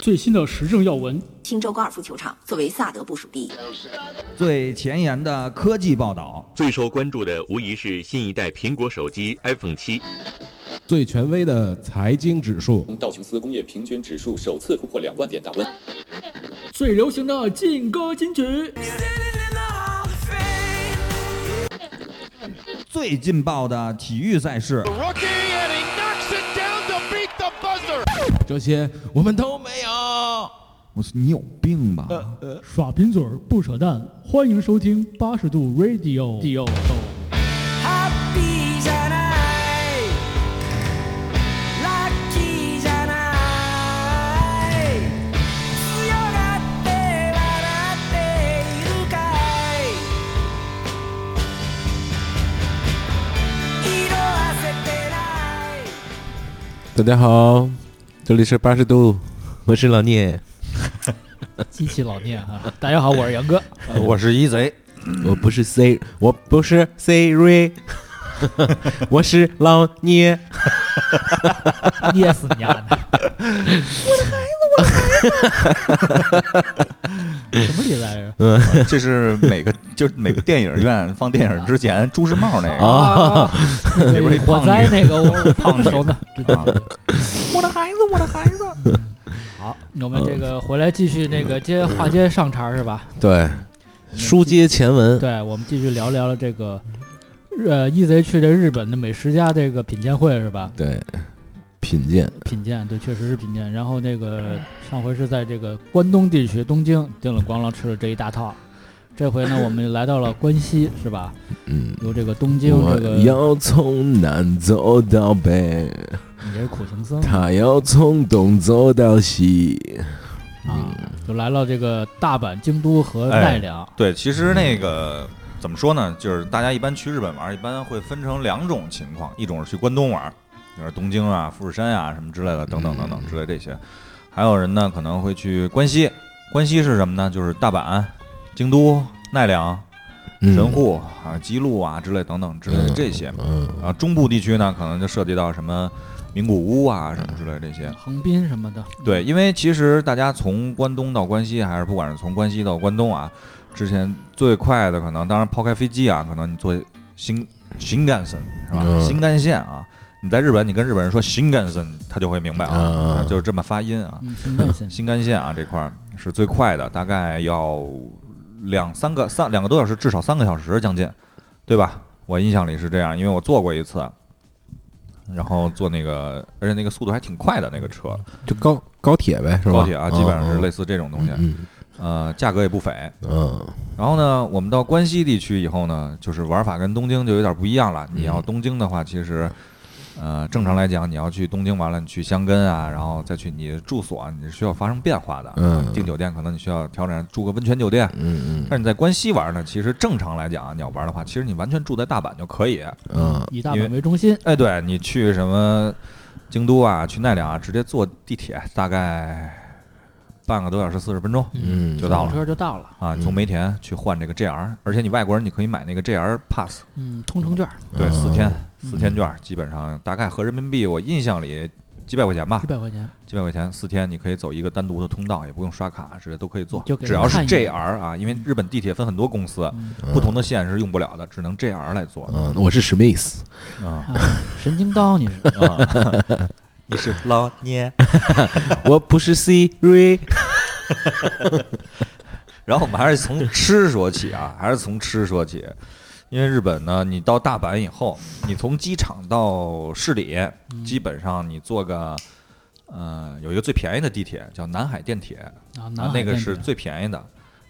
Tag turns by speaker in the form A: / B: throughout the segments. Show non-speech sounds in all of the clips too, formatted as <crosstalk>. A: 最新的时政要闻，
B: 新州高尔夫球场作为萨德部属地，
C: 最前沿的科技报道，
D: 最受关注的无疑是新一代苹果手机 iPhone 七。
E: 最权威的财经指数，
F: 道琼斯工业平均指数首次突破两万点大关。
A: 最流行的劲歌金曲，
C: 最劲爆的体育赛事，
G: Rookie and he knocks it down to beat the buzzer.
E: 这些我们都没有。
C: 我说你有病吧？
H: 呃
A: 耍贫嘴儿不扯淡。欢迎收听八十度 Radio。
I: Happy じゃないラッキーじゃない強がって笑っているかい色あせてない
J: 大家好，这里是八十度，我是老聂，
A: 机器老聂 <laughs> 啊，大家好，我是杨哥。
J: <laughs> 我是一贼，我不是 C，我不是 Siri，我是老聂。
A: 捏死你啊！我的孩子，我的孩子，什么里来着？
H: 这是每个 <laughs> 就是每个电影院放电影之前朱时茂那个
J: 啊，
H: 里边一
A: 火
H: 胖
A: 灾
H: 女
A: 那个我胖熟的。
H: 啊，
A: <laughs> 好，我们这个回来继续那个接话接上茬儿是吧？
J: 对，书接前文，
A: 对，我们继续聊聊了这个，呃，EZ 去这日本的美食家这个品鉴会是吧？
J: 对，品鉴，
A: 品鉴，对，确实是品鉴。然后那
H: 嗯
A: 个上回是在这个关东地区东京叮了咣啷吃了这一大套，这回呢我们来到了关西是吧？
J: 嗯，
A: 由这个东京
J: 我
A: 这个，你
J: 要从南走到北，
A: 这是苦行僧
J: 他要从东走到西。嗯
A: 啊，就来到这个大阪、京都和奈良。
H: 哎对，其实那个怎么说呢？就是大家一般去日本玩，一般会分成两种情况，一种是去关东玩，就是东京啊、富士山啊什么之类的，等等等等之类这些。还有人呢可能会去关西，关西是什么呢？就是大阪、京都、奈良、
J: 嗯
H: 神户啊、姬路啊之类等等之类的这些。
J: 嗯，
H: 啊，中部地区呢可能就涉及到什么名古屋啊什么之类这些。
A: 横滨什么的，
H: 对，因为其实大家从关东到关西，还是不管是从关西到关东啊，之前最快的可能，当然抛开飞机啊，可能你坐新新干森是吧？
J: 嗯
H: 新干线啊，你在日本，你跟日本人说新干森，他就会明白
J: 啊
H: 啊，就是这么发音啊。
A: 嗯，新干线
H: 新干线啊这块儿是最快的，大概要两三个三两个多小时，至少三个小时将近，对吧？我印象里是这样，因为我坐过一次，然后坐那个，而且那个速度还挺快的那个车，
J: 就高高铁呗，是吧？
H: 高铁啊，基本上是类
J: 似
H: 似这种东西，
J: 嗯
H: 呃，价格也不菲。
J: 嗯
H: 然后呢，我们到关西地区以后呢，就是玩法跟东京就有点不一样了。你要
J: 嗯
H: 东京的话，其实，呃，正常来讲，你要去东京完了，你去箱根啊，然后再去你的住所，你是需要发生变化的。
J: 嗯
H: 订酒店可能你需要调整住个温泉酒店，
J: 嗯
H: 但是你在关西玩呢，其实正常来讲啊，你要玩的话，其实你完全住在大阪就可以。
J: 嗯
A: 以大
H: 因
A: 阪
H: 为
A: 为中心，
H: 哎，对你去什么京都啊，去奈良啊，直接坐地铁大概半个多小时四十分钟
J: 嗯，
H: 就到
A: 火
H: 了。
A: 车就到了。
H: 啊，
J: 嗯
H: 从梅田去换这个 JR，而且你外国人你可以买那个 JR Pass，
A: 嗯，通城券
H: 对，
J: 嗯
H: 四天四天券，基本上大概合人民币，我印象里几百块钱吧
A: 一，百块钱，
H: 几百块钱四天，你可以走一个单独的通道，也不用刷卡，直接都可以坐
A: 就，给
H: 只要是
A: 人看一眼
H: JR 啊，因为日本地铁分很多公司，
A: 嗯
H: 不同的线是用不了的，只能 JR 来坐
J: 嗯，我是史密斯，
H: 啊。
A: 啊，神经刀你是。
H: 你是老聂， <laughs>
J: 我不是 Siri，
H: 然后我们还是从吃说起啊， <laughs> 还是从吃说起，因为日本呢，你到大阪以后，你从机场到市里，基本上你坐个，呃，有一个最便宜的地铁叫南海电铁，
A: 啊，
H: 啊
A: 南，海
H: 那个
A: 电
H: 是
A: 影
H: 最便宜的，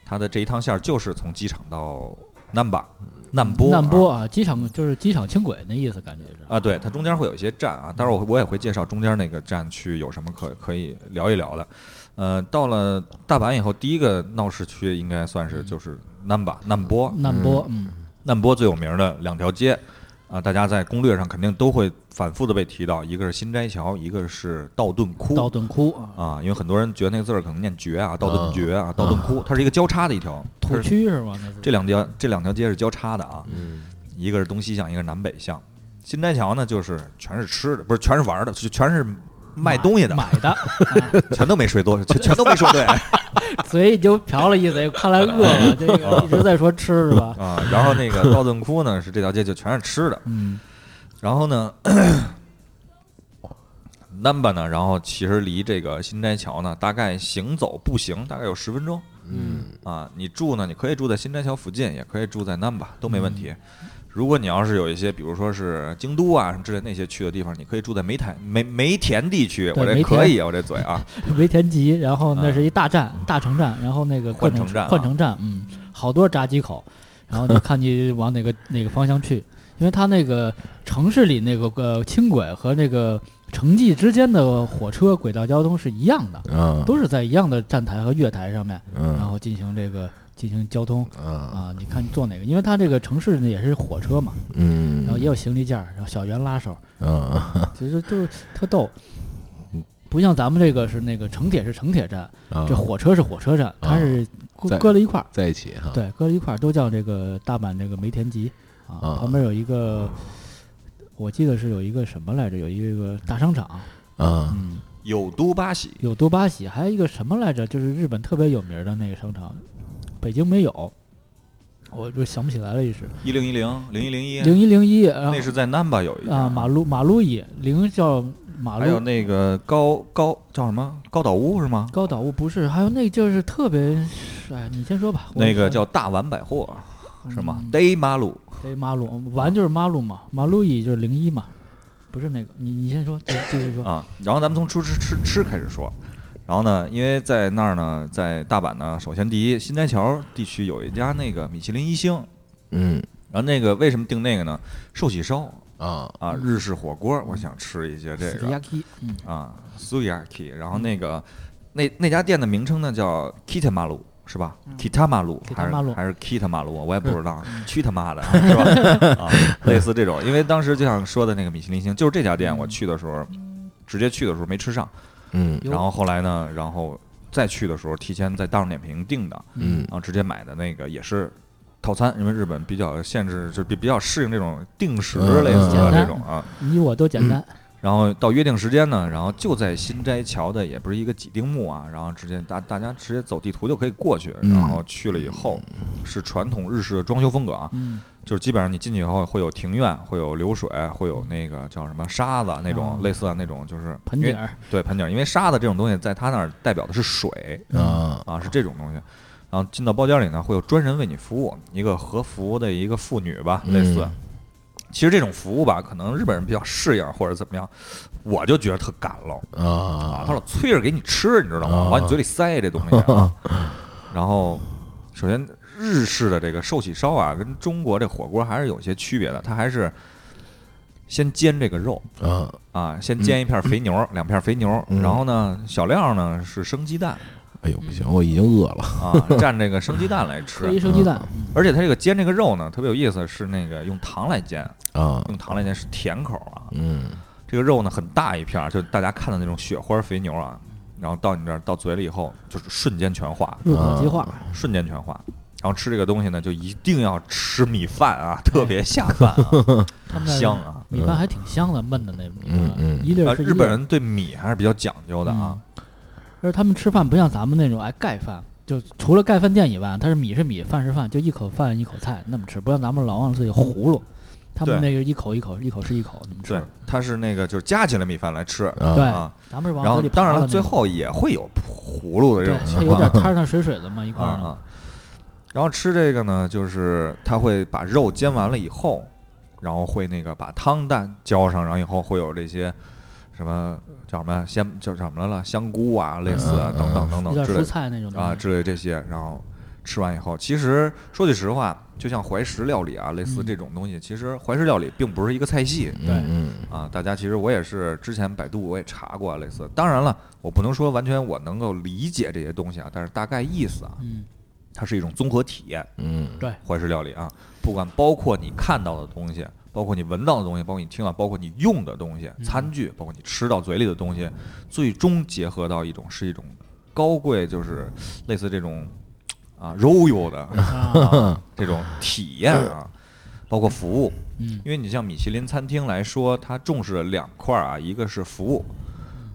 H: 它的这一趟线儿就是从机场到难吧，难波，
A: 难波啊，机场就是机场轻轨那意思，感觉是
H: 啊，对，它中间会有一些站啊，待会儿我会我也会介绍中间那个站区有什么可可以聊一聊的。呃，到了大阪以后，第一个闹市区应该算是就是难吧，难波，
A: 难波，嗯，
H: 难波最有名的两条街啊、大家在攻略上肯定都会反复的被提到，一个是新斋桥，一个是道顿窟。
A: 道顿窟啊，
H: 啊，因为很多人觉得那个字儿可能念绝啊，道顿
J: 啊
H: 绝啊，道顿窟，它是一个交叉的一条，
A: 嗯
H: 它
A: 土
H: 是
A: 区是吗？那是
H: 这两条这两条街是交叉的啊，
J: 嗯
H: 一个是东西向，一个是南北向。新斋桥呢，就是全是吃的，不是全是玩的，就全是卖东西的，
A: 买的，
H: <laughs> 全都没说多，嗯 <laughs> 全全都没说对
A: 嘴已经瓢了一嘴，看来饿
H: <laughs>
A: 了，这个一直在说吃是吧？
H: 啊。然后那 <laughs> 个道顿窟呢，是这条街就全是吃的。
A: 嗯，
H: 然后呢， <clears throat> 南巴呢，然后其实离这个新斋桥呢，大概行走步行大概有十分钟。
J: 嗯，
H: 啊，你住呢，你可以住在新斋桥附近，也可以住在南吧，都没问题。
A: 嗯
H: 如果你要是有一些，比如说是京都啊什么之类那些去的地方，你可以住在梅田梅梅田地区，我
A: 对
H: 这
A: 梅
H: 可以，我这嘴啊，
A: <laughs> 梅田集，然后那
H: 啊
A: 是一大站，大城站，然后那个各
H: 换乘
A: 种
H: 站啊
A: 换乘站，嗯，好多炸鸡口，然后你看你往哪个哪个方向去，因为它那个城市里那个呃轻轨和那个城际之间的火车轨道交通是一样的，
J: 啊，
A: 都是在一样的站台和月台上面，然
J: 嗯
A: 后进行这个进行交通
J: 啊，
A: 啊，你看你坐哪个？因为它这个城市呢也是火车嘛，
J: 嗯
A: 然后也有行李架，然后小圆拉手，
J: 啊
A: 其实就是特逗。不像咱们这个是那个城铁是城铁站，
J: 啊
A: 这火车是火车站，它是搁
J: 在
A: 搁了一块儿，
J: 在一起哈，
A: 对，搁了一块儿都叫这个大阪这个梅田集啊，
J: 啊
A: 旁边有一个，我记得是有一个什么来着，有一个大商场，
J: 啊，
A: 嗯，
H: 有都巴喜
A: 有多巴喜，还有一个什么来着，就是日本特别有名的那个商场，北京没有，我就想不起来了，一时
H: 一零一零零一零一，
A: 零一零一，然后
H: 那是在南吧有一家
A: 啊马路马路椅零叫马
H: 还有
A: 路
H: 那个高高叫什么高岛屋是吗？
A: 高岛屋不是，还有那就是特别，哎，你先说吧，我
H: 那个
A: 想
H: 叫大丸百货是吗
A: 嗯
H: ？Day 马路
A: 哎，马路完就是马路嘛，马路一就是零一嘛，不是那个，你你先说，继继续说。
H: 啊，然后咱们从吃吃吃吃开始说。然后呢，因为在那儿呢，在大阪呢，首先第一，新斋桥地区有一家那个米其林一星，
J: 嗯
H: 然后那个为什么订那个呢？寿喜烧
J: 啊
H: 啊，日式火锅，我想吃一些这个
A: Sukiyaki，嗯，
H: 啊，suyaki。然后那个那那家店的名称呢叫 Kita 马路是吧？Kita 马路还
A: Kitamaru
H: 是还是 Kita 马路，我也不知道， <laughs> 去他妈的是吧？啊，类似这种，因为当时就像说的那个米其林星，就是这家店，我去的时候直接去的时候没吃上，
J: 嗯
A: 有
H: 然后后来呢，然后再去的时候提前在大众点评订的，
J: 嗯
H: 然后直接买的那个也是套餐，因为日本比较限制，就比比较适应这种定时
J: 嗯
H: 类似
A: 嗯
H: 的
A: 嗯
H: 这种啊。
A: 你我都简单，
H: 然后到约定时间呢，然后就在新斋桥的也不是一个几丁目啊，然后直接大大家直接走地图就可以过去，
J: 嗯
H: 然后去了以后是传统日式的装修风格啊，
A: 嗯，
H: 就是基本上你进去以后会有庭院，会有流水，会有那个叫什么沙子啊那种
A: 嗯
H: 类似的那种，就是
A: 盆
H: 因为
A: 景儿，
H: 对盆景儿，因为沙子这种东西在他那儿代表的是水，
J: 啊
H: 啊，是这种东西。然后进到包间里呢，会有专人为你服务，一个和服的一个妇女吧，类似。
J: 嗯
H: 其实这种服务吧，可能日本人比较适应或者怎么样，我就觉得特赶喽啊，他
J: 啊
H: 老催着给你吃，你知道吗？
J: 啊
H: 往你嘴里塞这东西啊。
J: <laughs>
H: 然后，首先日式的这个寿喜烧啊，跟中国这火锅还是有些区别的，它还是先煎这个肉，
J: 啊
H: 啊，先煎一片肥牛，两片肥牛，
J: 嗯
H: 然后呢，小料呢是生鸡蛋
J: 哎呦不行，我已经饿了，
H: 啊，蘸这个生鸡蛋来
A: 搁一
H: 吃。
A: 生鸡蛋，
H: 而且它这个煎这个肉呢，特别有意思，是那个用糖来煎，
J: 啊
H: 用糖来煎是甜口啊。
J: 嗯
H: 这个肉呢很大一片儿，就大家看的那种雪花肥牛啊，然后到你这儿到嘴里以后，就是瞬间全化，
A: 入口即化，
H: 瞬间全化。然后吃这个东西呢，就一定要吃米饭啊，特别下
A: <laughs>
H: 饭啊，
A: 他们那儿
H: 香啊。
A: 米饭还挺香的，焖的那
J: 嗯嗯
A: 一粒
H: 啊，
A: 儿是一粒嗯
H: 日本
A: 儿，
H: 人对米还是比较讲究的啊。
A: 而他们吃饭不像咱们那种哎盖饭，就除了盖饭店以外，它是米是米，饭是饭，就一口饭一口菜那么吃，不像咱们老往自己葫芦，他们
H: 对
A: 那个一口一口一口是一口那么吃
H: 对，，它是那个就是夹起来米饭来吃
J: 啊
A: 对
H: 啊。
A: 咱们是往
H: 然后
A: 嘴里
H: 当然
A: 扒
H: 了，
A: 拉
H: 最
A: 那种
H: 后也会有葫芦的这
A: 对
H: 种，
A: 它
H: 情
A: 有
H: 况
A: 点汤上水水的嘛，一
H: 啊
A: 块儿的
H: 啊。然后吃这个呢，就是他会把肉煎完了以后，然后会那个把汤蛋浇上，然后以后会有这些什么叫什么香叫什么来了，香菇啊，类似啊
J: 嗯嗯
H: 等等等
A: 有
H: 等
A: 点
H: 之
A: 蔬
H: 类
A: 菜那种
H: 的啊之类的这些，然后。吃完以后，其实说句实话，就像怀石料理啊，类似
A: 嗯
H: 这种东西，其实怀石料理并不是一个菜系，
J: 嗯
H: 啊，大家其实我也是之前百度我也查过啊类似，当然了，我不能说完全我能够理解这些东西啊，但是大概意思啊，
A: 嗯，
H: 它是一种综合体验，
J: 嗯
H: 怀石料理啊，不管包括你看到的东西，包括你闻到的东西，包括你听到，包括你用的东西，餐具，包括你吃到嘴里的东西，最终结合到一种是一种高贵，就是类似这种啊 royal 的、啊、 <laughs> 这种体验啊，包括服务，
A: 嗯
H: 因为你像米其林餐厅来说，它重视两块儿啊，一个是服务，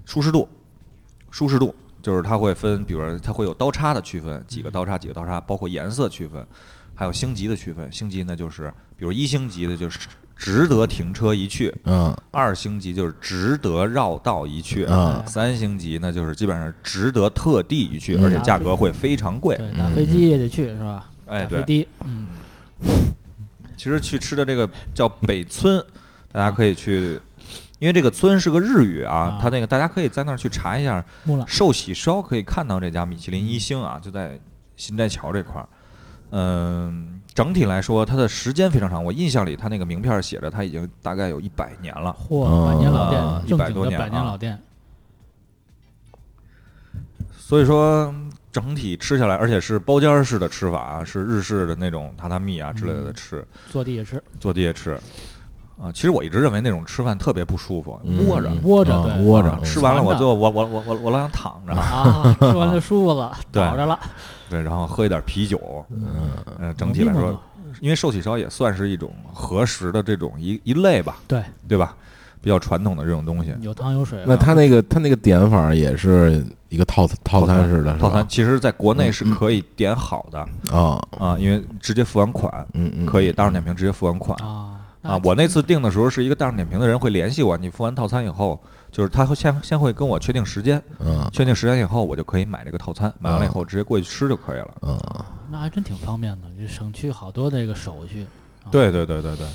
H: 舒适度，舒适度就是它会分，比如说它会有刀叉的区分，几个刀叉，几个刀叉，包括颜色区分，还有星级的区分。星级呢，就是比如一星级的就是值得停车一去，
J: 嗯，
H: 二星级就是值得绕道一去，
J: 啊
H: 三星级呢就是基本上值得特地一去，
J: 嗯
H: 而且价格会非常贵。
A: 对，打飞机也得去是吧？
H: 嗯哎，
A: 打飞
H: 对，
A: 机，嗯，
H: 其实去吃的这个叫北村，大家可以去，因为这个村是个日语啊
A: 啊，
H: 它那个大家可以在那儿去查一下，
A: 木兰，
H: 寿喜烧可以看到这家米其林一星啊，就在新寨桥这块儿。嗯，整体来说，它的时间非常长。我印象里，它那个名片儿写着，它已经大概有一百年了。
A: 嚯，百年老
H: 啊
A: 店，正
H: 100
A: 经
H: 多
A: 的
H: 年
A: 百年
H: 啊
A: 老店，
H: 所以说整体吃下来，而且是包间儿式的吃法啊，是日式的那种榻榻米啊之类
A: 嗯
H: 的吃，
A: 坐地也
H: <laughs>
A: 吃，
H: 坐地也吃。啊，其实我一直认为那种吃饭特别不舒服，
J: 嗯
H: 窝着。
A: 窝着
J: 啊
A: 对
J: 窝着
H: 啊，吃完了我
A: 馋的
H: 就我我我我我老想躺着，
J: 嗯
A: 啊，吃完就舒服
H: <laughs>
A: 了，
H: 对
A: 倒着了，
H: 对，然后喝一点啤酒，嗯，整体来
A: 能腻
H: 说
A: 吗，
H: 因为寿喜烧也算是一种和食的这种一一类吧，
A: 对，
H: 对吧？比较传统的这种东西，
A: 有汤有水，
J: 那他那个他那个点法也是一个套套餐似的，是吧
H: 套餐其实在国内是可以点好的
J: 啊，
H: 啊，因为直接付完款
J: 嗯嗯，
H: 可以大众点评直接付完款
A: 啊
H: 啊。我那次订的时候是一个大众点评的人会联系我，你付完套餐以后，就是他会先先会跟我确定时间，
J: 嗯
H: 确定时间以后我就可以买这个套餐，买完了以后直接过去吃就可以了。
J: 嗯，
A: 那还真挺方便的，这省去好多那个手续。
H: 对对对对对。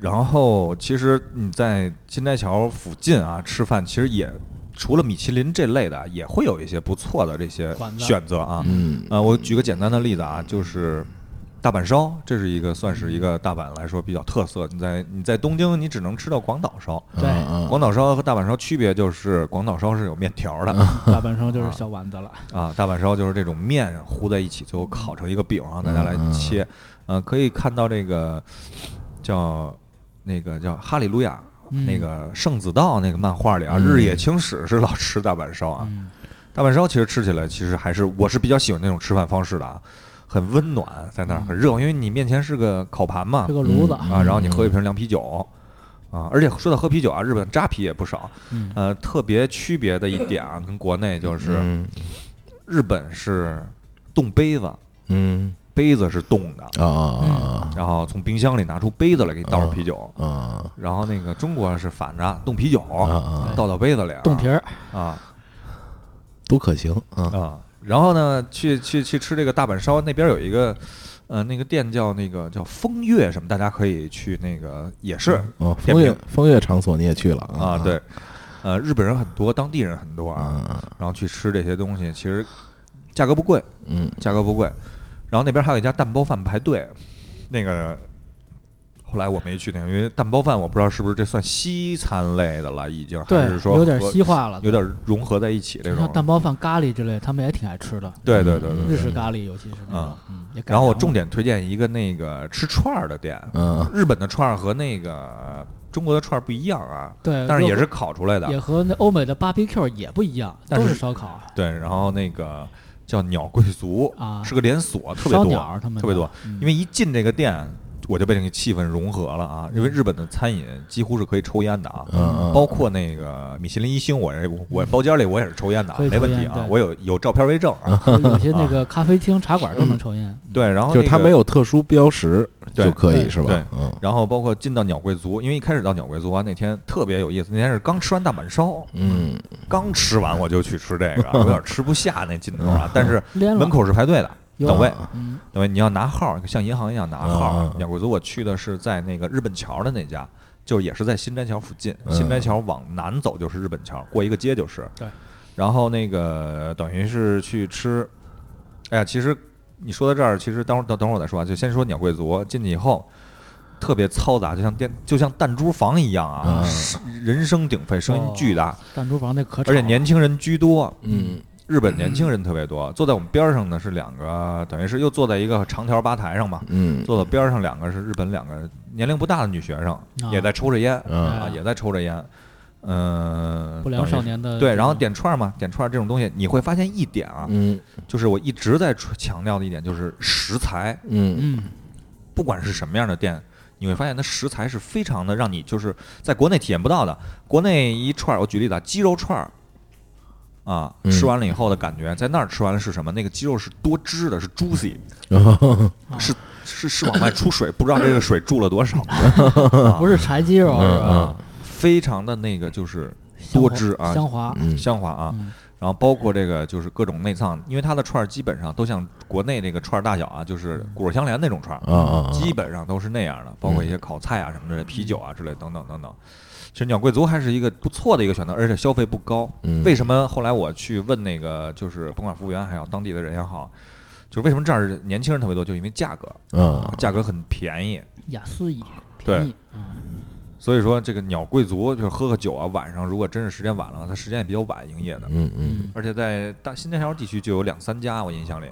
H: 然后其实你在新街桥附近啊吃饭，其实也除了米其林这类的，啊也会有一些不错的这些
A: 馆子
H: 选择啊。
J: 嗯
H: 呃，我举个简单的例子啊，就是大阪烧，这是一个算是一个大阪来说比较特色。你在你在东京，你只能吃到广岛烧。
A: 对，
J: 嗯
H: 广岛烧和大阪烧区别就是，广岛烧是有面条 <laughs> 的
A: 大半生就是小丸子了，
H: 啊，大阪烧就是这种面糊在一起，
A: 嗯
H: 最后烤成一个饼，让大家来切。呃，可以看到这个叫那个叫哈利路亚。
A: 嗯
H: 那个圣子道那个漫画里啊，
J: 嗯
H: 日野青史是老吃大阪烧啊。
A: 嗯，
H: 大阪烧其实吃起来其实还是我是比较喜欢那种吃饭方式的啊，很温暖，在那儿很热乎，因为你面前是个烤盘嘛
A: 嗯这个炉嗯子，
H: 啊，然后你喝一瓶凉啤酒啊，而且说到喝啤酒啊，日本扎啤也不少。
A: 嗯，
H: 呃，特别区别的一点啊，跟国内就是
J: 嗯
H: 日本是冻杯子，
J: 嗯
H: 杯子是冻的，
J: 啊啊
H: 然后从冰箱里拿出杯子来给你倒上啤酒。
J: 啊啊
H: 然后那个中国是反着冻啤酒，
J: 啊啊，
H: 倒到杯子里啊，
A: 冻皮儿，
H: 啊
J: 都可行啊
H: 啊。然后呢，去去去吃这个大阪烧，那边有一个，呃，那个店叫那个叫风月什么，大家可以去那个也是
J: 哦，风月风月场所你也去了
H: 啊，对，呃，日本人很多，当地人很多啊，
J: 啊
H: 然后去吃这些东西，其实价格不贵，
J: 嗯
H: 价格不贵。然后那边还有一家蛋包饭排队，那个后来我没去那个，因为蛋包饭我不知道是不是这算西餐类的了，已经还
A: 对
H: 是，说
A: 有点
H: 和
A: 西化了，
H: 有点融合在一起这
A: 像蛋
H: 种。
A: 包饭、咖喱之类，他们也挺爱吃的，
H: 对对对对
A: 日
H: 对。
A: 式咖喱尤其是那种，嗯，也改
H: 然后我
A: 良了
H: 重点推荐一个那个吃串儿的店，
J: 嗯
H: 日本的串儿和那个中国的串儿不一样啊，
A: 对，
H: 但是也
A: 肉
H: 是烤出来的。
A: 也和那欧美的 BBQ 也不一样，
H: 但
A: 都
H: 是
A: 是烧烤
H: 对，然后那个叫鸟贵族，
A: 啊，
H: 是个连锁，特别
A: 烧
H: 多。
A: 鸟他们
H: 特别多，
A: 嗯
H: 因为一进这个店，我就被这个气氛融合了啊！因为日本的餐饮几乎是可以抽烟的啊，
J: 嗯
H: 包括那个米其林一星，我这我包间里我也是抽烟的啊，
A: 可以抽
H: 没
A: 烟
H: 问题啊
A: 对，
H: 我有有照片为证
J: 嗯
H: 啊。嗯
A: 有些那个咖啡厅、茶馆都能抽烟，
H: 对，然后
J: 就是它
H: 那个
J: 没，有特殊标识
H: 对
J: 就可以是吧
H: 对？
J: 嗯
H: 然后包括进到鸟贵族，因为一开始到鸟贵族啊，那天特别有意思，那天是刚吃完大阪烧，
J: 嗯
H: 刚吃完我就去吃这个，有点吃不下那劲头啊，
J: 嗯
H: 但是
A: 连了
H: 门口是排队的。
A: 有
H: 等位，
A: 嗯
H: 等位，你要拿号，像银行一样拿
J: 啊
H: 号
J: 啊。
H: 鸟贵族我去的是在那个日本桥的那家，就也是在新斋桥附近。
J: 嗯
H: 新斋桥往南走就是日本桥，过一个街就是。
A: 对。
H: 然后那个等于是去吃，哎呀，其实你说到这儿，其实等会儿等等会儿我再说啊，就先说鸟贵族进去以后。特别嘈杂，就像电，就像弹珠房一样啊，
J: 嗯
H: 是 <laughs> 人声鼎沸，声音巨大，
A: 弹珠房那可吵
H: 而且年轻人居多。
J: 嗯
H: 日本年轻人特别多，坐在我们边儿上呢是两个，等于是又坐在一个长条吧台上嘛，
J: 嗯
H: 坐到边儿上两个是日本两个年龄不大的女学生，也在抽着烟
J: 嗯
H: 啊，也在抽着烟，嗯、
A: 啊不良
H: 等
A: 少
H: 于是
A: 年的
H: 对，然后
A: 这种
H: 点串儿嘛，点串儿这种东西，你会发现一点啊，
J: 嗯
H: 就是我一直在强调的一点就是食材，
J: 嗯
A: 嗯
H: 不管是什么样的店，你会发现它食材是非常的让你就是在国内体验不到的。国内一串儿，我举例子啊，鸡肉串儿，啊，
J: 嗯
H: 吃完了以后的感觉，在那儿吃完了是什么？那个鸡肉是多汁的，是
J: <laughs>
H: juicy，是是是往外出水，不知道这个水注了多
J: <laughs>
H: 少，啊
A: 不是柴鸡
J: 嗯
A: 肉啊是吧？
H: 非常的那个就是
A: 香
H: 嗯多
A: 滑
H: 汁啊，
A: 香滑，
J: 嗯
H: 香滑啊。
A: 嗯
H: 然后包括这个就是各种内脏，因为它的串儿基本上都像国内这个串儿大小啊，就是
J: 嗯
H: 骨肉相连那种串儿，
J: 啊啊嗯啊！
H: 基本上都是那样的，包括一些烤菜啊什么的、啤酒啊之类等等等等。其实鸟贵族还是一个不错的一个选择，而且消费不高。
J: 嗯
H: 为什么后来我去问那个就是甭管服务员还有当地的人也好，就是为什么这儿年轻人特别多，就因为价格，
J: 啊，
H: 价格很便宜。
A: 雅思怡，
H: 对
A: 便宜，嗯
H: 所以说这个鸟贵族就是喝个酒啊，晚上如果真是时间晚了，它时间也比较晚营业的，
J: 嗯嗯，
H: 而且在大新天桥地区就有两三家，我印象里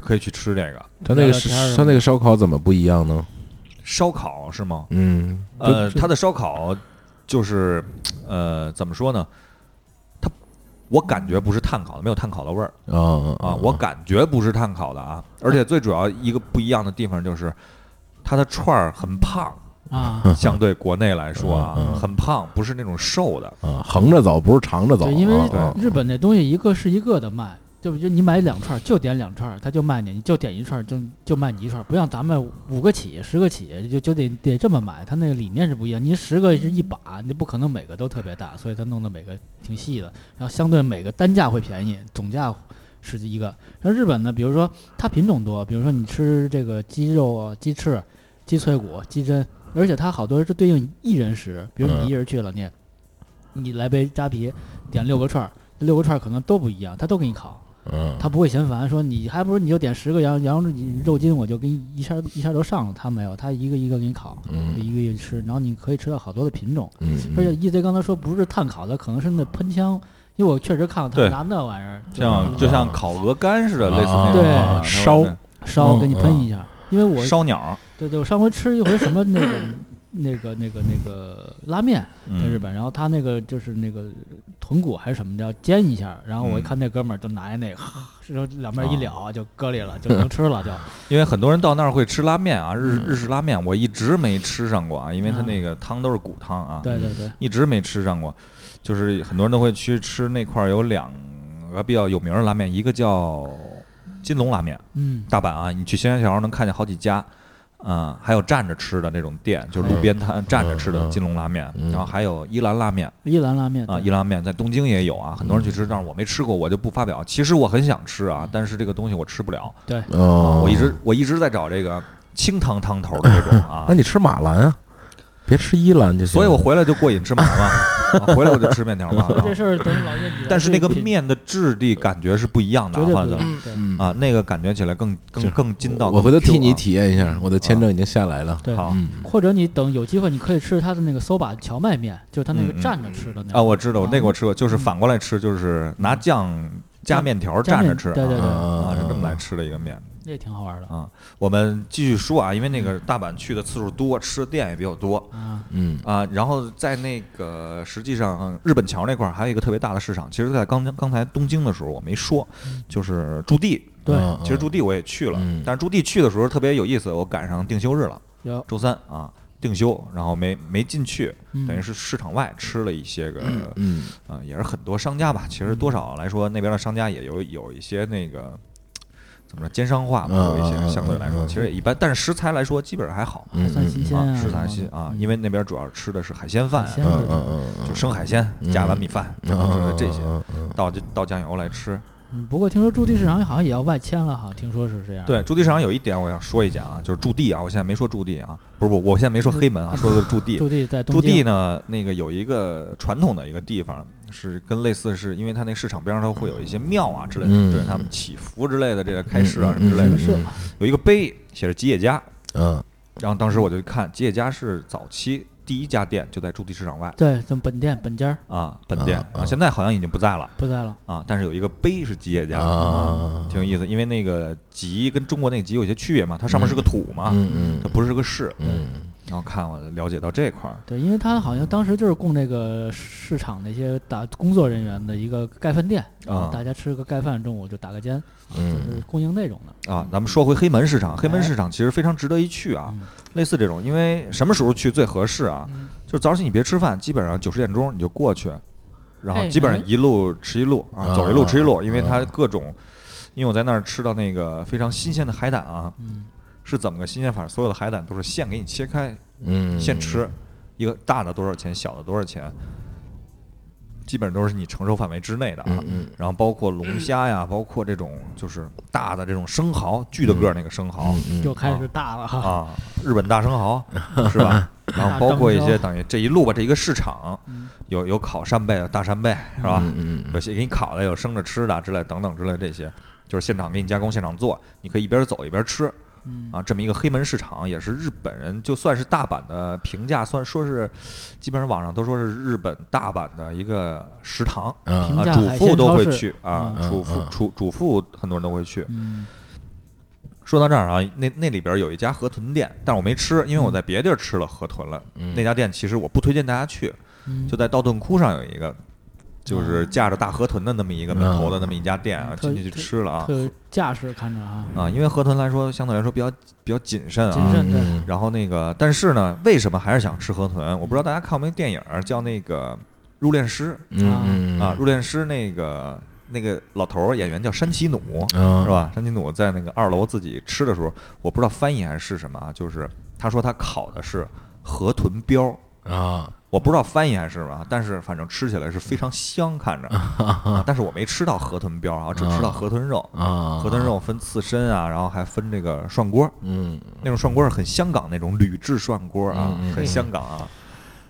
H: 可以去吃这个
J: 他
A: 聊
J: 那个
A: 聊
J: 是
A: 天儿
J: 他那个烧烤怎么不一样呢？
H: 烧烤是吗？
J: 嗯，
H: 呃，它的烧烤就是呃，怎么说呢？它我感觉不是炭烤的，没有炭烤的味儿
J: 啊啊
H: 啊，我感觉不是炭烤的啊。而且最主要一个不一样的地方就是，它的串儿很胖，
A: 啊，
H: 相对国内来说
J: 嗯
H: 啊，
J: 嗯
H: 很胖，不是那种瘦的。
J: 啊，横着走不是长着走，
A: 对，因为
J: 啊
A: 日本那东西一个是一个的卖，对不？就你买两串儿就点两串儿，他就卖你；你就点一串儿就就卖你一串儿，不像咱们五个起、十个起，就就得得这么买。他那个理念是不一样，你十个是一把，你不可能每个都特别大，所以他弄的每个挺细的，然后相对每个单价会便宜，总价。是一个，然后日本呢，比如说它品种多，比如说你吃这个鸡肉啊、鸡翅、鸡脆骨、鸡胗，而且它好多是对应一人食，比如
J: 嗯
A: 你一人去了，你你来杯扎啤，点六个串儿，六个串儿可能都不一样，他都给你烤，
J: 嗯
A: 他不会嫌烦，说你还不如你就点十个羊羊肉筋，我就给你一下一下都上了。他没有，他一个一个给你烤，
J: 嗯
A: 一个一个吃，然后你可以吃到好多的品种。
J: 嗯，
A: 而且 EZ 刚才说不是碳烤的，可能是那喷枪，因为我确实看到
H: 对
A: 他拿那玩意儿就
H: 像就像烤鹅肝似的，类似那种
A: 对
H: 嗯啊
J: 烧
A: 烧
J: 嗯
A: 给你喷一下，因为我
H: 烧鸟，
A: 对对，我上回吃一回什么那个那个那个那个拉面，在日
H: 嗯，
A: 本，然后他那个就是那个豚骨还是什么的，煎一下，然后
H: 嗯
A: 我一看那哥们儿就拿一那个，然后两边一
H: 啊
A: 燎就搁里了，就能吃了就。
H: 因为很多人到那儿会吃拉面啊，日日式拉面，我一直没吃上过啊，因为它
A: 嗯
H: 那个汤都是骨汤啊，
A: 对对对，
H: 一直没吃上过，就是很多人都会去吃那块儿有两个比较有名儿的拉面，一个叫金龙拉面，
A: 嗯，
H: 大阪啊，你去新天桥能看见好几家，嗯，还有站着吃的那种店，就是路边摊站着吃的金龙拉面，
J: 嗯
H: 然后还有伊兰拉面
A: 伊兰拉面
H: 啊，
A: 对
H: 伊兰拉面在东京也有啊，很多人
J: 嗯
H: 去吃，但是我没吃过，我就不发表。其实我很想吃啊，但是这个东西我吃不了，
J: 哦，
H: 我一直我一直在找这个清汤汤头的这种啊
J: <laughs> 那，你吃马兰啊，别吃伊兰就行。
H: 所以我回来就过瘾吃麻辣
J: <laughs>
H: 嘛，啊回来我就吃面条嘛。啊
A: 这事儿等老叶你来
H: 但是那个
A: 品
H: 面的质地感觉是不一样的
A: 绝
H: 啊，
A: 对
H: 换
A: 不
H: 的
A: 一样对
J: 嗯
H: 啊，那个感觉起来更
J: 就
H: 更更筋道。
J: 我回头
H: 更 Q
J: 替你
H: 啊
J: 体验一下，我的签证已经下来了。
A: 对，
H: 好
J: 嗯
A: 或者你等有机会，你可以吃他的那个 soba 荞麦面，就是他那
H: 嗯嗯
A: 个蘸着吃的那
H: 啊，
A: 个。
H: 我知道
A: 啊
H: 那个我吃过，就是反过来吃，就是拿酱加面条蘸着吃
A: 蘸面对对
H: 啊，
A: 对
H: 啊是这么来吃的一个面。
A: 那挺好玩的
H: 啊，我们继续说啊，因为那个大阪去的次数多，吃的店也比较多
A: 啊。
J: 嗯
H: 啊。然后在那个实际上日本桥那块儿还有一个特别大的市场，其实，在刚刚才东京的时候我没说，就是驻地。
A: 嗯对，
J: 嗯
H: 其实驻地我也去了，
J: 嗯
H: 但是驻地去的时候特别有意思，我赶上定休日了，
A: 有
H: 周三啊定休，然后没没进去，
A: 嗯
H: 等于是市场外吃了一些个，
J: 嗯
H: 呃，也是很多商家吧。其实多少来说，那边的商家也有有一些那个怎么说奸商化吧，
J: 嗯
H: 有一
J: 嗯嗯
H: 些相对来说
J: 嗯
H: 其实也一般，但是食材来说基本上还好
J: 嗯
A: 还算新鲜
H: 啊，
A: 啊，
H: 食
A: 什
H: 材
A: 么
H: 新
A: 的
H: 啊，因为那边主要吃的是海鲜嗯饭
A: 海
H: 啊，
A: 鲜
J: 嗯嗯嗯，
H: 就生海鲜加碗米饭，啊就是这些倒倒酱油来吃。
A: 嗯不过听说驻地市场好像也要外迁了，好像听说是这样。
H: 对，驻地市场有一点我想说一下啊，就是驻地啊，我现在没说驻地啊，不是不，我现在没说黑门啊，说的是驻 <laughs> 地。
A: 驻地在东
H: 驻地
A: 京，
H: 呢，那个有一个传统的一个地方，是跟类似是因为它那市场边上它会有一些庙啊之类
J: 嗯
H: 的，对他们祈福之类的，这个开市啊什
J: 嗯
H: 么之类
A: 什么
H: 的，
A: 社
H: 有一个碑写着吉野家，
J: 嗯
H: 然后当时我就看吉野家是早期第一家店就在驻地市场外
A: 对，咱们本店本家儿
H: 啊本店
J: 啊啊
H: 啊，现在好像已经不在了
A: 不在了。
H: 啊，但是有一个碑是吉野家
J: 啊
H: 挺有意思，因为那个吉跟中国那个吉有些区别嘛，它上面是个土嘛，
J: 嗯
H: 它
J: 嗯
H: 不是个市，
J: 嗯
H: 然后看我了解到这块儿，
A: 对，因为他好像当时就是供那个市场那些打工作人员的一个盖饭店
H: 啊
A: 大家吃个盖饭，中午就打个尖，就
J: 嗯
A: 是供应那种的。
H: 啊，咱们说回黑门市场，黑门市场其实非常值得一去啊。
A: 哎嗯
H: 类似这种，因为什么时候去最合适啊？
A: 嗯
H: 就是早上起你别吃饭，基本上九十点钟你就过去，然后基本上一路吃一路啊，走一路吃一路，因为它
J: 啊
H: 各种，因为我在那儿吃到那个非常新鲜的海胆啊，
A: 嗯
H: 是怎么个新鲜法？所有的海胆都是现给你切开，
J: 嗯，
H: 现吃，一个大的多少钱，小的多少钱，基本上都是你承受范围之内的啊。
J: 嗯嗯
H: 然后包括龙虾呀，包括这种就是大的这种生蚝，巨的个儿那个生
J: 嗯
H: 蚝、
A: 就开始大了哈。
H: 嗯啊，日本大生蚝是吧？然后包括一些等于这一路吧，这一个市场
A: 嗯
H: 有有烤扇贝、啊大扇贝是吧？
J: 嗯嗯嗯
H: 有些给你烤的，有生着吃的之类等等之类这些，就是现场给你加工、现场做，你可以一边走一边吃
A: 嗯
H: 啊。这么一个黑门市场，也是日本人就算是大阪的评价，算说是基本上网上都说是日本大阪的一个食堂
J: 嗯
H: 啊
A: 评，价
H: 主
A: 海
H: 妇
A: 鲜
H: 都
A: 超
H: 会
A: 市
H: 去啊，
J: 嗯
H: 主妇
J: 嗯
H: 主主妇很多人都会去。
A: 嗯
H: 说到这儿啊，那那里边有一家河豚店，但是我没吃，因为我在别地儿吃了河豚了。
J: 嗯
H: 那家店其实我不推荐大家去，
A: 嗯，
H: 就在道顿窟上有一个，就是架着大河豚的那么一个门头的那么一家店啊，
A: 哦嗯
H: 进去去吃了啊
A: 特有架势看着啊，
H: 啊，因为河豚来说相对来说比较比较谨慎
A: 谨
H: 啊。
A: 慎的
J: 嗯
H: 然后那个，但是呢，为什么还是想吃河豚？我不知道大家看过没电影儿叫那个《入殓师
J: 嗯》
H: 啊，《入殓师》那个那个老头儿演员叫山崎努，
J: 嗯
H: 是？吧？山崎努在那个二楼自己吃的时候，我不知道翻译还是什么啊，就是他说他烤的是河豚膘，
J: 啊，
H: 我不知道翻译还是什么啊，但是反正吃起来是非常香，看着。
J: <laughs>
H: 啊但是我没吃到河豚膘啊，只吃到河豚肉
J: 啊
H: 河豚肉分刺身啊，然后还分这个涮锅，
J: 嗯
H: 那种涮锅是很香港那种铝制涮锅啊
J: 嗯嗯，
H: 很香港啊。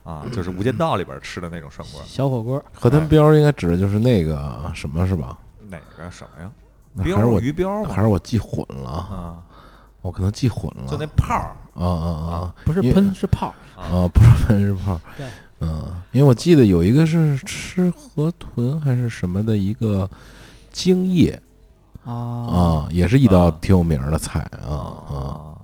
H: 啊，就是《无间道》里边吃的那种涮锅，
A: 小火锅，
J: 河豚标应该指的就是那个什么是吧？
H: 哪个什么呀？
J: 那还是
H: 标
J: 我
H: 鱼标
J: 还
H: 嘛，
J: 是我记混了？
H: 啊，
J: 我可能记混了。
H: 就那泡儿
J: 啊啊啊！
A: 不是
J: 因为
A: 喷是泡，
J: 啊，不是喷是泡。
A: 对，
J: 嗯，因为我记得有一个是吃河豚还是什么的一个精液
A: 啊
J: 啊，也是一道挺有名儿的菜啊啊，
H: 啊，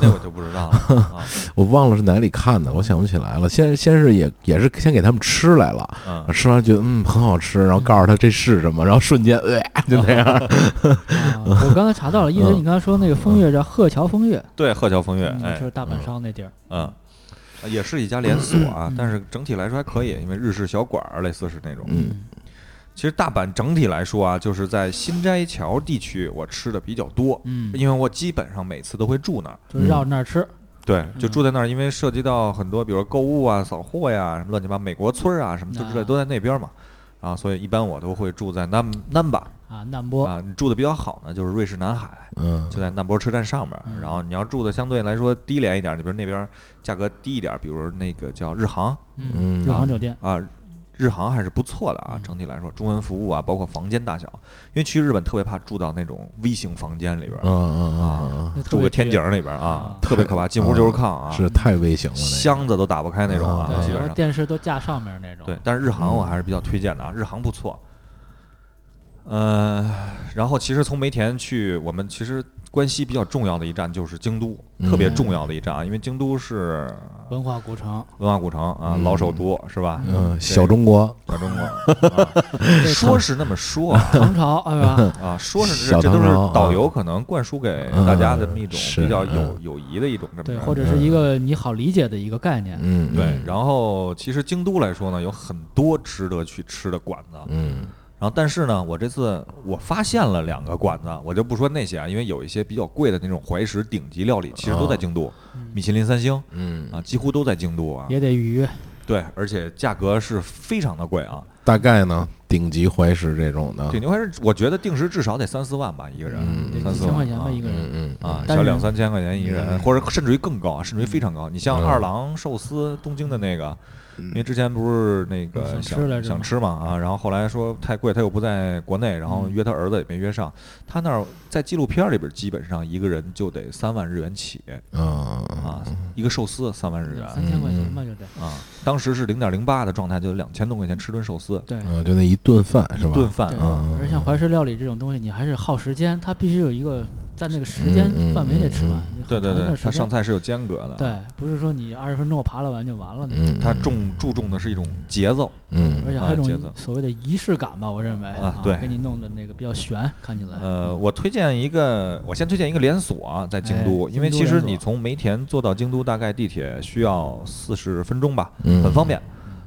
H: 那我就不知道了啊。
J: 我忘了是哪里看的，我想不起来了。先先是也也是先给他们吃来了，
H: 嗯
J: <laughs> 吃完觉得嗯很好吃，然后告诉他这是什么，然后瞬间呃就那样。
A: 啊！
H: <laughs>
A: 我刚才查到了，因为你刚才说那个风月叫鹤桥风月，
H: 嗯对，鹤桥风月，
A: 嗯
H: 哎
A: 就，是大阪烧那地儿。
H: 嗯，呃也是一家连锁啊，但是整体来说还可以，因为日式小馆儿类似是那种。
J: 嗯
H: 其实大阪整体来说啊，就是在新斋桥地区我吃的比较多，
A: 嗯，
H: 因为我基本上每次都会住那儿，
A: 就绕着那儿吃。
H: 对，就
A: 嗯
H: 住在那儿，因为涉及到很多，比如购物啊、扫货呀、什么乱七八美国村儿啊什么之类的
A: 啊
H: 都在那边嘛。然后，所以一般我都会住在南南吧
A: 啊，难波，
H: 啊，住的比较好呢，就是瑞士南海，
J: 嗯
H: 就在南博车站上面儿。
A: 嗯
H: 然后你要住的相对来说低廉一点儿，你比如那边儿价格低一点儿，比如那个叫日航
A: 嗯，
J: 嗯
A: 日航酒店，
H: 啊，日航还是不错的
A: 嗯
H: 啊，整体来说，中文服务啊，包括房间大小。因为去日本特别怕住到那种微型房间里边儿，
J: 嗯嗯
A: 那特
H: 住
A: 别
H: 个天
A: 绝
H: 井里边儿啊
A: 啊，
H: 特别可怕，进屋就是炕啊
J: 嗯，，是太危险了那个。
H: 箱子都打不开那种啊
J: 嗯，
H: 基
A: 对，
H: 本
A: 然
H: 上
A: 后。电视都架上面那种。
H: 对，，但是日航我还是比较推荐的
J: 嗯
H: 啊，日航不错。呃，然后其实从梅田去，我们其实关系比较重要的一站就是京都，特别
A: 嗯
H: 重要的一站啊，因为京都是
A: 文化古
H: <laughs>
A: 城，
H: 文化古城啊，
J: 嗯
H: 老首都是吧？
J: 嗯，
H: 对
J: 小中国，
H: 小中
J: <laughs>
H: 国，啊 <laughs> 说是那么说啊
A: 唐朝，哎呀，
H: 啊，说是
J: 小
H: 这这都是
J: 唐朝啊
H: 导游可能灌输给大家这么一种
J: 嗯是
H: 比较有
J: 嗯
H: 友谊的一种这么
A: 对，
H: 一种
A: 或者是一个你好理解的一个概念。
J: 嗯，
H: 对。然后其实京都来说呢，有很多值得去吃的馆子，
J: 嗯
H: 然后，但是呢，我这次我发现了两个馆子，我就不说那些啊，因为有一些比较贵的那种怀石顶级料理，其实都在京都，米其林三星
J: 哦嗯，
H: 啊，几乎都在京都啊。
A: 也得预约，
H: 对，而且价格是非常的贵啊，
J: 大概呢，顶级怀石这种的，
H: 顶级怀石我觉得定时至少得三四万吧一个人，
A: 得
H: 嗯啊三
A: 几
H: 四
A: 千块
H: 万
A: 钱吧
H: 啊
A: 一个人。
J: 嗯嗯
H: 啊，
A: 单
H: 小
A: 人
H: 两三千块钱一人，或者甚至于更高，甚至于非常高。你像
J: 嗯
H: 二郎寿司东京的那个，因为之前不是那个
A: 想吃来
H: 想
A: 着
H: 想
A: 吗
H: 吃嘛啊，然后后来说太贵，他又不在国内，然后
A: 嗯
H: 约他儿子也没约上。他那儿在纪录片里边，基本上一个人就得三万日元起
J: 嗯
H: 啊，一个寿司三万日元
A: 三千块钱吧，就得。
H: 啊，当时是零点零八的状态，就两千多块钱吃顿寿司，
A: 对，
J: 嗯，就那一顿饭是
H: 一
J: 吧？
H: 顿饭
A: 对，
H: 啊。
A: 而像怀石料理这种东西，你还是耗时间，它必须有一个在那个时间
J: 嗯嗯
A: 范围内吃完。你
H: 对
A: 很
H: 对
A: 长一
H: 对
A: 段，时
H: 它上
A: 间
H: 菜是啊有间隔的，
A: 对，不是说你二十分钟我扒拉完就完了那种，
J: 嗯，
H: 它重注重的是一种节奏，
J: 嗯
A: 而且
H: 啊
A: 还有一
H: 节奏
A: 种所谓的仪式感吧，我认为
H: 啊对
A: 给你弄的那个比较悬，看起来。
H: 呃，我推荐一个，我先推荐一个连锁啊，在京都，
A: 哎
H: 因为
A: 京
H: 其
A: 都
H: 实
A: 连锁
H: 你从梅田坐到京都，大概地铁需要四十分钟吧，
J: 嗯
H: 很方便。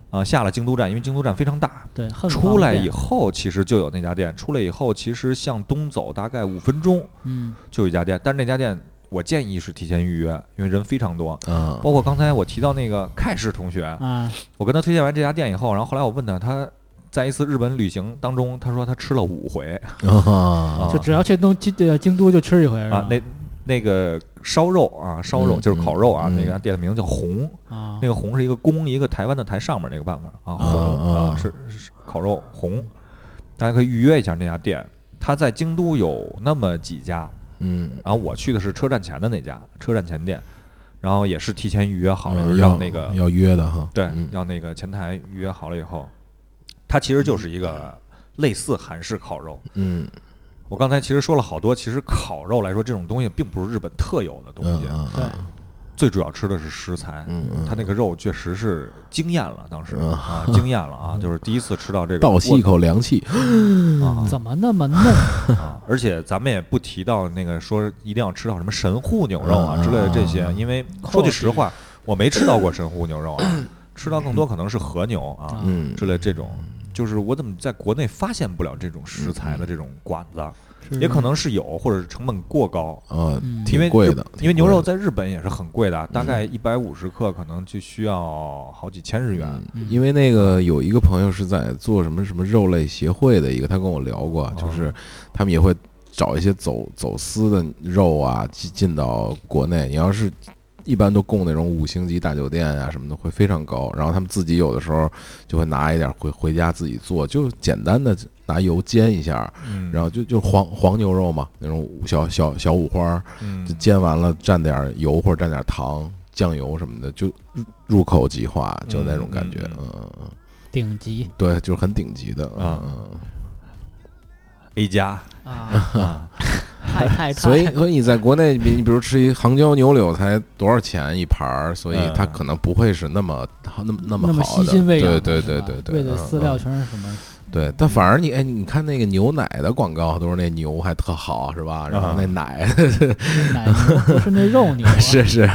H: 呃下了京都站，因为京都站非常大，
A: 对，恨不得
H: 出来以
A: 方
H: 后其实就有那家店，出来以后其实向东走大概五分钟
A: 便，嗯，
H: 就有一家店，但是那家店我建议是提前预约，因为人非常
A: 哦
H: 多。
J: 啊
H: 包括刚才我提到那个凯氏同学，
A: 啊，
H: 我跟他推荐完这家店以后，然后后来我问他，他在一次日本旅行当中，他说他吃了五回
J: 啊
A: 就只要去东京呃京都就吃一回是
H: 啊
A: 吧，
H: 那那个烧肉啊，烧肉
J: 嗯
H: 就是烤肉啊，
J: 嗯嗯
H: 那家店的名字叫红，
A: 啊
H: 那个红是一个弓，一个台湾的台上面那个办法啊，红
J: 啊
H: 啊是是烤肉红，大家可以预约一下那家店。它在京都有那么几家，
J: 嗯
H: 然后我去的是车站前的那家，车站前店，然后也是提前预约好了，
J: 嗯
H: 就是
J: 要
H: 让那个
J: 要约的哈，
H: 对
J: 嗯，
H: 让那个前台预约好了以后，它其实就是一个类似韩式烤肉。
J: 嗯
H: 我刚才其实说了好多，其实烤肉来说，这种东西并不是日本特有的东
J: 嗯
H: 西，
J: 嗯
A: 对
H: 最主要吃的是食材。
J: 嗯嗯，
H: 它那个肉确实是惊艳了，当时
J: 嗯
H: 啊，惊艳了
J: <laughs>
H: 啊，就是第一次吃到这个
J: 倒吸一
H: 过
J: 口凉气，
H: 啊
A: 嗯怎么那么嫩
H: 啊！而且咱们也不提到那个说一定要吃到什么神户牛肉啊
J: 嗯
H: 之类的这些，因为说句实话，我没吃到过神户牛肉啊， <clears throat> 吃到更多可能是和牛啊
A: 嗯
J: 嗯
H: 之类这种。就是我怎么在国内发现不了这种食材的这种馆子，啊
J: 嗯
H: 也可能是有，或者是成本过高，
J: 啊
A: 嗯，
H: 因为
J: 挺贵
H: 日
J: 的，
H: 因为
J: 挺
H: 牛
J: 贵
H: 肉
J: 的嗯
H: 在日本也是很贵的，大概一百五十克可能就需要好几千日元。
A: 嗯
J: 因为那个有一个朋友是在做什么什么肉类协会的一个，他跟我聊过，就是他们也会找一些走走私的肉啊进进到国内。你要是一般都供那种五星级大酒店啊什么的，会非常高。然后他们自己有的时候就会拿一点回回家自己做，就简单的拿油煎一下，
H: 嗯
J: 然后就就黄黄牛肉嘛，那种小小小五花儿，
H: 嗯
J: 就煎完了蘸点儿油或者蘸点儿糖、酱油什么的，就入入口即化，就那种感觉。
H: 嗯
J: 嗯嗯嗯，
A: 顶级
J: 对，就是很顶级的
H: 啊
J: 嗯嗯
H: A 加，
A: 啊，太太太，
J: 所以，所以你在国内，你你比如吃一杭椒牛柳才多少钱一盘儿，所以
H: 嗯
J: 它可能不会是那么那么
A: 那
J: 那
A: 么
J: 好
A: 细
J: 的。
A: 心喂养的，是
J: 对对对
A: 吧
J: 对对，
A: 喂的
J: 嗯
A: 饲料
J: 嗯
A: 全是什么？
J: 对，但反而你哎，你看那个牛奶的广告，都是那牛还特好是吧？然后
H: 啊
J: 那奶 <laughs>
A: 奶牛不是那肉牛啊，
J: 是是，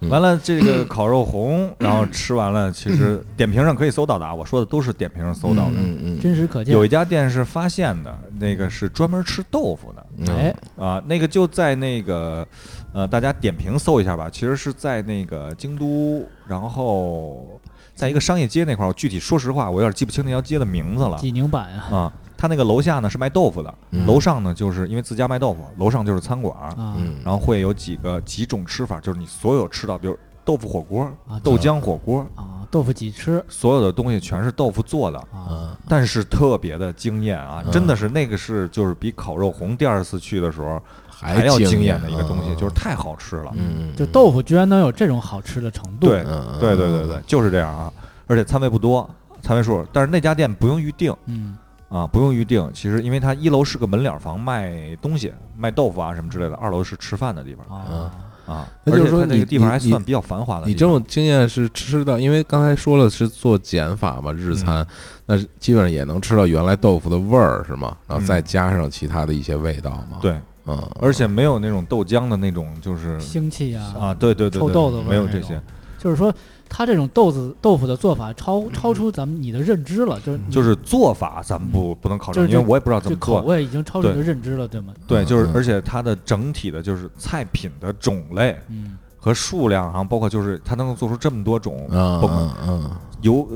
J: 嗯
H: 完了这个烤肉红，然后吃完了，其实点评上可以搜到的啊，我说的都是点评上搜到的。
J: 嗯嗯
A: 真实可见
H: 有。一家店是发现的，那个是专门吃豆腐的
J: 嗯，
A: 哎，
H: 啊，那个就在那个呃，大家点评搜一下吧，其实是在那个京都，然后在一个商业街那块儿，我具体说实话我有点记不清那条街的名字了
A: 济宁版啊
H: 啊。他那个楼下呢是卖豆腐的，
J: 嗯
H: 楼上呢就是因为自家卖豆腐，楼上就是餐馆儿，
A: 啊
J: 嗯
H: 然后会有几个几种吃法，就是你所有吃到，比如豆腐火锅、
A: 啊
H: 豆浆火锅，
A: 啊！豆腐几吃
H: 所有的东西全是豆腐做的，
A: 啊
J: 嗯
H: 但是特别的惊艳啊！
J: 嗯
H: 真的是那个是就是比烤肉红第二次去的时候
J: 还
H: 还要
J: 惊
H: 惊艳的一个东西，
J: 嗯
H: 就是太好吃了。
J: 嗯嗯
A: 就豆腐居然能有这种好吃的程度，
H: 对，
J: 嗯嗯
H: 对对对对，就是这样啊！而且餐位不多，餐位数，但是那家店不用预定
A: 嗯，
H: 啊，不用预定。其实因为它一楼是个门脸房卖东西，卖豆腐啊什么之类的，二楼是吃饭的地方
A: 啊，
H: 啊。
J: 那就是说
H: 而且它这
J: 你
H: 个地方
J: 你
H: 还
J: 你
H: 算比较繁华的地方。
J: 你这种经验是吃到，因为刚才说了是做减法嘛，
H: 嗯
J: 日餐，那是基本上也能吃到原来豆腐的味儿是吗？然后再加上其他的一些味道嘛。，
H: 嗯对，
J: 嗯，
H: 而且没有那种豆浆的那种，就是
A: 啊腥气啊
H: 啊，，对对对，
A: 臭
H: 对
A: 豆子味儿
H: 没有
A: 那
H: 这
A: 种嗯
H: 些，
A: 就是说它这种豆子豆腐的做法
H: 嗯
A: 超超出咱们你的认知了，就是
H: 就是做法咱们不不能考
A: 就
H: 证，
A: 是
H: 因为我也不知道
A: 就
H: 怎么
A: 口
H: 做。
A: 味已经超出你的
H: 对
A: 认知了，对吗？
H: 对，就是
J: 嗯
H: 而且它的整体的就是菜品的种类
A: 嗯，
H: 和数量啊，包括就是它能够做出这么多种，
A: 啊
J: 嗯
H: 甭
J: 嗯嗯
H: 由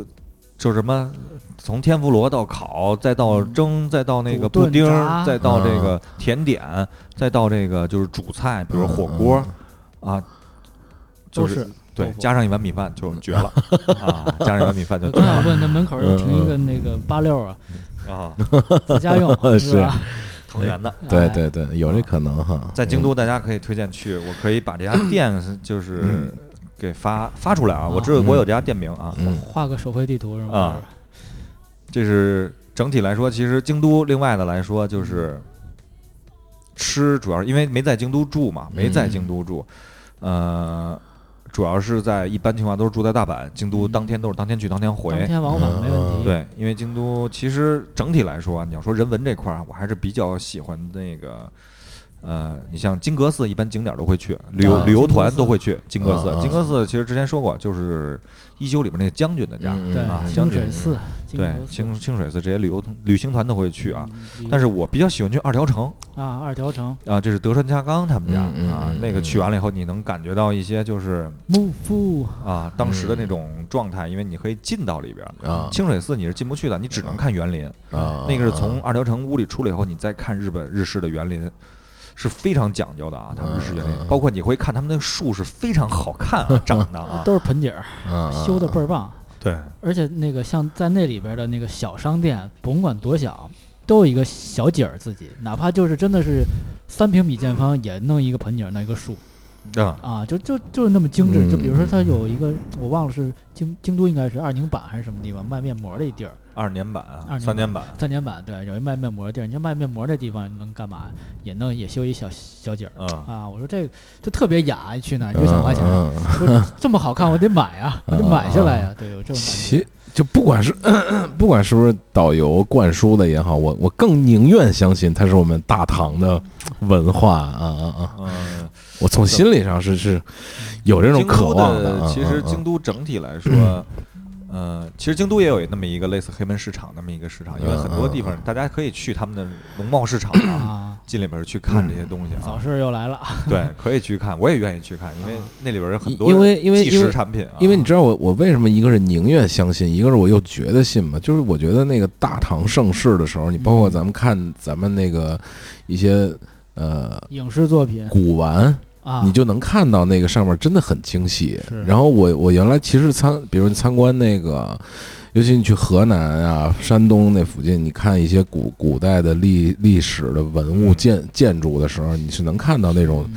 H: 就是什么。从天妇罗到烤，再到蒸，再到那个
A: 煮嗯
H: 布
A: 炖
H: 丁儿，
A: 炸
H: 再到这
J: 嗯
H: 个甜点，再到这个就是主菜，比如
J: 嗯
H: 火锅，啊，
A: 嗯
H: 就
A: 都
H: 是
A: 是。
H: 对
A: 豆，腐
H: 加上一碗米饭就绝
A: <laughs>
H: 了啊！加上一碗米饭就
A: 我
H: 绝
A: 刚
H: 了
A: 想问，那门口有停一个那个八六啊，
H: 啊！
A: 自家用
H: <laughs>
J: 是
A: 吧？
H: 藤原的，
J: 对
A: 哎
J: 对对，有这可能哈。嗯
H: 在京都大家可以推荐去，我可以把这家店是
A: 嗯
H: 就是给发发出来啊！我知道我有这家店名啊，
J: 嗯，
A: 画个手绘地图是吗？
H: 啊这是整体来说，其实京都另外的来说就是吃，主要是因为没在京都住嘛，没在京都住，呃，主要是在一般情况都是住在大阪，京都当天都是当天去当天
A: 当
H: 回。
A: 天往返没问题。，
H: 对，因为京都其实整体来说啊，你要说人文这块儿啊，我还是比较喜欢那个呃，你像金阁寺，一般景点都会去，旅游、
J: 啊
H: 旅游团都会去金阁寺。
J: 啊啊
H: 金阁寺其实之前说过，就是一休里边那个将军的家，
J: 嗯
A: 对
H: 啊，，将
A: 清
H: 军
A: 水寺，金
H: 对
A: 阁寺
H: 清清水寺这些旅游旅行团都会去啊。
A: 嗯
H: 但是我比较喜欢去二条城
A: 啊，二条城
H: 啊，这是德川家康他们家
J: 嗯嗯
H: 啊
J: 嗯，
H: 那个
J: 嗯
H: 去完了以后，你能感觉到一些就是
A: 幕府
H: 啊当时的那种状态，因为你可以进到里边。
J: 嗯啊
H: 清水寺你是进不去的，你只能看园林。
J: 啊，
H: 那个是从二条城屋里出来以后，你再看日本日式的园林，是非常讲究的啊。他们日式园林，包括你会看他们那树是非常好看
J: <laughs>
H: 啊，长得啊，
A: 都是盆景儿，
J: 啊
A: 修的倍儿棒。
H: 对，
A: 而且那个像在那里边的那个小商店，甭管多小，都有一个小景儿，自己哪怕就是真的是三平米见方，也弄一个盆景儿，弄一个树
H: 啊，
A: 啊，就就就是那么精致。
J: 嗯
A: 就比如说它有一个，我忘了是京京都应该是二宁版还是什么地方卖面膜的一地儿，
H: 二年版
A: 二年版
H: 啊、三年版，
A: 三年版对，有一卖面膜的地儿。你看卖面膜这地方能干嘛？也弄也修一小小景儿。
H: 嗯，
A: 啊，我说这个就特别雅，去那儿一个小花钱，
J: 嗯嗯
A: 我说这么好看，我得买啊，我得买下来呀、对，有这种感觉。
J: 其就不管是 <clears throat> 不管是不是导游灌输的也好，我我更宁愿相信它是我们大唐的文化啊啊啊！
H: 嗯，
J: 我从心理上是是有这种
H: 京
J: 渴
H: 都
J: 望
H: 的
J: 啊
H: 其实
J: 啊
H: 京都整体来
J: 嗯
H: 说。呃，其实京都也有那么一个类似黑门市场那么一个市场，
J: 嗯
H: 因为很多地方大家可以去他们的农贸市场啊，
A: 啊，
H: <clears throat> 进里边儿去看
J: 嗯
H: 这些东西
A: 早
H: 啊。
A: 市又来了，
H: 对，可以去看，我也愿意去看，因为那里边儿有很
J: 嗯因
H: 多
J: 因为因为
H: 即
J: 因为
H: 时产品啊。
J: 因为你知道我我为什么一个是宁愿相信，一个是我又觉得信嘛？就是我觉得那个大唐盛世的时候，你包
A: 嗯
J: 括咱们看咱们那个一些呃
A: 影视作品
J: 古玩，
A: 啊，
J: 你就能看到那个上面真的很精细
A: 是。
J: 然后我我原来其实参，比如你参观那个，尤其你去河南啊、山东那附近，你看一些古古代的历历史的文
A: 嗯
J: 物建建筑的时候，你是能看到那种，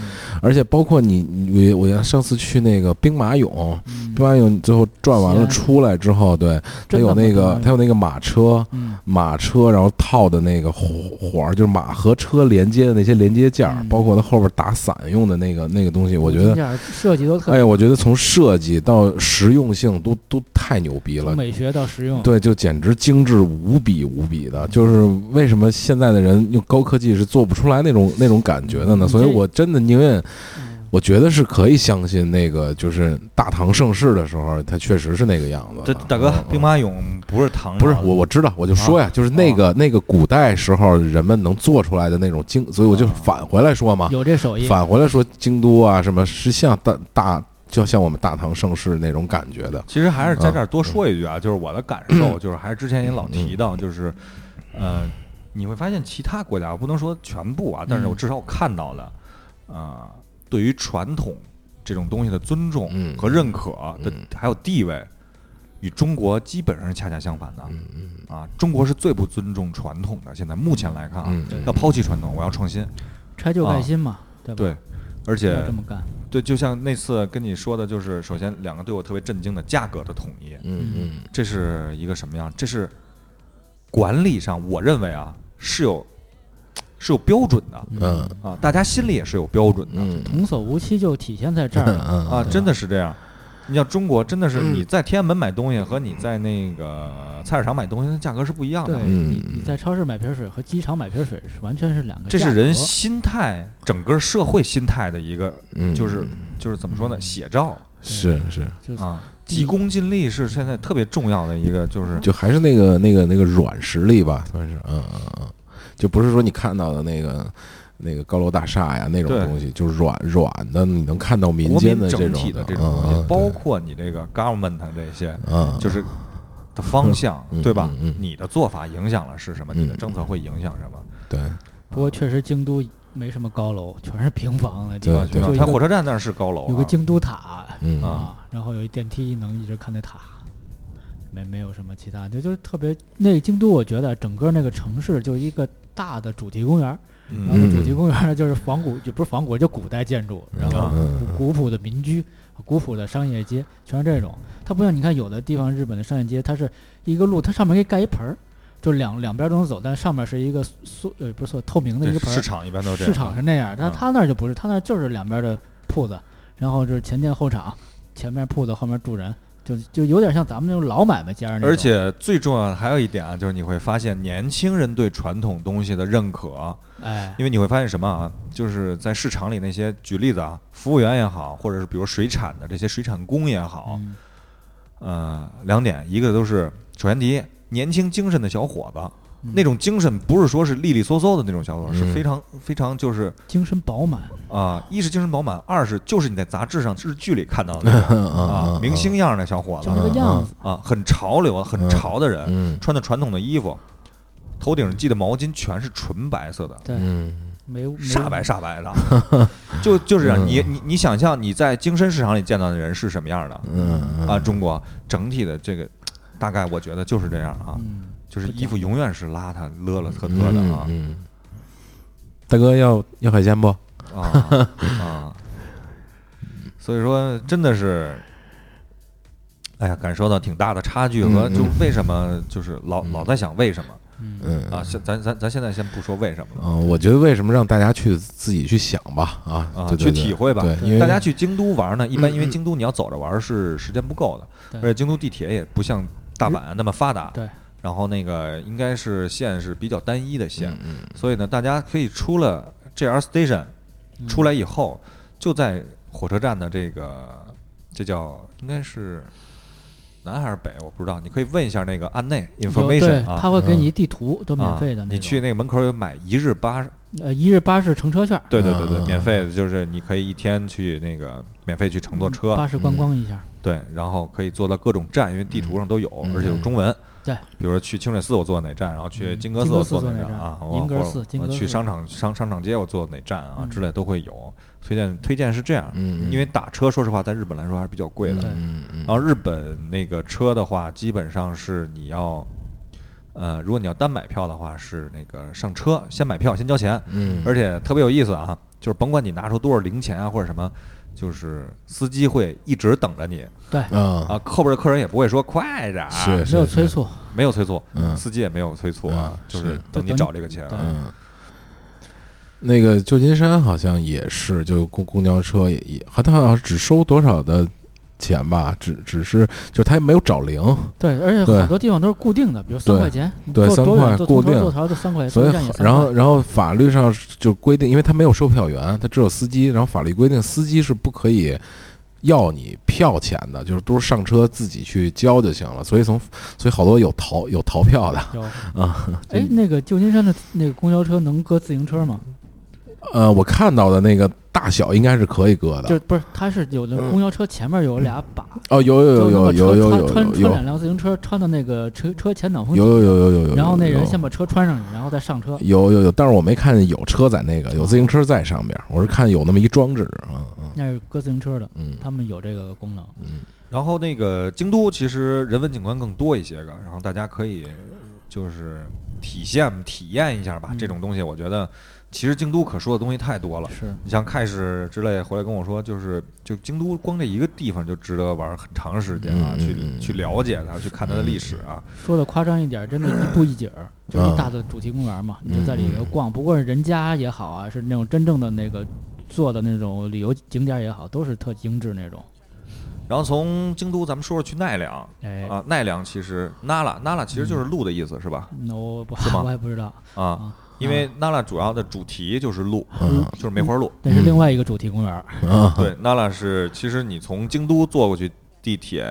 J: 而且包括你你我我上次去那个兵马俑，
A: 嗯
J: 兵马俑最后转完了
A: 西安
J: 出来之后，对，它
A: 真的
J: 有那
A: 吗
J: 个它有那个马车，
A: 嗯
J: 马车，然后套的那个环环儿，就是马和车连接的那些连接件儿，
A: 嗯
J: 包括它后边打伞用的那个那个东西，我觉
A: 中
J: 得，
A: 间儿设计都特
J: 哎
A: 别，
J: 呀，我觉得从设计到实用性都都太牛逼
A: 从
J: 了。
A: 美学到实用，
J: 对，就简直精致无比无比的，就是为什么现在的人用高科技是做不出来那种那种感觉的呢？
A: 嗯
J: 所以
A: 这
J: 我真的宁愿，
A: 嗯，
J: 我觉得是可以相信那个，就是大唐盛世的时候，它确实是那个样子的。
H: 这大哥
J: 嗯，
H: 兵马俑不是唐朝，
J: 不是我，我知道，我就说呀，就是那个、那个古代时候人们能做出来的那种精，所以我就返回来说嘛，
A: 有这手艺，
J: 返回来说京都啊什么，是像大大就像我们大唐盛世那种感觉的，
H: 其实还是在这儿多说一句
J: 嗯
H: 啊，就是我的感受，就是还是之前也老提到，就是呃，你会发现其他国家，我不能说全部
J: 嗯
H: 啊，但是我至少我看到了，啊，对于传统这种东西的尊重
J: 嗯
H: 和认可的
J: 嗯，
H: 还有地位。与中国基本上是恰恰相反的
J: 嗯嗯
H: 啊！中国是最不尊重传统的，现在目前来看啊，
J: 嗯，
H: 要抛弃传统，我要创新。
A: 拆旧
H: 啊
A: 盖新嘛，对吧？
H: 对，而且
A: 要这么干，
H: 对，就像那次跟你说的，就是首先两个对我特别震惊的价格的统一，
J: 嗯嗯
H: 这是一个什么样？这是管理上，我认为啊是有是有标准的
J: 嗯
H: 啊，大家心里也是有标准的
J: 嗯
A: 童叟无欺就体现在这儿
J: <laughs>
A: 了，
J: 嗯
H: 啊，真的是这样。你像中国，真的是你在天安门买东西和你在那个菜市场买东西的价格是不一样
A: 对
H: 的，
A: 你
J: 嗯
A: 你在超市买瓶水和机场买瓶水是完全是两个价格，
H: 这是人心态，整个社会心态的一个，
J: 嗯
H: 就是就是怎么说呢，写照
J: 是是，
A: 就是
H: 啊。急功近利是现在特别重要的一个，就是
J: 就还是那个那个那个软实力吧，算是嗯嗯嗯，就不是说你看到的那个。那个高楼大厦呀，那种
H: 对
J: 东西就是软软的，你能看到民
H: 国
J: 间
H: 民
J: 的这
H: 整
J: 种
H: 体的这
J: 嗯
H: 种东
J: 嗯
H: 西，包
J: 对
H: 括你这个 government 这些，
J: 嗯，
H: 就是的方向，
J: 嗯
H: 对吧
J: 嗯嗯？
H: 你的做法影响了是什么？
J: 嗯
H: 你的政策会影响什么？
J: 对，
A: 不过确实京都没什么高楼，全是平房啊的地
J: 对
A: 方，
J: 对啊
A: 就一
H: 它
A: 个
H: 火车站那儿是高楼
A: 有个
H: 啊，
A: 京都塔
J: 嗯
H: 啊
A: 啊，然后有一电梯能一直看那塔，没没有什么其他，就就是特别那个京都，我觉得整个那个城市就是一个大的主题公园儿，然后
H: 嗯
A: 那主题公园儿就是仿古，也不是仿古，就古代建筑，然后
J: 嗯
A: 古古朴的民居、古朴的商业街，全是这种。它不像你看有的地方日本的商业街，它是一个路，它上面可以盖一盆儿，就两两边儿都能走，但上面是一个塑呃不是塑透明的一个
H: 对
A: 盆儿
H: 市，场一般都这
A: 市
H: 样。
A: 场是那样，但
H: 嗯
A: 他那儿就不是，他那儿就是两边的铺子，然后就是前店后厂，前面铺子后面住人，就就有点像咱们那种老买卖家
J: 嗯
A: 那种。
H: 而且最重要的还有一点啊，就是你会发现年轻人对传统东西的认可，
A: 哎，
H: 因为你会发现什么啊？就是在市场里那些，举例子啊，服务员也好，或者是比如水产的这些水产工也好，
A: 嗯
H: 呃，两点，一个都是首先第一，年轻精神的小伙子，
A: 嗯
H: 那种精神不是说是利利索索的那种小伙子，是
J: 嗯
H: 非常非常就是
A: 精神饱满，
H: 啊、一是精神饱满，二是就是你在杂志上、日剧里看到的那
J: 嗯
H: 种啊，明星样儿的小伙子
A: 就那个样子，
H: 啊，很潮流、很潮的人，
J: 嗯
H: 穿的传统的衣服，头顶系的毛巾全是纯白色的，
A: 对，
J: 嗯
A: 没没
H: 煞白煞白的， <laughs> 就就是啊你你你想象你在京深市场里见到的人是什么样的
J: 嗯
H: 啊？中国整体的这个，大概我觉得就是这样啊，
A: 嗯，
H: 就是
A: 不讲
H: 衣服永远是邋遢、勒了、特特的啊
J: 嗯嗯，大哥要要海鲜不？
H: 啊啊！所以说，真的是。哎呀，感受到挺大的差距和
J: 嗯嗯
H: 就为什么就是老老在想为什么
J: 嗯
H: 啊？现咱咱咱现在先不说为什么了，
J: 啊，我觉得为什么让大家去自己去想吧啊
H: 啊，，
J: 对
H: 去
J: 对
H: 体会吧
J: 对，因。为嗯
H: 大家去京都玩呢，一般因为京都你要走着玩是时间不够的，
A: 对嗯
H: 而且京都地铁也不像大阪那么发达。
A: 对。
H: 然后那个应该是线是比较单一的线，
J: 嗯
H: 所以呢，大家可以出了 JR Station
A: 嗯
H: 出来以后，就在火车站的这个这叫应该是南还是北，我不知道，你可以问一下那个案内
A: 有对
H: information 啊。
A: 他会给你地图，都
H: 啊
A: 免费的那种。
H: 你去那个门口有买一日巴
A: 呃一日巴士乘车券，
H: 对对对对，
J: 嗯
H: 免费的就是你可以一天去那个免费去乘坐
A: 巴
H: 车，嗯
A: 士观光一下，
H: 对，然后可以坐到各种站，因为地图上都有，
J: 嗯
H: 而且有中文。
A: 对，
H: 比如说去清水寺我坐哪站，然后去
A: 嗯
H: 金阁
A: 金
H: 我
A: 阁寺
H: 坐
A: 坐
H: 哪
A: 哪
H: 站
A: 站
H: 啊，
A: 银
H: 我
A: 阁
H: 我
A: 寺嗯金
H: 我
A: 阁
H: 去
A: 寺
H: 商场商商场街我坐哪站啊
A: 嗯
H: 之类都会有推荐推荐是这样，
J: 嗯，
H: 因为打车说实话在日本来说还是比较贵的
A: 对，
J: 嗯嗯
H: 然后日本那个车的话，基本上是你要。呃，如果你要单买票的话，是那个上车先买票先交钱，
J: 嗯，
H: 而且特别有意思啊，就是甭管你拿出多少零钱啊或者什么，就是司机会一直等着你
J: 啊
H: 啊，后边的客人也不会说快点儿，啊
J: 是
A: 没有催促，
H: 没有催促，
J: 嗯
H: 司机也没有催促啊
J: 嗯，
H: 就是
J: 是
H: 等你找这个钱啊。
J: 嗯。那个旧金山好像也是，就公公交车也也，好像好像只收多少的钱吧，只只是就他也没有找零，
A: 对，而且
J: 对
A: 很多地方都是固定的，比如三
J: 对
A: 块钱，你
J: 对
A: 坐
J: 三
A: 多
J: 块
A: 远坐
J: 固
A: 从头
J: 定
A: 坐头就三块，
J: 所
A: 坐
J: 以
A: 站也三块
J: 然后然后法律上就规定，因为他没有售票员，他只有司机，然后法律规定司机是不可以要你票钱的，就是都是上车自己去交就行了。所以从所以好多有逃有逃票的，
A: 有
J: 啊。
A: 哎，那个旧金山的那个公交车能搁自行车吗？
J: 呃，我看到的那个大小应该是可以搁的
A: 就。不是，它是有的公交车前面有俩把，
J: 哦，有嗯有有有有有
A: 就那个
J: 有
A: 车穿穿
J: 有
A: 穿
J: 有
A: 两辆自行车，穿到那个车车前挡风
J: 有
A: 镜，
J: 有有有有，
A: 然后那人
J: 有
A: 先把车穿上去，然后再上车。
J: 有有有，但是我没看见有车在那个，有自行车在上边儿，我是看有那么一装置啊，嗯
A: 那是搁自行车的，
J: 嗯
A: 他们有这个功能。
H: 然后那个京都其实人文景观更多一些个，然后大家可以就是体现体验一下吧。
A: 嗯
H: 这种东西我觉得其实京都可说的东西太多了。
A: 是，
J: 嗯
H: 你像开始之类回来跟我说，就是就京都光这一个地方就值得玩很长时间啊，
J: 嗯
H: 去
J: 嗯嗯嗯
H: 去了解它，去看它的历史啊。
A: 说的夸张一点，真的一步一景
J: 啊
A: 儿，就是一大的主题公园
J: 嗯
A: 嘛，你就在里头逛。不过人家也好啊，是那种真正的那个做的那种旅游景点也好，都是特精致那种。
J: 嗯
H: 然后从京都咱们说说去奈良
A: 哎，
H: 啊，奈良其实 Nala Nala 其实就是鹿的意思是吧？
A: 那我不
H: 是吗
A: <laughs> 我也不知道
H: 啊，
A: 啊，
H: 因为 Nala 主要的主题就是鹿，
J: 嗯
H: 就是梅花鹿。
A: 那是另外一个主题公园儿。
J: 啊，
H: 对，Nala 是其实你从京都坐过去地铁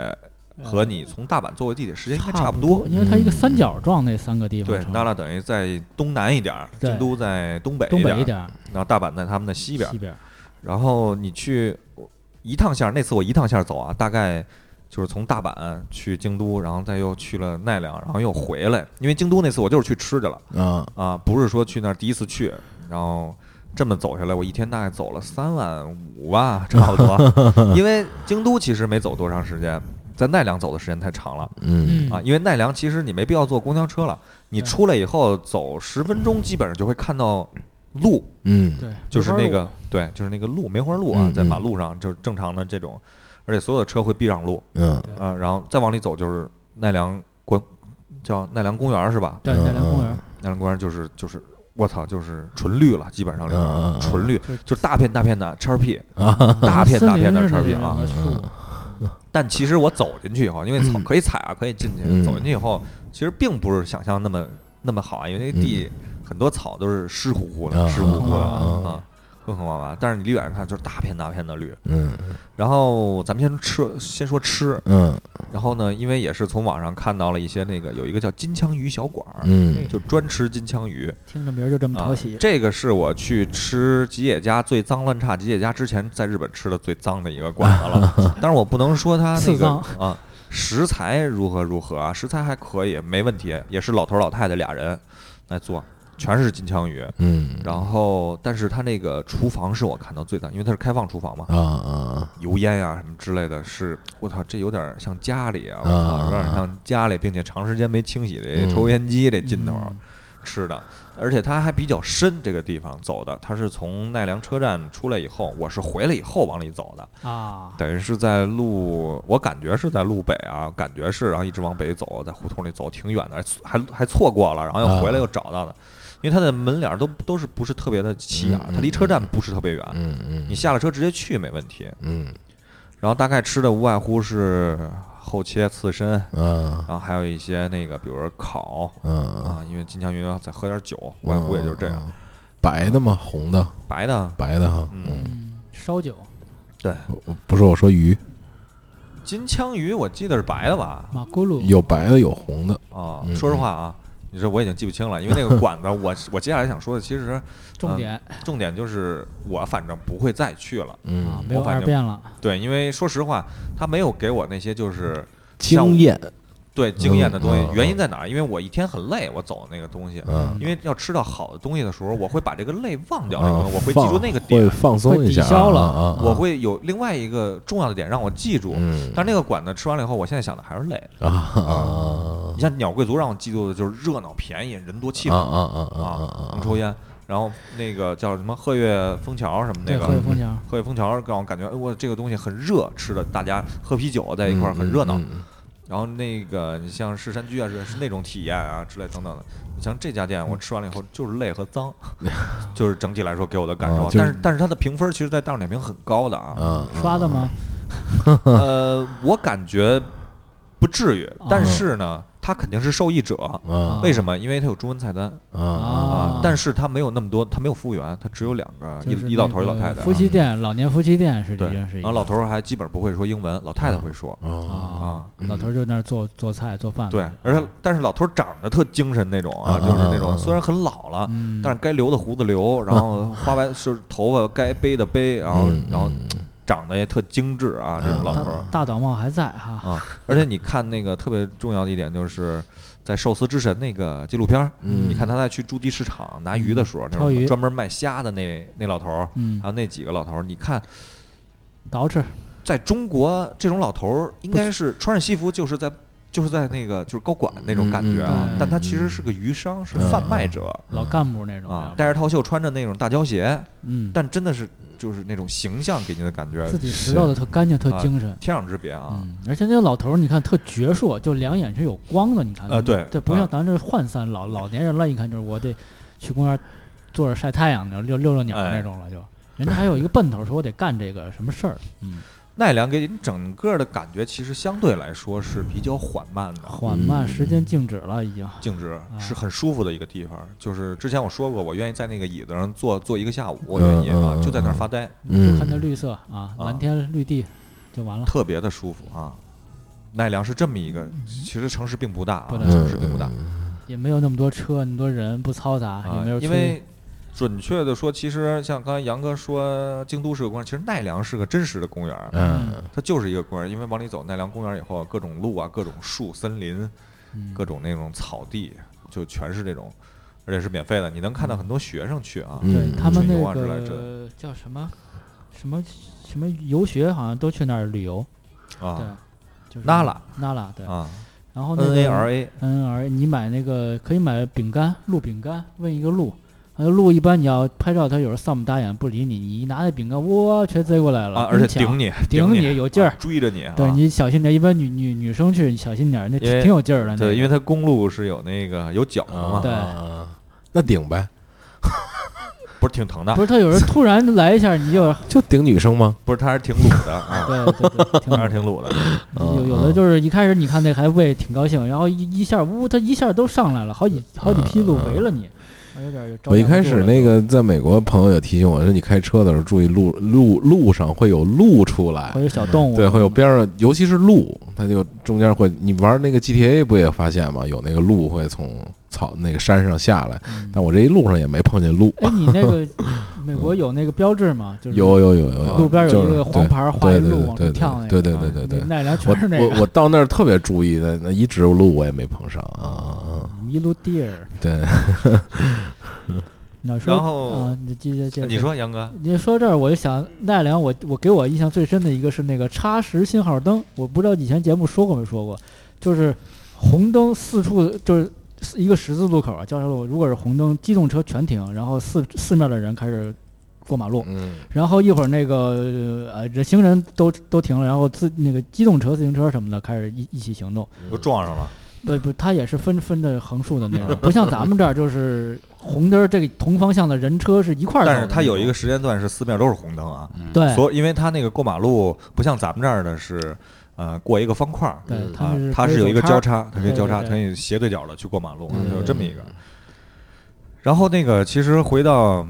A: 嗯
H: 和你从大阪坐过地铁时间应该嗯差不多。
A: 因为
J: 嗯
A: 它一个三角状，那三个地方
H: 对
A: 城
H: ，Nala 等于在东南一点儿，
A: 对
H: 京都在东北
A: 东北
H: 一
A: 一
H: 点
A: 点儿，
H: 儿，然后大阪在他们的西边儿
A: 西。边儿，
H: 然后你去一趟线儿，那次我一趟线儿走啊，大概就是从大阪去京都，然后再又去了奈良，然后又回来。因为京都那次我就是去吃去了
J: 啊，
H: 啊，不是说去那儿第一次去，然后这么走下来，我一天大概走了三万五吧，差不
J: <laughs>
H: 多。因为京都其实没走多长时间，在奈良走的时间太长了
J: 嗯
H: 啊，因为奈良其实你没必要坐公交车了，你
A: 对
H: 出来以后走十分钟，基本上就会看到鹿。
J: 嗯
A: 对，
H: 就是那
A: 梅花
H: 个对，就是那个路梅花鹿啊，
J: 嗯
H: 在马
J: 嗯
H: 路上就是正常的这种，而且所有的车会避让路
J: 嗯
A: 对
H: 啊、然后再往里走就是奈良关，叫奈良公园是吧
A: 鹿，？对，
J: 嗯
A: 奈良公园儿
J: 嗯，
H: 奈良公园就是就是我操，就是纯绿了，基本上
J: 嗯嗯
H: 是
J: 嗯
H: 纯绿
A: 就是，
H: 就是大片大片的 XRP，
J: 啊，
H: 嗯大片
A: 森
H: 大片
A: 林
H: 的
A: 似
H: 叉
A: 的
H: P
A: 那
H: 啊
A: 种的树，
H: 但其实我走进去以后，因为草可以踩啊，可以进去。
J: 嗯
H: 走进去以后，其实并不是想象那么那么好啊，因为那地
J: 嗯
H: 很多草都是湿乎乎
J: 啊
H: 的，湿乎乎的
J: 啊
H: 啊，浑浑娃娃。但是你离远看就是大片大片的绿。
J: 嗯
H: 然后咱们先吃，先说吃。
J: 嗯
H: 然后呢，因为也是从网上看到了一些那个有一个叫金枪鱼小馆儿，
J: 嗯
H: 就专吃金枪鱼。
A: 听着名儿就这么
H: 啊
A: 讨喜。
H: 这个是我去吃吉野家最脏乱差吉野家之前在日本吃的最脏的一个馆
A: <laughs>
H: 子了，但是我不能说它那
A: 次
H: 个
A: 啊脏
H: 啊食材如何如何啊，食材还可以，没问题，也是老头老太太俩人来做，全是金枪鱼。
J: 嗯
H: 然后，但是他那个厨房是我看到最脏，因为它是开放厨房嘛，
J: 啊啊
H: 油烟啊什么之类的是，我操，这有点像家里啊，我
J: 啊
H: 操，有点像家里，并且长时间没清洗
A: 嗯
H: 的抽烟机这劲头儿吃的，而且它还比较深，这个地方走的，它是从奈良车站出来以后，我是回来以后往里走的，
A: 啊，
H: 等于是在路，我感觉是在路北啊，感觉是，然后一直往北走，在胡同里走，挺远的，还还还错过了，然后又
J: 啊
H: 回来又找到的，因为它的门脸儿都都是不是特别的起眼儿，它离车站不是特别远，
J: 嗯嗯
H: 你下了车直接去没问题。
J: 嗯
H: 然后大概吃的无外乎是后切、刺身，
J: 啊
H: 然后还有一些那个，比如说烤
J: 嗯，
H: 啊，因为金枪鱼要再喝点酒，无外乎也就是这样。
J: 白的吗？红的？
H: 白的，
J: 白的哈。
H: 嗯，
A: 嗯，烧酒
H: 对，
J: 我不是我说鱼，
H: 金枪鱼我记得是白的吧？
A: 马咕噜
J: 有白的有红的。
H: 啊
J: 嗯，
H: 说实话啊，你说我已经记不清了，因为
J: <laughs>
H: 那个馆子，我我接下来想说的，其实
A: 重点
H: 重点就是我反正不会再去了。
A: 啊，
J: 嗯，
A: 没有
H: 我反
A: 二
H: 正
A: 遍了。
H: 对，因为说实话，他没有给我那些就是
J: 经验。
H: 对经验的东
J: 嗯嗯
H: 西。原因在哪儿？因为我一天很累，我走那个东西，
J: 嗯，
H: 因为要吃到好的东西的时候，我会把这个累忘掉，那个
J: 啊
H: 东西我会记住那个点
J: 会，放松一下啊，
A: 会抵消了
J: 啊啊
H: 我会有另外一个重要的点让我记住。
J: 嗯
H: 但是那个馆子吃完了以后，我现在想的还是累。
J: 啊啊
H: 你像鸟贵族让我记住的就是热闹、便宜、人多、气
J: 啊啊
H: 氛
J: 啊啊
H: 啊，
J: 啊
H: 能抽烟，然后那个叫什么鹤月枫桥什么那
A: 对，喝
H: 个
A: 点。枫桥，
H: 鹤月枫桥让我感觉，哎，我这个东西很热，吃的大家喝啤酒在一块儿很热闹。
J: 嗯嗯
H: 然后那个你像市山居啊，是是那种体验啊之类等等的。你像这家店，我吃完了以后就是累和脏， <laughs> 就是整体来说给我的感受。
J: 嗯啊就是
H: 但是但是它的评分其实，在大众点评很高的
J: <laughs>
H: 啊。
J: 嗯嗯
A: 刷的吗？
H: 呃，我感觉不至于，但
A: 啊
H: 是呢，它肯定是受益者。
J: 啊
H: 为什么？因为它有中文菜单
J: 啊啊
H: 啊
A: 啊，，
H: 但
A: 是
H: 是它没有那么多，它没有服务员，它只有两个一一老头儿一老太太啊。
A: 夫妻店，老年夫妻店是已
H: 对，
A: 经是一
H: 然
A: 个
H: 后老头儿还基本不会说英文，老太太会说
J: 啊
A: 啊
H: 啊，。
A: 老头儿就那儿做做菜做饭。
H: 对，而且但是老头儿长得特精神那种啊，
J: 啊
H: 就是那
J: 啊啊
H: 种虽然很老了，
A: 嗯，
H: 但是该留的胡子留，然后花白是头发该背的背，然后
J: 嗯
H: 然后长得也特精致啊，这种老头儿。
A: 大岛茂还在哈。
H: 啊，而且你看那个特别重要的一点就是，在《寿司之神》那个纪录片儿，
J: 嗯
H: 你看他在去驻地市场拿鱼的时候，
A: 挑
H: 那
A: 嗯
H: 种
A: 鱼
H: 专门卖虾的那那老头儿，
A: 嗯
H: 还，有那几个老头儿，你看
A: 捯饬
H: 在中国这种老头儿应该是穿上西服就是在。就是在那个就是高管那种感觉啊，
A: 嗯嗯嗯
H: 但他其实是个鱼商，是
J: 嗯
H: 贩卖者
A: 老干部那种
H: 啊，
A: 样子
H: 戴着套袖，穿着那种大胶鞋，
A: 嗯，
H: 但真的是就是那种形象给你的感觉
A: 自己拾掇的特干净，特
H: 啊
A: 精神。
H: 天壤之别啊。
A: 嗯，而且那个老头儿，你看特矍铄，就两眼是有光的，你看。
H: 呃对
A: 对，不
H: 啊
A: 像咱这涣散老老年人了，一看就是我得去公园坐着晒太阳，那种遛遛遛鸟
H: 哎
A: 那种了就。人家还有一个奔头，说我得干这个什么事儿，嗯，
H: 奈良给你整个的感觉，其实相对来说是比较缓慢的，
A: 缓慢时间静止了已经。
H: 静止是很舒服的一个地方。就是之前我说过，我愿意在那个椅子上坐坐一个下午，我愿意啊
J: 嗯嗯，嗯
H: 就在那儿发呆，
A: 就
J: 嗯
A: 看那绿色啊，
H: 啊
A: 蓝天绿地就完了。
H: 特别的舒服啊。奈良是这么一个，其实城市并不大啊，
A: 嗯不大嗯
H: 城市并不大
A: 也没有那么多车，那么多人，不嘈杂，也
H: 啊
A: 没有，
H: 因
A: 催
H: 为。准确的说，其实像刚才杨哥说，京都是个公园，其实奈良是个真实的公园，
J: 嗯
H: 它就是一个公园。因为往里走，奈良公园以后，各种路啊，各种树、森林，
A: 嗯
H: 各种那种草地，就全是这种，而且是免费的。你能看到很多学生去啊，
A: 对
J: 嗯
A: 他们
H: 吹牛
A: 那
H: 啊之类之类
A: 个叫什么什么什么游学，好像都去那儿旅游。对
H: 啊，
A: 就是
H: 拉拉
A: 那拉对。
H: 啊
A: 然后那
H: ，N A R
A: 个
H: A，啊
A: N R，你买那个可以买饼干，鹿饼干，问一个鹿。呃，鹿一般你要拍照，它有时候丧不搭眼不理你，你一拿那饼干，哇，全追过来了，
H: 啊，而且
A: 跟你抢
H: 顶你，
A: 呃顶
H: 你
A: 你有劲儿
H: 啊追着你啊。
A: 对你小心点，一般女女女生去你小心点儿，那嗯
H: 因为
A: 挺有劲儿的。
H: 对，因
A: 为
H: 为它公路是有那个有角的嘛，
A: 对
J: 啊，那顶呗，
H: 不是挺疼的
A: 不，是他有人突然来一下，你
H: <laughs>
A: 就
J: 就顶女生吗？
H: 不是，他还是挺鲁的啊，
A: <laughs> 对对对，挺
H: 他还
A: 好
H: 是。挺
A: <laughs>
H: 鲁的。
A: 有有的就是一开始你看那还喂挺高兴，然后一一下呜，他一下都上来了，好几好几批路围了你，我
H: 嗯
A: 有点招架不住了。
J: 我一开始那个在美国朋友也提醒我说，你开车的时候注意路路路上会有路出来
A: 会，有小动物，
J: <laughs> 对，会有边上，尤其是路，它就中间会，你玩那个 GTA 不也发现吗？有那个路会从草那个山上下来，
A: 嗯。
J: 但我这一路上也没碰见路，
A: 哎，你那
J: <laughs>
A: 个美国有那个标志吗？就是
J: 有有有有，
A: 路边有
J: 就
A: 一
J: 是
A: 个黄牌儿画
J: 对
A: 一
J: 对
A: 路
J: 对
A: 往
J: 对
A: 出跳那个，啊
J: 对对对对对对。
A: 那俩
J: 我
A: 全是那
J: 我
A: 个
J: 我到那儿特别注意的，那一直路我也没碰上啊，
A: 麋鹿 deer。 <laughs>
J: 对，
A: 你要说
H: 然后
A: 啊，你接着接着，
H: 你说杨哥，
A: 你说这儿，我就想奈良我，我给我印象最深的一个是那个插时信号灯，我不知道以前节目说过没说过，就是红灯四处就是一个十字路口啊，交叉路口，如果是红灯，机动车全停，然后四四面的人开始过马路，
J: 嗯，
A: 然后一会儿那个呃这行人都都停了，然后自那个机动车、自行车什么的开始一一起行动，
H: 都撞上了，
A: 不不，它也是分分的横竖的那
H: <laughs>
A: 种，不像咱们这儿就是红灯儿这个同方向的人车是一块儿走的那
H: 但是
A: 种，
H: 它有一个时间段是四面都是红灯啊，
A: 对。
H: 所以因为它那个过马路不像咱们这儿的是，呃，过一个方块儿。
A: 对
J: 嗯，
A: 他
H: 啊
A: 们是，
H: 它是有一个
A: 交
H: 交叉，它可以
A: 对
H: 交
A: 对
H: 叉，
A: 对
H: 它可以斜对角的去过马路，
J: 嗯
H: 有这么一个。然后那个，其实回到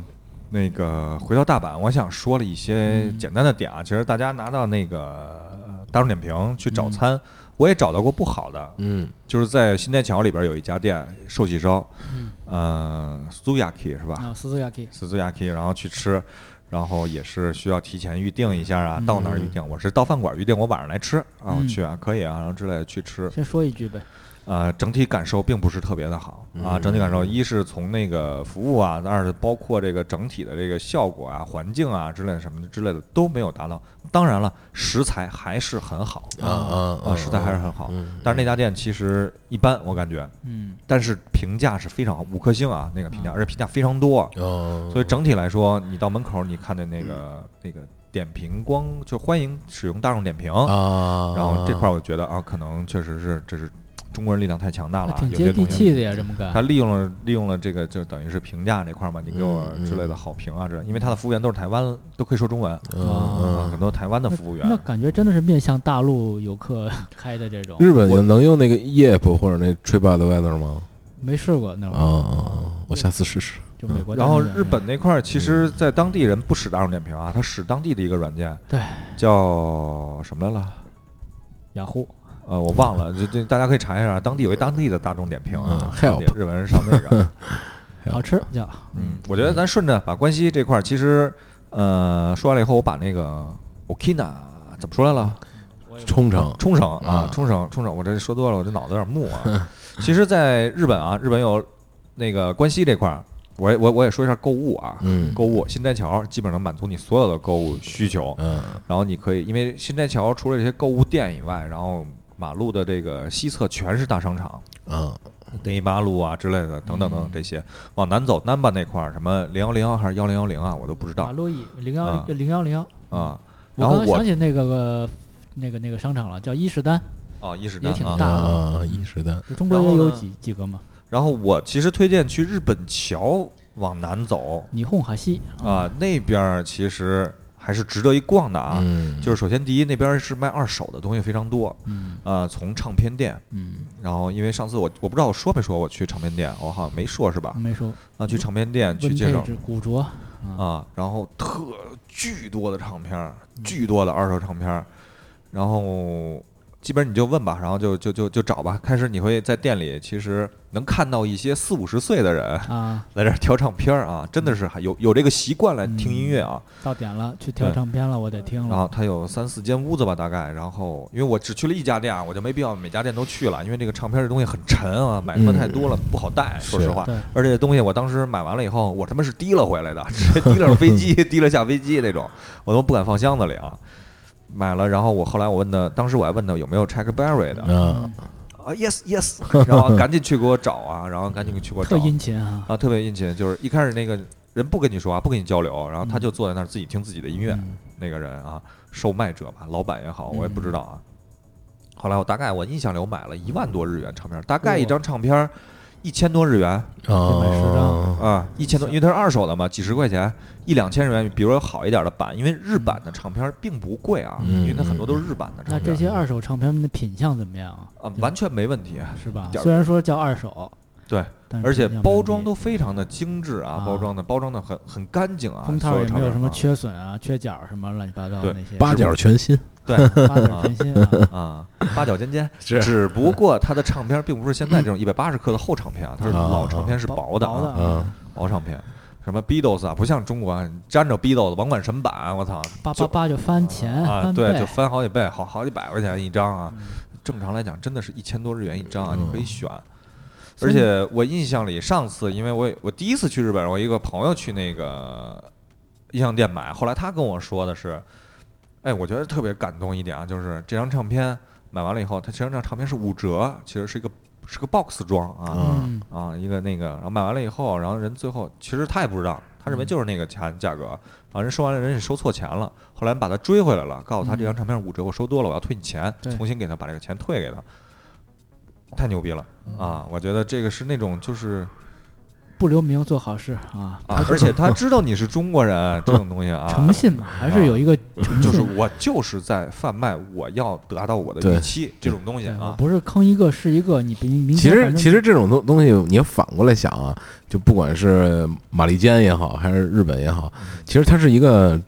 H: 那个回到大阪，我想说了一些
A: 嗯
H: 简单的点啊。其实大家拿到那个呃大众点评去找
A: 嗯
H: 餐，我也找到过不好的，
J: 嗯
H: 就是在新天桥里边有一家店寿喜烧，
A: 嗯
H: 呃，Suzaki 是吧？
A: 啊，斯斯亚基，
H: 斯 a k i 然后去吃，然后也是需要提前预定一下啊，到哪儿预
J: 嗯
H: 定？我是到饭馆预定，我晚上来吃啊，我
A: 嗯
H: 去啊，可以啊，然后之类的去吃，
A: 先说一句呗，
H: 呃，整体感受并不是特别的好
J: 嗯
H: 啊，整体感受一是从那个服务啊，二是包括这个整体的这个效果啊、环境啊之类的什么的之类的都没有达到。当然了，食材还是很好
J: 啊啊
H: 啊，食材还是很好，
J: 嗯，
H: 但是那家店其实一般，我感觉，
A: 嗯，
H: 但是评价是非常好，五颗星啊，那个评
J: 嗯
H: 价，而且评价非常多，
J: 哦，
H: 所以整体来说，你到门口你看见那个那个点评光就欢迎使用大众点评，
J: 啊，
H: 然后这块儿我觉得啊，可能确实是这是中国人力量太强大
A: 还
H: 了啊，
A: 挺
H: 有
A: 接
H: 些
A: 地
H: 东
A: 气的
H: 西。
A: 呀，这么
H: 他
A: 干，
H: 利用了利用了这个，就等于是评价这块儿嘛，你给我
J: 嗯嗯
H: 之类的好评啊，这因为他的服务员都是台湾，都可以说中文啊，
J: 嗯
H: 很多台湾的服务
A: 那
H: 员，
A: 感觉真的是面向大陆游客开的这种，
J: 日本能用那个 Yelp 或者那 TripAdvisor 吗？
A: 没试过那
J: 啊
A: 种，
J: 啊，啊我下次试试。
A: 就美国大嗯
H: 嗯然
A: 众
H: 后
A: 点评。
H: 日本那块儿其实，在当地人不使大众点评啊，他使当地的一个软件，
A: 对，
H: 叫什么来了？
A: 雅虎，
H: 呃，我忘了，这这大家可以查一下，啊当地有一当地的大众点评啊
J: 嗯，Help
H: 日文上那
A: <laughs>
H: 个，啊
A: 好吃叫
H: 嗯，我觉得咱顺着把关西这块儿，其实呃说完了以后，我把那个 Okina 怎么说来了？
J: 冲绳，
H: 冲绳啊
J: 啊，
H: 冲绳，冲绳，我这说多了，我这脑子有点木啊。 <laughs> 其实，在日本啊，日本有那个关西这块儿，我也我我也说一下购物啊，
J: 嗯
H: 购物新斋桥基本上满足你所有的购物需求，
J: 嗯
H: 然后你可以因为新斋桥除了这些购物店以外，然后马路的这个西侧全是大商场。
J: 嗯
H: 内八路啊之类的，等等等等这些，往南走南吧那块儿，什么零幺零幺还是幺零幺零啊，我都不知
A: 马
H: 道
A: 路易零
H: 啊
A: 幺零幺零，
H: 啊。
A: 我
H: 然后
A: 刚
H: 我
A: 想起那个呃那个那个商场了，叫伊势丹，
H: 啊，伊势
A: 也
H: 丹
A: 挺
H: 啊。
A: 大的，
J: 啊，伊势丹，
A: 中国
H: 然
A: 也
H: 后
A: 有
H: 呢
A: 几几个嘛，
H: 然后我其实推荐去日本桥往南走
A: 霓虹哈西，
H: 啊，那边儿其实还是值得一逛的啊。
J: 嗯，
H: 就是首先第一，那边儿是卖二手的东西非常多，
A: 嗯
H: 啊，从唱片店，
A: 嗯，
H: 然后因为上次我我不知道我说没说我去唱片店，我好像没说是吧？
A: 没说，
H: 啊，去唱片店
A: 嗯
H: 去
A: 温
H: 介
A: 佩
H: 绍
A: 之古着
H: 啊，然后特巨多的唱片儿，
A: 嗯
H: 巨多的二手唱片儿，然后基本你就问吧，然后就就就就找吧。开始你会在店里，其实能看到一些四五十岁的人
A: 啊，
H: 来这儿挑唱片儿啊，真的是还有有这个习惯来听音乐啊。
A: 到点了去挑
H: 对
A: 唱片了，我得听
H: 然
A: 了，
H: 后它有三四间屋子吧，大概。然后因为我只去了一家店啊，我就没必要每家店都去了，因为这个唱片儿这东西很沉啊，买他妈太多了不好带，说实
J: 是
H: 话。
A: 对。
H: 而且这东西我当时买完了以后，我他妈是提了回来的，直接提了上飞机， <laughs> 提了下飞机那种，我都不敢放箱子里啊。买了，然后我后来我问他，当时我还问他有没有 Chuck Berry 的
J: 啊，
A: 嗯
H: 啊，yes yes，然后赶紧去给我找啊，然后赶紧去给我
A: 特
H: 找
A: 殷勤啊，
H: 啊，特别殷勤，就是一开始那个人不跟你说话，不跟你交流，然后他就坐在那儿自己听自己的音乐，
A: 嗯
H: 那个人啊，售卖者吧，老板也好，我也不知道啊。后来我大概我印象里我买了一万多日元唱片，大概一张唱片一千多日元，
J: 啊，啊，
H: 啊，一千多，因为它是二手的嘛，几十块钱，一两千日元。比如说好一点的版，因为日版的唱片并不贵啊，
J: 嗯
H: 因为它很多都是日版的
A: 那
H: 唱
A: 这
H: 片
A: 些二手唱片的品相怎么样啊？
H: 啊，完全没问题，
A: 是吧
H: 一？点儿
A: 虽然说叫二手，
H: 对
A: 但是
H: 而且
A: 品相嗯没
H: 包
A: 问
H: 装
A: 题
H: 都非常的精致啊，
A: 啊
H: 包装的包装的很很干净啊，
A: 封套
H: 所
A: 也
H: 唱
A: 没有
H: 片
A: 什么
H: 啊
A: 缺损啊、缺角什么乱七八糟的
H: 对
A: 那些，
J: 八角全新，
A: <laughs> 八角全新
H: <laughs>
A: 啊。
H: 啊，八角尖尖，
J: 是
H: 只不过它的唱片并不是现在这种一百八十克的厚唱片啊，它是
J: 啊
H: 老唱片，是
A: 薄
H: 薄的
A: 薄的
H: 啊，
J: 嗯，
H: 薄唱片。什么 Beatles 啊，不像中国啊，你沾着 Beatles，甭管什么版，我操，
A: 八八
H: 就
A: 八就翻钱
H: 啊，
A: 翻
H: 对，就
A: 倍，
H: 翻好几倍，好好几百块钱一张啊。正常来讲，真的是一千多日元一张啊，你可以选。
A: 所
H: 而
A: 以
H: 且我印象里，上次因为我我第一次去日本，我一个朋友去那个音像店买，后来他跟我说的是，哎，我觉得特别感动一点啊，就是这张唱片买完了以后，它其实这张唱片是五折，其实是一个是个 box 装啊、
A: 嗯，
H: 啊，一个那个，然后买完了以后，然后人最后其实他也不知道，他认为就是那个钱价格，然后人收完了，人也收错钱了，后来人把他追回来了，告诉他这张唱片是五折，我收多了，我要退你钱，
A: 对
H: 重新给他把这个钱退给他，太牛逼了啊！我觉得这个是那种就是
A: 不留名做好事啊，
H: 啊，而且他知道你是中国人，这种东西啊，
A: 诚信嘛，还是有一个诚
H: 就是
A: 信。
H: 我就是在贩卖我要达到我的预
J: 对
H: 期这种东西
A: 对，我
H: 啊，
A: 不是坑一个是一个，你明明
J: 其
A: 天
J: 实
A: 反正
J: 其实这种东东西，你反过来想啊，就不管是马利坚也好，还是日本也好，其实它是一个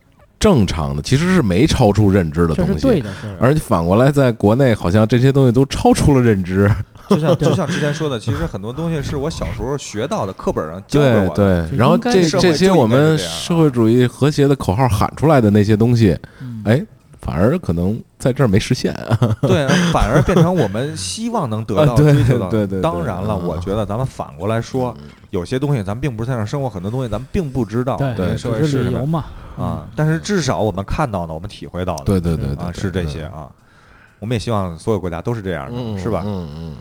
J: 正常的，其实是没超出认知的
A: 这
J: 东
A: 是对
J: 西。
A: 的事儿，
J: 而且反过来，在国内好像这些东西都超出了
H: <laughs>
J: 认知。
H: 就像就像之前说的，其实很多东西是我小时候学到的，课本上教给
J: 对
H: 我的。
J: 对
A: 就，
J: 然后
A: 应该
J: 这
H: 社会
J: 这
H: 就
J: 些
H: 应该
J: 我们
H: 是这样啊
J: 社会主义和谐的口号喊出来的那些东西，
A: 嗯
J: 哎，反而可能在这儿没实现啊。 <laughs>
H: 对，反而变成我们希望能得到、
J: 啊对
H: 追求到。
J: 对对对
H: 当然了，
J: 嗯
H: 我觉得咱们反过来说，有些东西咱们并不是在那儿生活，很多东西咱们并不知道
A: 对
H: 这个社会
A: 只是
H: 是什
A: 旅
H: 么
A: 游嘛，
H: 啊。但是至少我们看到的，我们体会到的，
J: 嗯对对对
H: 啊，
J: 对，
H: 是这些啊。我们也希望所有国家都是这样
J: 嗯，
H: 的，是吧？
J: 嗯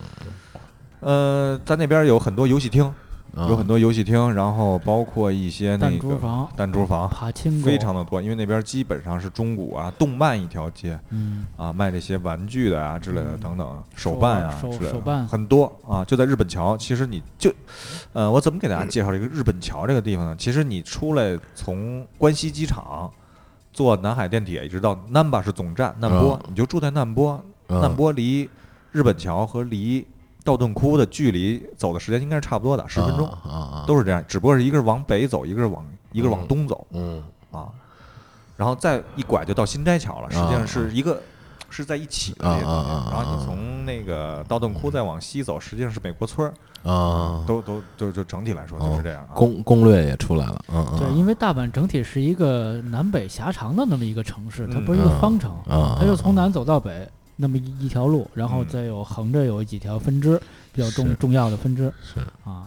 H: 呃，咱那边有很多游戏厅，
J: 嗯，
H: 有很多游戏厅，然后包括一些那
A: 弹珠
H: 个
A: 房、
H: 弹珠房，
A: 爬青
H: 非常的多，因为那边基本上是中古啊、动漫一条街
A: 嗯，
H: 啊，卖这些玩具的啊之类的
A: 嗯
H: 等等，手办啊
A: 手
H: 之类
A: 手
H: 的，
A: 办
H: 很多啊，就在日本桥。其实你就，呃，我怎么给大家介绍这个日本桥这个地方呢？其实你出来从关西机场坐南海电铁一直到难波是总站，难波你就住在难波，
J: 嗯
H: 难波离日本桥和离道顿窟的距离走的时间应该是差不多的，十分钟
J: 啊啊，啊
H: 都是这样，只不过是一个是往北走，一个是往一个是往东走。
J: 嗯
H: 啊，然后再一拐就到新斋桥了，实际上是一个是在一起的这个东西
J: 啊啊啊啊啊啊
H: 然后你从那个道顿窟再往西走，实际上是美国村儿，
J: 啊，
H: 都都就就整体来说就是这样啊。
J: 攻攻略也出来了，嗯嗯，
A: 对，因为大阪整体是一个南北狭长的那么一个城市，它
H: 嗯
A: 不是一个
J: 嗯
A: 方城，
J: 啊，
A: 它就从南走到北那么一一条路，然后
H: 嗯
A: 再有横着有几条分支，比较重
J: 是
A: 重要的分支
J: 是
A: 啊。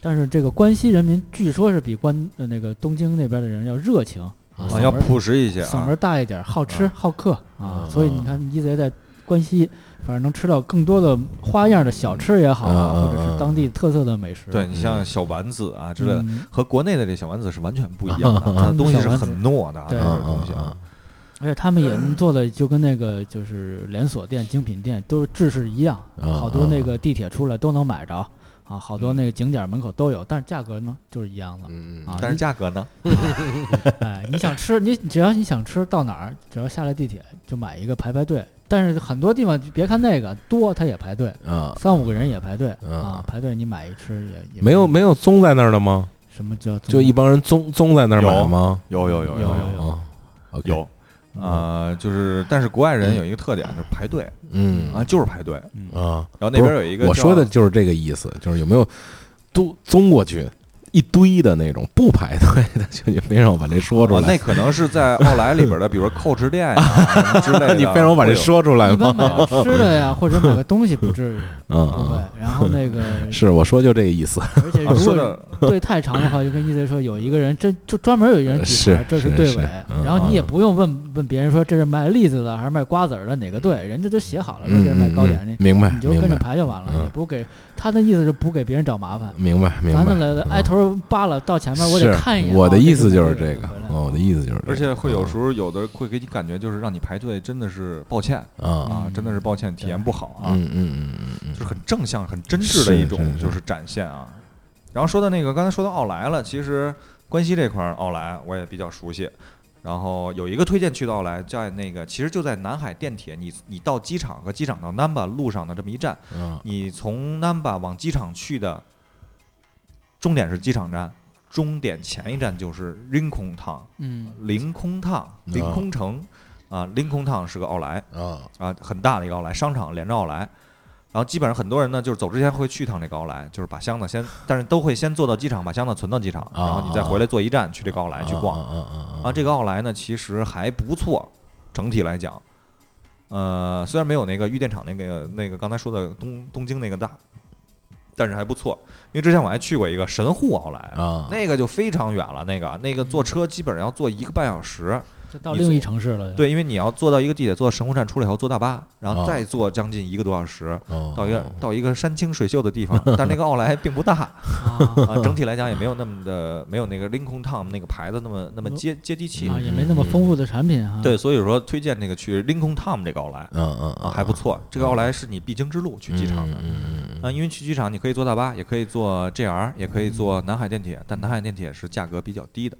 A: 但是这个关西人民据说是比关呃那个东京那边的人要热情，
J: 啊
H: 啊，要朴实一些
A: 嗓
H: 啊
A: 门，大一点，好吃
H: 啊
A: 好客啊
J: 啊。
A: 所以你看一贼在关西，反正能吃到更多的花样的小吃也好
J: 啊啊
A: 啊，或者
J: 啊
A: 是当地特色的美食。
H: 对你
J: 嗯
H: 像小丸子啊之类的。
A: 嗯
H: 和国内的这小丸子是完全不一
J: <laughs>
H: 样的，它的东西是很糯的啊，这
J: 嗯
A: 对
H: 个东西啊，
A: 而且他们也做的就跟那个就是连锁店、精品店都是制式一样，
J: 啊
A: 好多那个地铁出来都能买着啊，好多那个景点门口都有，但是价格呢就是一样的
J: 嗯
A: 啊。
H: 但是价格呢，
A: 你哎，你想吃，你只要你想吃到哪儿，只要下了地铁就买一个排排队。但是很多地方别看那个多，它也排队，
J: 啊，
A: 三五个人也排队
J: 嗯
A: 啊，排队你买一吃也也
H: 嗯
J: 没有没有棕在那儿的吗？
A: 什么叫
J: 就一帮人棕棕在那儿买吗？
H: 有有有
A: 有
J: 啊，
H: 有，呃，就是但是国外人有一个特点就是排队
J: 嗯
H: 啊，就是排队，
J: 啊，
H: 然后那边有一个
J: 我
H: 叫
J: 说的就是这个意思，就是有没有都棕过去一堆的那种不排队的，就你非让我把这说出
H: 哦，那
J: 来，
H: 可能是在奥莱里边的，比如说蔻驰
J: <laughs>
H: 店呀之类的。
J: 你非让我把这
H: 会有，
J: 说出来
A: 一般
J: 吗？
A: 买个吃的呀，或者买个东西不至于，对不对
J: 嗯，？
A: 然后那
J: <laughs>
A: 个
J: 是我说就这个意思，
A: 而且
H: 啊
A: 如
H: 说
A: 果
H: 的
J: <laughs>
A: 队太长的话，就跟意思说有一个人真就专门有一个人举牌，
J: 是
A: 这
J: 是
A: 队
J: 是
A: 尾，
J: 嗯
A: 然后你也不用问问别人说这是卖栗子的还是卖瓜子儿的哪个队，人家都写好了，说这是卖
J: 嗯
A: 糕点，
J: 嗯，
A: 你
J: 明白
A: 你就
J: 明
A: 跟着
J: 白
A: 排就完了，
J: 嗯
A: 你不给他的意思是不给别人找麻烦。
J: 明白明
A: 咱
J: 白
A: 们，来挨头扒拉到前面，我
J: 是
A: 得看一眼。
J: 我的
A: 哦
J: 意思就是
A: 是
J: 这
A: 队
J: 个
A: 回来，
J: 哦我的意思就是这个，啊
H: 而且会有时候有的会给你感觉就是让你排队，真的是抱歉
J: 啊，
H: 啊，真的是抱歉，体验不好啊，
J: 嗯嗯嗯嗯嗯
H: 就是很正向、很真挚的一
J: 是
H: 种
J: 是是
H: 就是展现啊。然后说到那个，刚才说到奥莱了，其实关西这块儿奥莱我也比较熟悉。然后有一个推荐去的奥莱，在那个其实就在南海电铁，你你到机场和机场到 Namba 路上的这么一站，
J: 嗯
H: 你从 Namba 往机场去的终点是机场站，终点前一站就是林空烫，
A: 嗯，
H: 凌空烫，凌空城啊，凌空烫是个奥莱
J: 啊，
H: 啊，很大的一个奥莱，商场连着奥莱。然后基本上很多人呢，就是走之前会去一趟这个奥莱，就是把箱子先，但是都会先坐到机场，把箱子存到机场，然后你再回来坐一站去这个奥莱去逛。
J: 啊啊啊
H: 啊，这个奥莱呢其实还不错，整体来讲，呃，虽然没有那个玉电厂那个那个刚才说的东东京那个大，但是还不错。因为之前我还去过一个神户奥莱，
J: 啊嗯
H: 那个就非常远了，那个那个坐车基本上要坐一个半小时。
A: 这到
H: 你
A: 另一
H: 坐
A: 城市了。，
H: 对，因为你要坐到一个地铁，坐到神户站出来以后坐大巴，然后
J: 啊
H: 再坐将近一个多小时。
J: 哦
H: 到一个到一个山清水秀的
J: <laughs>
H: 地方，但那个奥莱并不大啊，
A: 啊，
H: 整体来讲也没有那么的没有那个 Lincoln Town 那个牌子那么那么接接地气
A: 啊，也没那么丰富的产品哈。啊
H: 对，，所以说推荐那个去 Lincoln Tom 这个奥莱
J: 嗯嗯
H: 啊，还不错。这个奥莱是你必经之路去机场的
J: 嗯
H: 啊，因为去机场你可以坐大巴，也可以坐 JR，也可以坐南海电铁，但南海电铁是价格比较低的。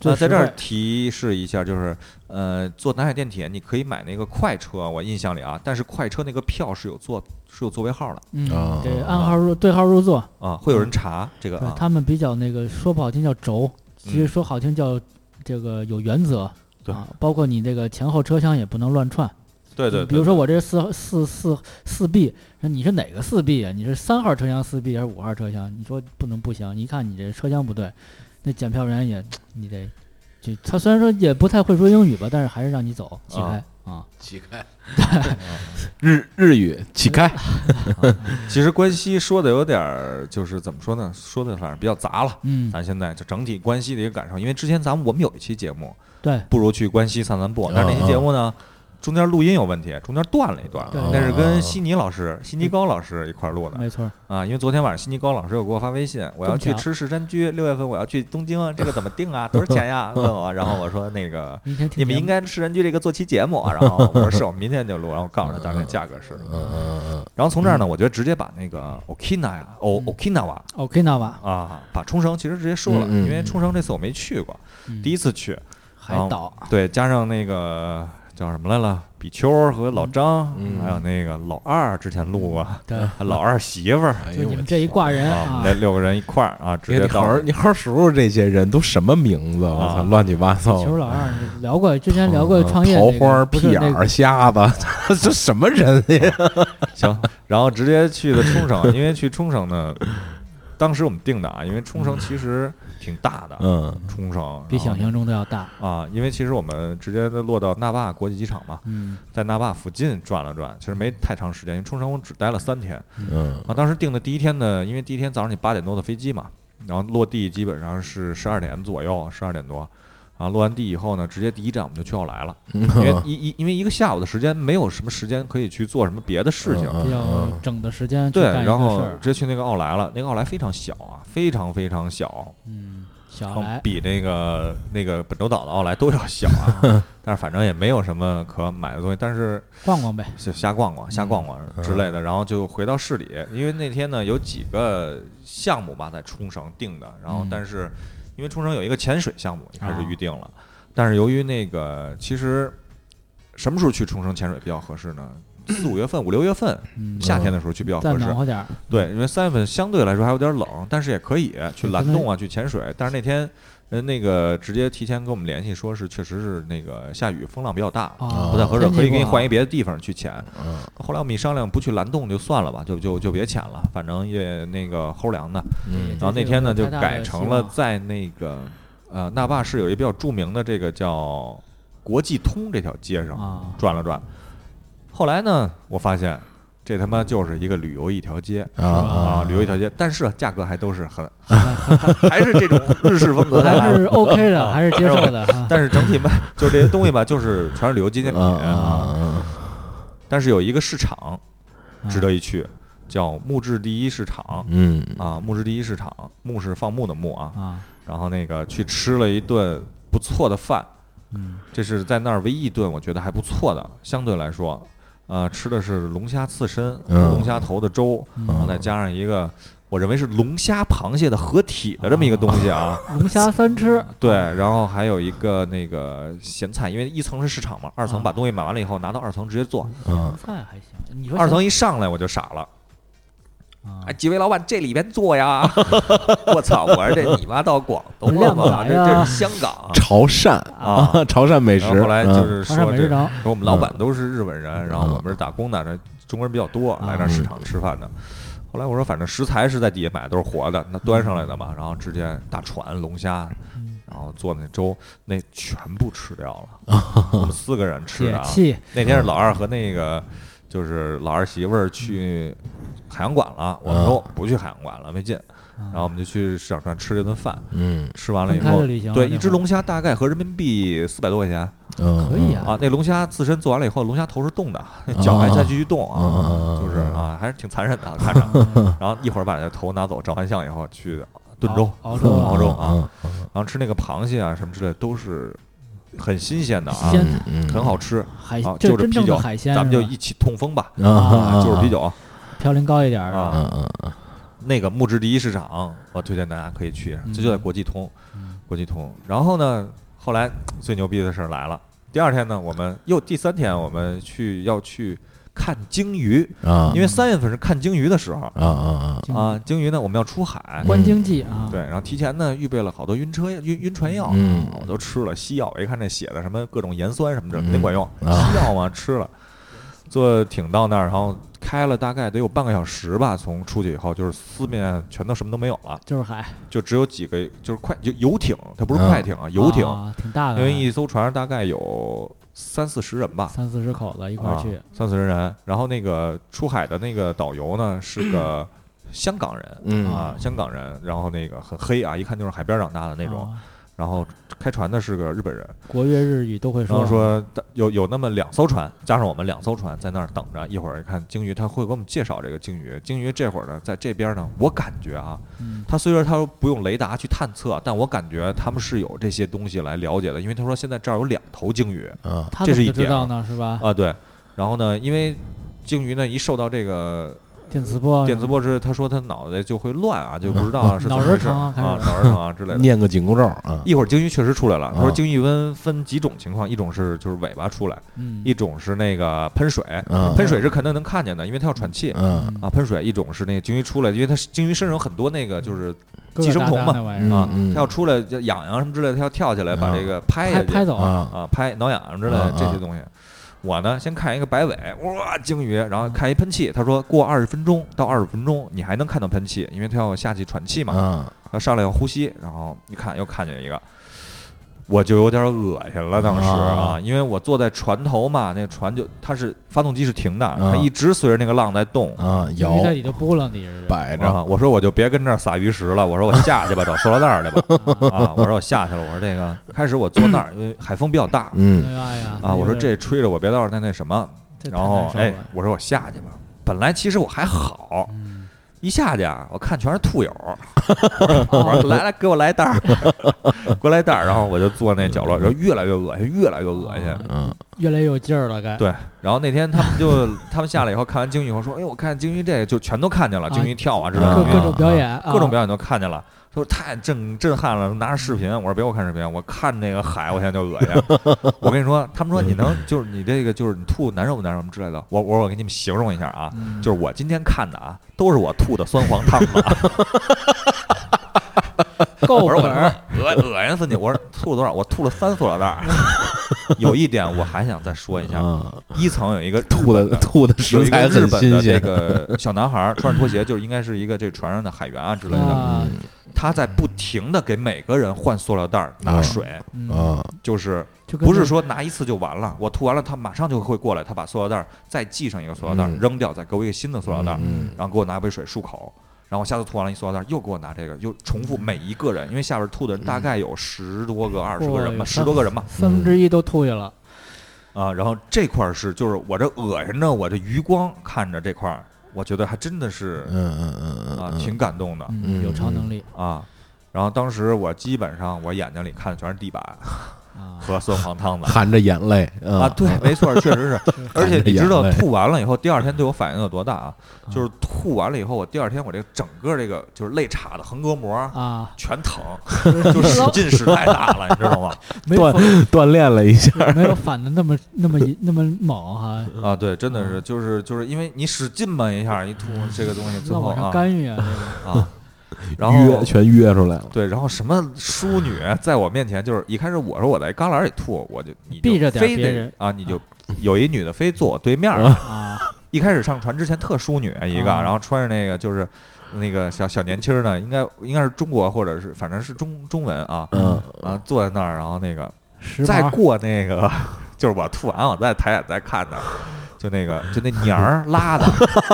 A: 最
H: 那在
A: 实
H: 这儿
A: 惠
H: 提示一下，就是呃，坐南海电铁你可以买那个快车，我印象里啊，但是快车那个票是有座是有座位号的
A: 嗯
J: 啊，
A: 对，暗号入对号入座，
H: 啊，会有人查这个
A: 对
H: 啊。
A: 他们比较那个说不好听叫轴，其实
H: 嗯
A: 说好听叫这个有原则。
H: 对
A: 啊，包括你这个前后车厢也不能乱串。
H: 对对，
A: 比如说我这四四四四 B，那你是哪个四 B 啊？你是三号车厢四 B 还是五号车厢？你说不能不行，你一看你这车厢不对，那检票人员也你得，就他虽然说也不太会说英语吧，但是还是让你走起开啊。
J: 起开，嗯日日语起开，
H: 其实关西说的有点儿就是怎么说呢，说的反正比较杂了。
A: 嗯，
H: 咱现在就整体关西的一个感受，因为之前咱们我们有一期节目，
A: 对，
H: 不如去关西散散
A: 啊
H: 步。但是那期节目呢，中间录音有问题，中间断了一段
A: 对，
H: 那是跟悉尼老师、悉尼高老师一块儿录的
A: 没错儿。
H: 啊。因为昨天晚上悉尼高老师有给我发微信，我要去
A: 巧
H: 吃市山居，六月份我要去东京啊，这个怎么
A: <laughs>
H: 定啊？多少钱呀？问我，然后我说那个。
A: 明 <laughs> 天听
H: 你们
A: 节
H: 应
A: 目
H: 该市山居这个做期节
A: <laughs>
H: 目啊，然后我说是我们明天就录，然后我告诉他大概价格是什么。
A: 嗯
H: 然后从这儿呢，我觉得直接把那个 Okina
A: 嗯
H: 呀，O Okinawa
A: OK 那吧，
H: 啊，把冲绳其实直接说了，
J: 嗯嗯
H: 因为冲绳这次我没去过，
A: 嗯
H: 第一次啊去，
A: 海
H: 然后
A: 岛
H: 对，加上那个叫什么来了，比丘儿和老张，
J: 嗯
H: 还有那个老二，之前录过，
A: 对，
H: 还老二媳妇儿
J: 哎
A: 就
J: 呦
A: 你
J: 我
A: 们
J: 天
A: 这一挂人
H: 哎啊，我们这六个人一块儿啊，直接
J: 你好
H: 到
J: 好你好好数数这些人都什么名字，我操，
H: 啊
J: 乱七八糟。
A: 球老二你聊过，之前聊过创业
J: 哦桃
A: 那个
J: 花、
A: 不
J: 屁
A: 是
J: 眼
A: 那个
J: 儿、瞎子，这什么人呀？
H: 行，然后直接去的冲绳，因为去冲绳呢，当时我们定的啊，因为冲绳其实挺大的，
J: 嗯，
H: 冲绳
A: 比
H: 然后
A: 想象中的要大。
H: 啊，因为其实我们直接地落到那霸国际机场嘛，
A: 嗯，
H: 在那霸附近转了转，其实没太长时间，因为冲绳我只待了三天
J: 嗯
H: 啊。当时定的第一天呢，因为第一天早上你八点多的飞机嘛，然后落地基本上是十二点左右，十二点多。然后落完地以后呢，直接第一站我们就去奥莱了，
J: 嗯
H: 因
J: <laughs>
H: 为一一因为一个下午的时间没有什么时间可以去做什么别的事情，
J: 嗯
A: 比较整的时间去
H: 对，
A: 干一个
H: 然后
A: 事儿。
H: 直接去那个奥莱了。那个奥莱非常小啊，非常非常小，
A: 嗯，小
H: 然后
A: 来，
H: 比那个那个本州岛的奥莱都要小
J: <laughs>
H: 啊。但是反正也没有什么可买的东西，但是
A: 逛逛呗。
H: 就瞎逛逛、
A: 嗯
H: 瞎逛逛之类的。然后就回到市里，因为那天呢有几个项目吧在冲绳定的，然后
A: 嗯
H: 但是因为冲绳有一个潜水项目一开始
A: 啊
H: 预定了，但是由于那个其实什么时候去冲绳潜水比较合适呢？四五月份、五六月份，
A: 嗯，
H: 夏天的时候去比较
A: 再
H: 合适
A: 暖。和点儿，
H: 对，因为三月份相对来说还有点冷，但是也可以去蓝洞啊，去潜水。但是那天，呃，那个直接提前跟我们联系，说是确实是那个下雨，风浪比较大，
A: 啊
H: 不太合适，
A: 天气
H: 可以给你
A: 不好
H: 换一别的地方去潜。
J: 嗯
H: 后来我们一商量，不去蓝洞就算了吧，就就就别潜了，反正也那个齁凉的。
A: 嗯
H: 然后那天呢，
A: 这
H: 就
A: 个有太大的
H: 改成了
A: 希望
H: 在那个呃那霸市有一个比较著名的这个叫国际通这条街上 <laughs>
A: 啊
H: 转了转。后来呢，我发现这他妈就是一个旅游一条街
J: 啊
H: 啊，
J: 啊
H: 旅游一条街，但是价格还都是
A: <laughs>
H: 很还是这种日式风格，
A: 还
H: 但
A: 是
H: 是
A: OK 的，还是接受
H: <laughs>
A: 的啊哈。
H: 但是整体卖就这些东西吧，就是全是旅游纪念
J: 啊
H: 品啊。
J: 啊！
H: 但是有一个市场值
A: 啊
H: 得一去，叫木质第一市场
J: 嗯
H: 啊，木质第一市场，木是放牧的牧啊，
A: 啊，
H: 然后那个去吃了一顿不错的饭，
A: 嗯，
H: 这是在那儿唯一一顿我觉得还不错的，相对来说，呃，吃的是龙虾刺身、
J: 嗯
H: 龙虾头的粥，
A: 嗯
H: 然后再加上一个我认为是龙虾、螃蟹的合体的这么一个东西啊。
A: 龙虾三吃，
H: 对，然后还有一个那个咸菜，因为一层是市场嘛，二层把东西买完了以后拿到二层直接做，
J: 嗯，
A: 菜还行。你说
H: 二层一上来我就傻了。
A: 啊
H: 哎，几位老板，这里边坐呀！我操，我说这你妈到广东了吗？
A: 靓仔
H: 这
A: 呀
H: 啊这是香港啊
J: 潮汕
H: 啊！
J: 潮汕美食。
H: 然后后来就
J: 嗯
H: 是
A: 长沙
H: 说
A: 美
H: 这
A: 食城
H: 说我们老板都是日本人，然后我们是打工的，这中国人比较多，来这儿市场吃饭的。后来我说，反正食材是在底下买，都是活的，那端上来的嘛。然后直接大船龙虾，然后做那粥，那全部吃掉了。 <laughs> 我们四个人吃的
A: 铁
H: 啊。
A: 器
H: 那天是老二和那个就是老二媳妇儿去海洋馆了，我们
J: 嗯
H: 说不去海洋馆了，没劲。然后我们就去市场上吃了顿饭，
J: 嗯
H: 吃完了以
A: 嗯分开
H: 后
A: 的旅行，了啊
H: 对，
A: 那
H: 一只
A: 会儿
H: 龙虾大概合人民币四百多块钱。
J: 嗯，
A: 可以啊
H: 啊，那龙虾自身做完了以后，龙虾头是动的，脚还在继续动
J: 嗯嗯
H: 啊
J: 嗯，嗯
H: 就是啊，还是挺残
A: <laughs>
H: 忍的看着。然后一会儿把这头拿走，照完相以后去炖粥、
A: 熬熬
J: 嗯
A: 粥
H: 熬粥啊，
J: 嗯嗯
H: 然后吃那个螃蟹啊什么之类都是很新鲜的啊
A: 新，鲜
J: 嗯嗯，
H: 很好吃。
A: 海
H: 啊，，
A: 这
H: 就是
A: 真
H: 啤
A: 正
H: 酒
A: 的海，鲜是吧，
H: 咱们就一起痛风吧，
J: 啊
H: 啊，就是啤，酒
A: 嘌呤高一点儿的，
H: 啊。
J: 嗯嗯嗯
H: 那个木质第一市场，我推荐大家可以去，这就在国际通，国际通。然后呢，后来最牛逼的事儿来了，第二天呢，我们又第三天我们去要去看鲸鱼，
J: 啊，
H: 因为三月份是看鲸鱼的时候
J: 啊啊啊，
A: 鲸
H: 啊，鲸鱼呢我们要出海。
A: 观经济啊，
H: 对，然后提前呢预备了好多晕车晕晕船药，
J: 嗯
H: 我都吃了。西药，我一看这写的什么各种盐酸什么的，
J: 嗯
H: 肯定管用。
J: 啊
H: 西药嘛，吃了。坐艇到那儿，然后开了大概得有半个小时吧。从出去以后，就是四面全都什么都没有了，
A: 就是海，
H: 就只有几个就是快就游艇，它不是快艇啊，游艇，
A: 嗯啊挺大的啊，
H: 因为一艘船上大概有三四十人吧，
A: 三四十口子一块儿去
H: 啊，三四十人。然后那个出海的那个导游呢是个香港人。
J: 嗯
H: 啊，香港人，然后那个很黑啊，一看就是海边长大的那种。
A: 啊
H: 然后开船的是个日本人，
A: 国乐日语都会
H: 然后
A: 说，啊
H: 说有有那么两艘船，加上我们两艘船在那儿等着，一会儿看鲸鱼，他会给我们介绍这个鲸鱼。鲸鱼这会儿呢，在这边呢，我感觉啊，
A: 嗯
H: 他虽然他说不用雷达去探测，但我感觉他们是有这些东西来了解的，因为他说现在这儿有两头鲸鱼
J: 啊
A: 他
H: 这
A: 怎
H: 是
A: 么
H: 一
A: 就知
H: 点
A: 道
H: 啊
A: 呢？是吧？
H: 啊，对。然后呢，因为鲸鱼呢一受到这个
A: 电磁波，
H: 电磁波之，他说他脑袋就会乱啊，就不知道啊是怎么
A: 哎脑仁
H: 回事
A: 疼
H: 啊
A: 啊，开始
H: 脑仁疼啊之类的。
J: 念个紧箍咒啊，
H: 一会儿鲸鱼确实出来了，他说
J: 啊
H: 鲸鱼分分几种情况，一种是就是尾巴出来，
A: 嗯，
H: 一种是那个喷水，
J: 嗯
H: 喷水是肯定能看见的，因为它要喘气。
J: 嗯
H: 啊，喷水一种是那个鲸鱼出来，因为它是鲸鱼身上有很多那个就
A: 疙
H: 是
A: 疙瘩瘩
H: 寄生虫嘛
A: 那玩意
J: 嗯
A: 儿
H: 啊，
J: 嗯
H: 它要出来就痒痒什么之类的，它要跳起来把
J: 啊
H: 这个拍下
A: 拍
H: 去
A: 拍走，
J: 啊
H: 啊，拍挠痒痒之类的
J: 啊
H: 这些东西。我呢，先看一个摆尾，哇，鲸鱼，然后
J: 嗯
H: 看一喷气。他说过二十分钟到二十分钟，你还能看到喷气，因为它要下去喘气嘛。
J: 啊
H: 然后上来要呼吸，然后一看又看见一个，我就有点恶心了。当时啊，因为我坐在船头嘛，那船就它是发动机是停的，它
J: 啊
H: 一直随着那个浪在动。
J: 啊，摇
A: 鱼在里头拨浪你是
J: 摆着，
H: 啊！我说我就别跟这儿撒鱼食了，我说我下去吧，找塑料袋儿
J: <laughs>
H: 去吧。啊！我说我下去了，我说这个开始我坐那儿，因为海风比较大
J: 嗯
A: 哎
H: <laughs>
A: 呀，
H: 啊，我说
A: 这
H: 这吹着我别到时候再那什么。
A: 这太
H: 然后
A: 难受
H: 哎
A: 了，
H: 我说我下去吧。本来其实我还好，一下去啊，我看全是兔友，
A: <laughs>
H: 我说来来给我来一袋儿， <laughs> 给我来一袋儿。然后我就坐那角落，然后越来越恶心，越来越恶
A: 哦
H: 心。
J: 嗯
A: 越来越有劲儿了，该
H: 对，然后那天他们就 <laughs> 他们下来以后看完鲸鱼以后说，哎，我看鲸鱼这个就全都看见了，
A: 啊
H: 鲸鱼跳啊之类
A: 各
H: 的，
A: 各种表演，啊
H: 各种表演都看见了。说太震震撼了，拿着视频，我说别给我看视频，我看那个海，我现在就恶
A: <laughs>
H: 心。我跟你说，他们说你能就是你这个就是你吐难受不难受什么之类的，我我我给你们形容一下啊，
A: 嗯
H: 就是我今天看的啊，都是我吐的酸黄汤子啊，
A: 够
H: 我说我
A: 本
H: 他
A: 儿，
H: 妈恶恶心死你，我说吐了多少？我吐了三塑料袋儿。有一点我还想再说一下，
J: 啊，
H: 一层有一个
J: 吐的吐的
H: 有
J: 食
H: 一个
J: 材
H: 日
J: 很
H: 本
J: 新
H: 的这
J: 鲜，
H: 个小男孩儿穿着拖鞋，就是应该是一个这船上的海员啊之类的，
A: 啊
H: 他在不停的给每个人换塑料袋儿拿水，
A: 嗯，
J: 啊
H: 就是
A: 就跟
H: 不是
A: 那
H: 说拿一次就完了，我吐完了，他马上就会过来，他把塑料袋儿再系上一个塑料袋儿，
J: 嗯
H: 扔掉，再给我一个新的塑料袋儿，
J: 嗯
H: 然后给我拿杯水漱口。然后我下次吐完了一塑料袋儿，又给我拿这个，又重复每一个人，因为下边吐的人大概有十多个、二十个人
A: 有
H: 吧，十多个人吧，
A: 三分之一都吐去了，
H: 啊，然后这块儿是就是我这恶心着，我这余光看着这块儿，我觉得还真的是
J: 嗯嗯嗯
H: 啊
J: 嗯，
H: 挺感动的
A: 嗯，有超能力，
H: 啊。然后当时我基本上我眼睛里看的全是地板，
A: 啊，
J: <laughs>
H: 和酸黄汤子。
J: 含着眼泪，嗯
H: 啊，对，没错，确实是。而且你知道
J: 含着眼泪嗯
H: 吐完了以后，第二天对我反应有多大啊？就是吐完了以后，我第二天我这个整个这个就是肋叉的横膈膜啊 <laughs>
A: 啊，
H: 全疼，就 <laughs> 使劲使太大 <laughs> 了，你知道吗？
A: 没有
J: <laughs> 锻 <laughs> 炼了一下，
A: 没有反的那么那么一那么猛
H: <laughs>
A: 哈，
H: 啊，对，真的是，就是就是因为你使劲闷一下，一吐这个东西，最
A: 那
H: 后
A: 往上
H: 啊
A: 干预啊，这
H: 啊，然
J: 约
H: 后
J: 全约出来了，
H: 对，然后什么淑女在我面前，就是一开始我说我在旮旯里吐，我就你就
A: 避着点
H: 非
A: 别
H: 得
A: 人
H: 啊，你就有一女的非坐我对面儿，
A: 个啊，
H: 一开始上船之前特淑女一个，
A: 啊
H: 然后穿着那个就是那个小小年轻儿的，应该应该是中国或者是反正是中中文啊，
J: 嗯，
H: 然后坐在那儿，然后那个
A: 时
H: 再
A: 髦
H: 过那个 <laughs> 就是我吐完我再抬眼再看他。就那个，就那
A: <laughs>
H: 娘儿拉的，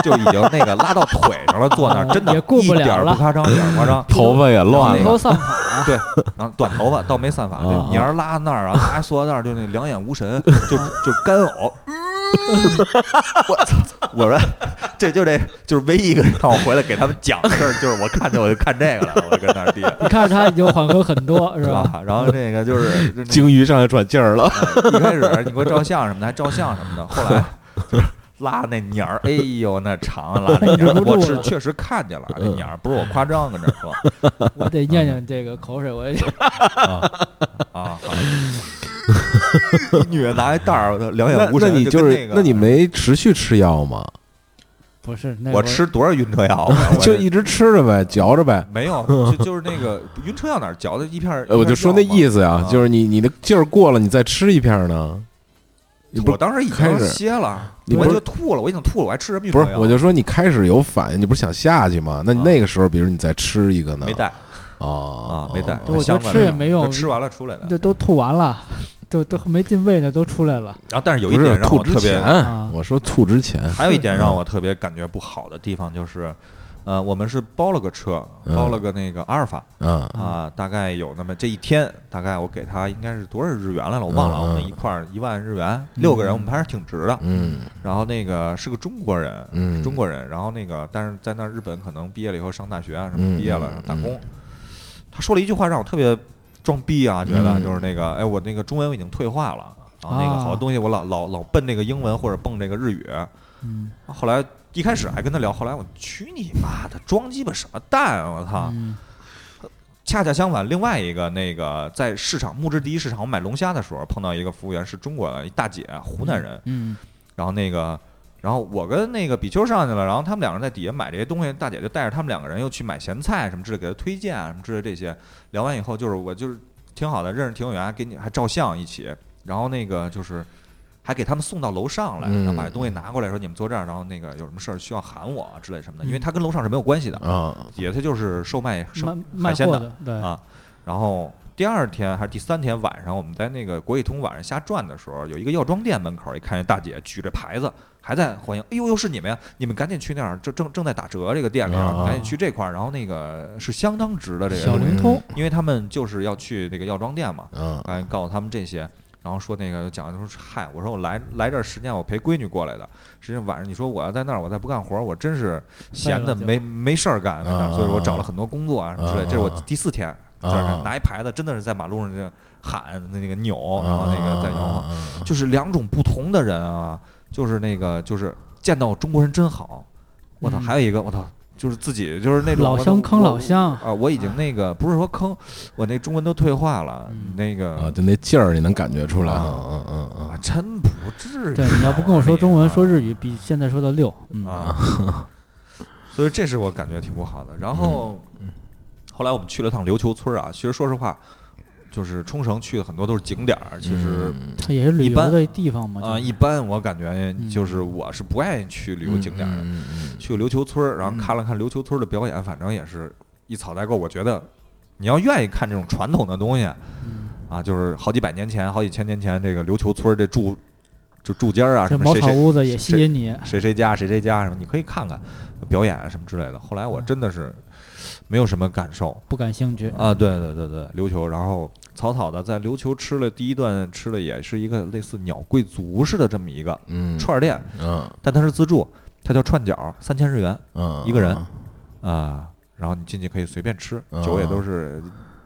H: 就已经那个拉到腿上了，坐那儿真的，
A: 哦也顾不
H: 一点
A: 了
H: 儿
A: 了
H: 不夸张，一点儿不
A: <laughs>
H: 夸张。
J: 头发也乱
A: 披头
J: 了，
A: 散发，
H: 对，然后短头发倒没散
A: 哦
H: 发，
J: 啊
H: 就娘儿拉那儿，
A: <laughs>
H: 然后他还坐在那儿，就那两眼无神，就就干呕。我操！我说这就这就是唯一一个让我回来给他们讲的事儿，就是我看见我就看这个了，我就跟那儿地下
A: 你看着他已经缓和很
H: <laughs>
A: 多， <laughs> 是
H: 是
A: 吧？
H: 吧？然后这个就是就那
J: 鲸鱼上来喘气儿了，
H: 一开始你给我照相什么的，还照相什么的，后
J: <laughs>
H: 来就是拉那鸟儿，哎呦那长啊
J: <laughs>
H: 拉那鸟儿，
A: 忍不
H: 我
A: 住
H: 是
A: 了
H: 确实看见了那
J: 嗯
H: 鸟儿，不是我夸张跟这说
A: 我得咽咽这个口水，我
H: <laughs> 啊，
J: <laughs>
H: 一女的拿一袋儿，我都 <laughs> 两
J: 那
H: 眼无
J: 那
H: 神，
J: 你
H: 就跟
J: 是
H: 那个
J: 那你没持续吃药吗？
A: 不是那
H: 我
A: 会儿
H: 吃多少晕车药啊？我
J: <laughs> 就
H: 这
J: 一直吃着呗，嚼着呗。
H: 没有，就就是那个晕车药哪儿嚼的一片儿，
J: <laughs> 呃，我就说那意
H: 思。
J: 思呀
H: 啊，
J: 就是你你的劲儿过了，你再吃一片呢。你不
H: 我
J: 是
H: 当时已
J: 开
H: 经
J: 始
H: 歇了，
J: 你
H: 我
J: 不是
H: 就吐了，我已经吐了，我还吃什么晕
J: 不
H: 车
J: 是
H: 药？，
J: 我就说你开始有反应，你不是想下去吗？那你
H: 啊
J: 那个时候，比如你再吃一个呢？
H: 没带
J: 哦
H: 啊，没带。
J: 哦
A: 对我觉
H: 想
A: 得
H: 法
A: 吃也
H: 就
A: 没用
H: 就吃完了出来的。
A: 这都吐完了， <laughs> 都都没进胃呢，都出来了
H: 然后，但是有
J: 不
H: 一
J: 是
H: 点让
J: 吐
H: 我
J: 之
H: 特别
J: 前，
A: 啊
J: 我说吐之前，
H: 还有一点让我特别感觉不好的地方就是，呃，我们是包了个车，包了个那个阿尔法
J: 嗯
H: 啊，大概有那么这一天，大概我给他应该是多少日元来了，我忘了，
J: 嗯嗯
H: 我们一块儿一万日元，六个人，我们还是挺值的。
J: 嗯
H: 然后那个是个中国人，
J: 嗯，
H: 中国人，然后那个但是在那儿日本可能毕业了以后上大学啊什
J: 嗯
H: 么，毕业了
J: 嗯
H: 打工，他说了一句话让我特别装逼啊，觉得
J: 嗯
H: 就是那个哎我那个中文我已经退化了。然后那个
A: 啊
H: 好多东西我老老老奔那个英文或者蹦这个日语，
A: 嗯
H: 后来一开始还跟他聊，后来我去你妈的，装鸡巴什么蛋啊！我操！
A: 嗯
H: 恰恰相反，另外一个那个在市场木质第一市场我买龙虾的时候，碰到一个服务员是中国的一大姐，湖南人，
A: 嗯
H: 然后那个。然后我跟那个比丘上去了，然后他们两个人在底下买这些东西，大姐就带着他们两个人又去买咸菜什么之类，给他推荐啊什么之类这些。聊完以后，就是我就是挺好的，认识挺有缘，给你还照相一起，然后那个就是还给他们送到楼上来，
J: 嗯
H: 然后把东西拿过来说你们坐这儿，然后那个有什么事儿需要喊我啊之类什么的，因为他跟楼上是没有关系的，
J: 啊，
H: 姐她就是售卖生
A: 卖卖
H: 海鲜
A: 货
H: 的。
A: 对
H: 啊。然后第二天还是第三天晚上，我们在那个国际通晚上瞎转的时候，有一个药妆店门口，一看见大姐举着牌子还在欢迎，哎呦，又是你们呀！你们赶紧去那儿，正正正在打折这个店里面，
J: 啊
H: 赶紧去这块儿。然后那个是相当值的这
A: 小
H: 个，
A: 灵通
H: 因为他们就是要去那个药妆店嘛，
J: 嗯
H: 赶紧告诉他们这些。然后说那个讲就说嗨，我说我来来这儿十年，我陪闺女过来的。实际上晚上你说我要在那儿，我再不干活儿，我真是闲的
A: 就
H: 没没事儿干在那儿，
J: 啊
H: 所以我找了很多工作啊什么之类。
J: 啊
H: 这是我第四天在这儿拿一牌子，真的是在马路上就喊那个扭，
J: 啊
H: 然后那个在摇晃，就是两种不同的人啊，就是那个就是见到中国人真好。我操，
A: 嗯
H: 还有一个我操，就是自己就是那种
A: 老
H: 我操
A: 乡坑
H: 我
A: 老乡
H: 啊，我已经那个不是说坑，我那中文都退化了
A: 嗯，
H: 那个
J: 啊，就那劲儿你能感觉出来，嗯
H: 啊
J: 嗯嗯
H: 啊，真不至于。哎
A: 对，你要不跟我说中文，说日语比现在说的溜。嗯，
H: 啊，
J: 嗯
H: <laughs> 所以这是我感觉挺不好的。然后后来我们去了趟琉球村啊，其实说实话，就是冲绳去的很多都是景点儿，其实
J: 嗯
A: 它也是旅
H: 一般
A: 游的地方嘛。
H: 啊，
A: 就是
H: 一般我感觉就是我是不愿意去旅游景点儿的。
J: 嗯嗯
H: 去琉球村儿，然后看了看琉球村儿的表演，反正也是一草代购。我觉得你要愿意看这种传统的东西，
J: 嗯
H: 啊，就是好几百年前、好几千年前这个琉球村儿这住就住家儿啊，
A: 这
H: 什
A: 茅
H: 么谁
A: 草
H: 谁
A: 屋子也吸引你，
H: 谁谁家谁谁家什么，你可以看看表演啊什么之类的。后来我真的是没有什么感受
A: 不感兴趣。
H: 啊，对对对对，琉球，然后草草的在琉球吃了第一顿吃的也是一个类似鸟贵族似的这么一个
J: 嗯，
H: 串儿店，
J: 嗯
H: 但它是自助，它叫串角，三千日元。
J: 嗯，
H: 一个人啊，然后你进去可以随便吃，酒也都是。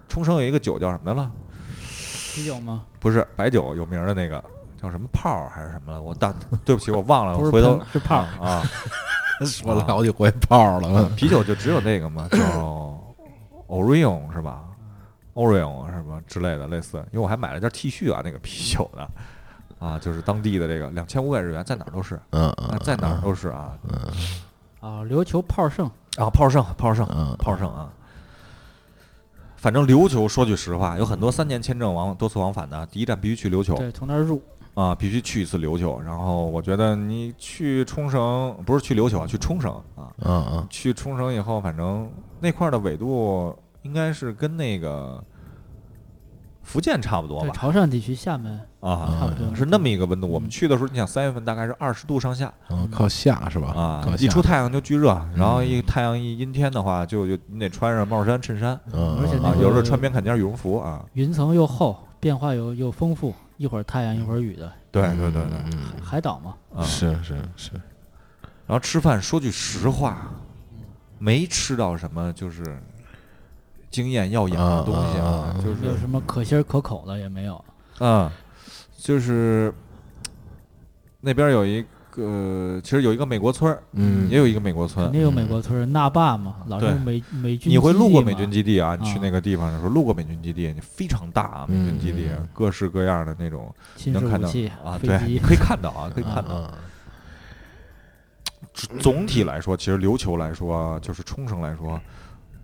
H: 冲绳有一个酒叫什么来了？
A: 啤酒吗？
H: 不是白酒有名儿的那个叫什么泡儿还是什么了？我大对不起，我忘了，
A: 不是
H: 我啊回头
A: 喷是泡儿
H: 啊，
J: 说了好几回泡了，
H: 啤酒就只有那个嘛，叫 Orion 是吧？Orion 什么之类的，类似。因为我还买了件 T 恤啊，那个啤酒的啊，就是当地的这个两千五百日元，在哪儿都是，
J: 嗯
H: 啊
J: 嗯，
H: 在哪儿都是啊
A: 啊，琉球泡盛，
H: 啊，泡盛，泡盛，
J: 嗯
H: 泡盛啊。反正琉球，说句实话，有很多三年签证往多次往返的，第一站必须去琉球。
A: 对，从那儿入，
H: 啊，必须去一次琉球。然后我觉得你去冲绳，不是去琉球啊，去冲绳啊，
J: 嗯嗯，
H: 去冲绳以后，反正那块儿的纬度应该是跟那个福建差不多
A: 对，
H: 吧？
A: 潮汕地区厦门差
H: 啊
A: 不，多
H: 是那么一个温度。我们去的时候，你想三月份大概是二十度上下
J: 嗯，靠下是吧？
H: 啊
J: 靠，
H: 一
J: 下
H: 出，太阳就巨热，然后一太阳一阴天的话，就就你得穿上帽衫、衬衫
J: 嗯，
A: 而且
J: 嗯
A: 那
H: 啊，
A: 个
H: 有时候穿棉坎肩羽绒服啊。
A: 云层又厚，变化又又丰富，一会儿太阳一会儿雨的，
H: 对对对对，
J: 嗯
A: 海岛嘛，
H: 啊
J: 嗯，是是是，
H: 然后吃饭，说句实话，没吃到什么就是惊艳耀眼的东西
J: 啊啊啊啊
H: 就
A: 没有
H: 是
A: 什么可心儿可口的也没有。
J: 嗯
H: 啊，就是那边有一个，其实有一个美国村儿，
J: 嗯
H: 也有一个美国
A: 肯
H: 村。
A: 定有美国村儿，那霸嘛，老
H: 嗯对
A: 是美美军，
H: 你会路过美军？基地啊？你去
A: 啊
H: 那个地方的时候，路过美军基地，你非常大啊！美军基地
J: 嗯嗯嗯
H: 各式各样的那种
A: 新式
H: 能看
A: 武
H: 到
A: 器
H: 啊，
A: 飞
H: 对，你
A: 机，
H: 可以看到啊，可以看到。
J: 嗯
H: 总体来说，其实琉球来说，就是冲绳来说，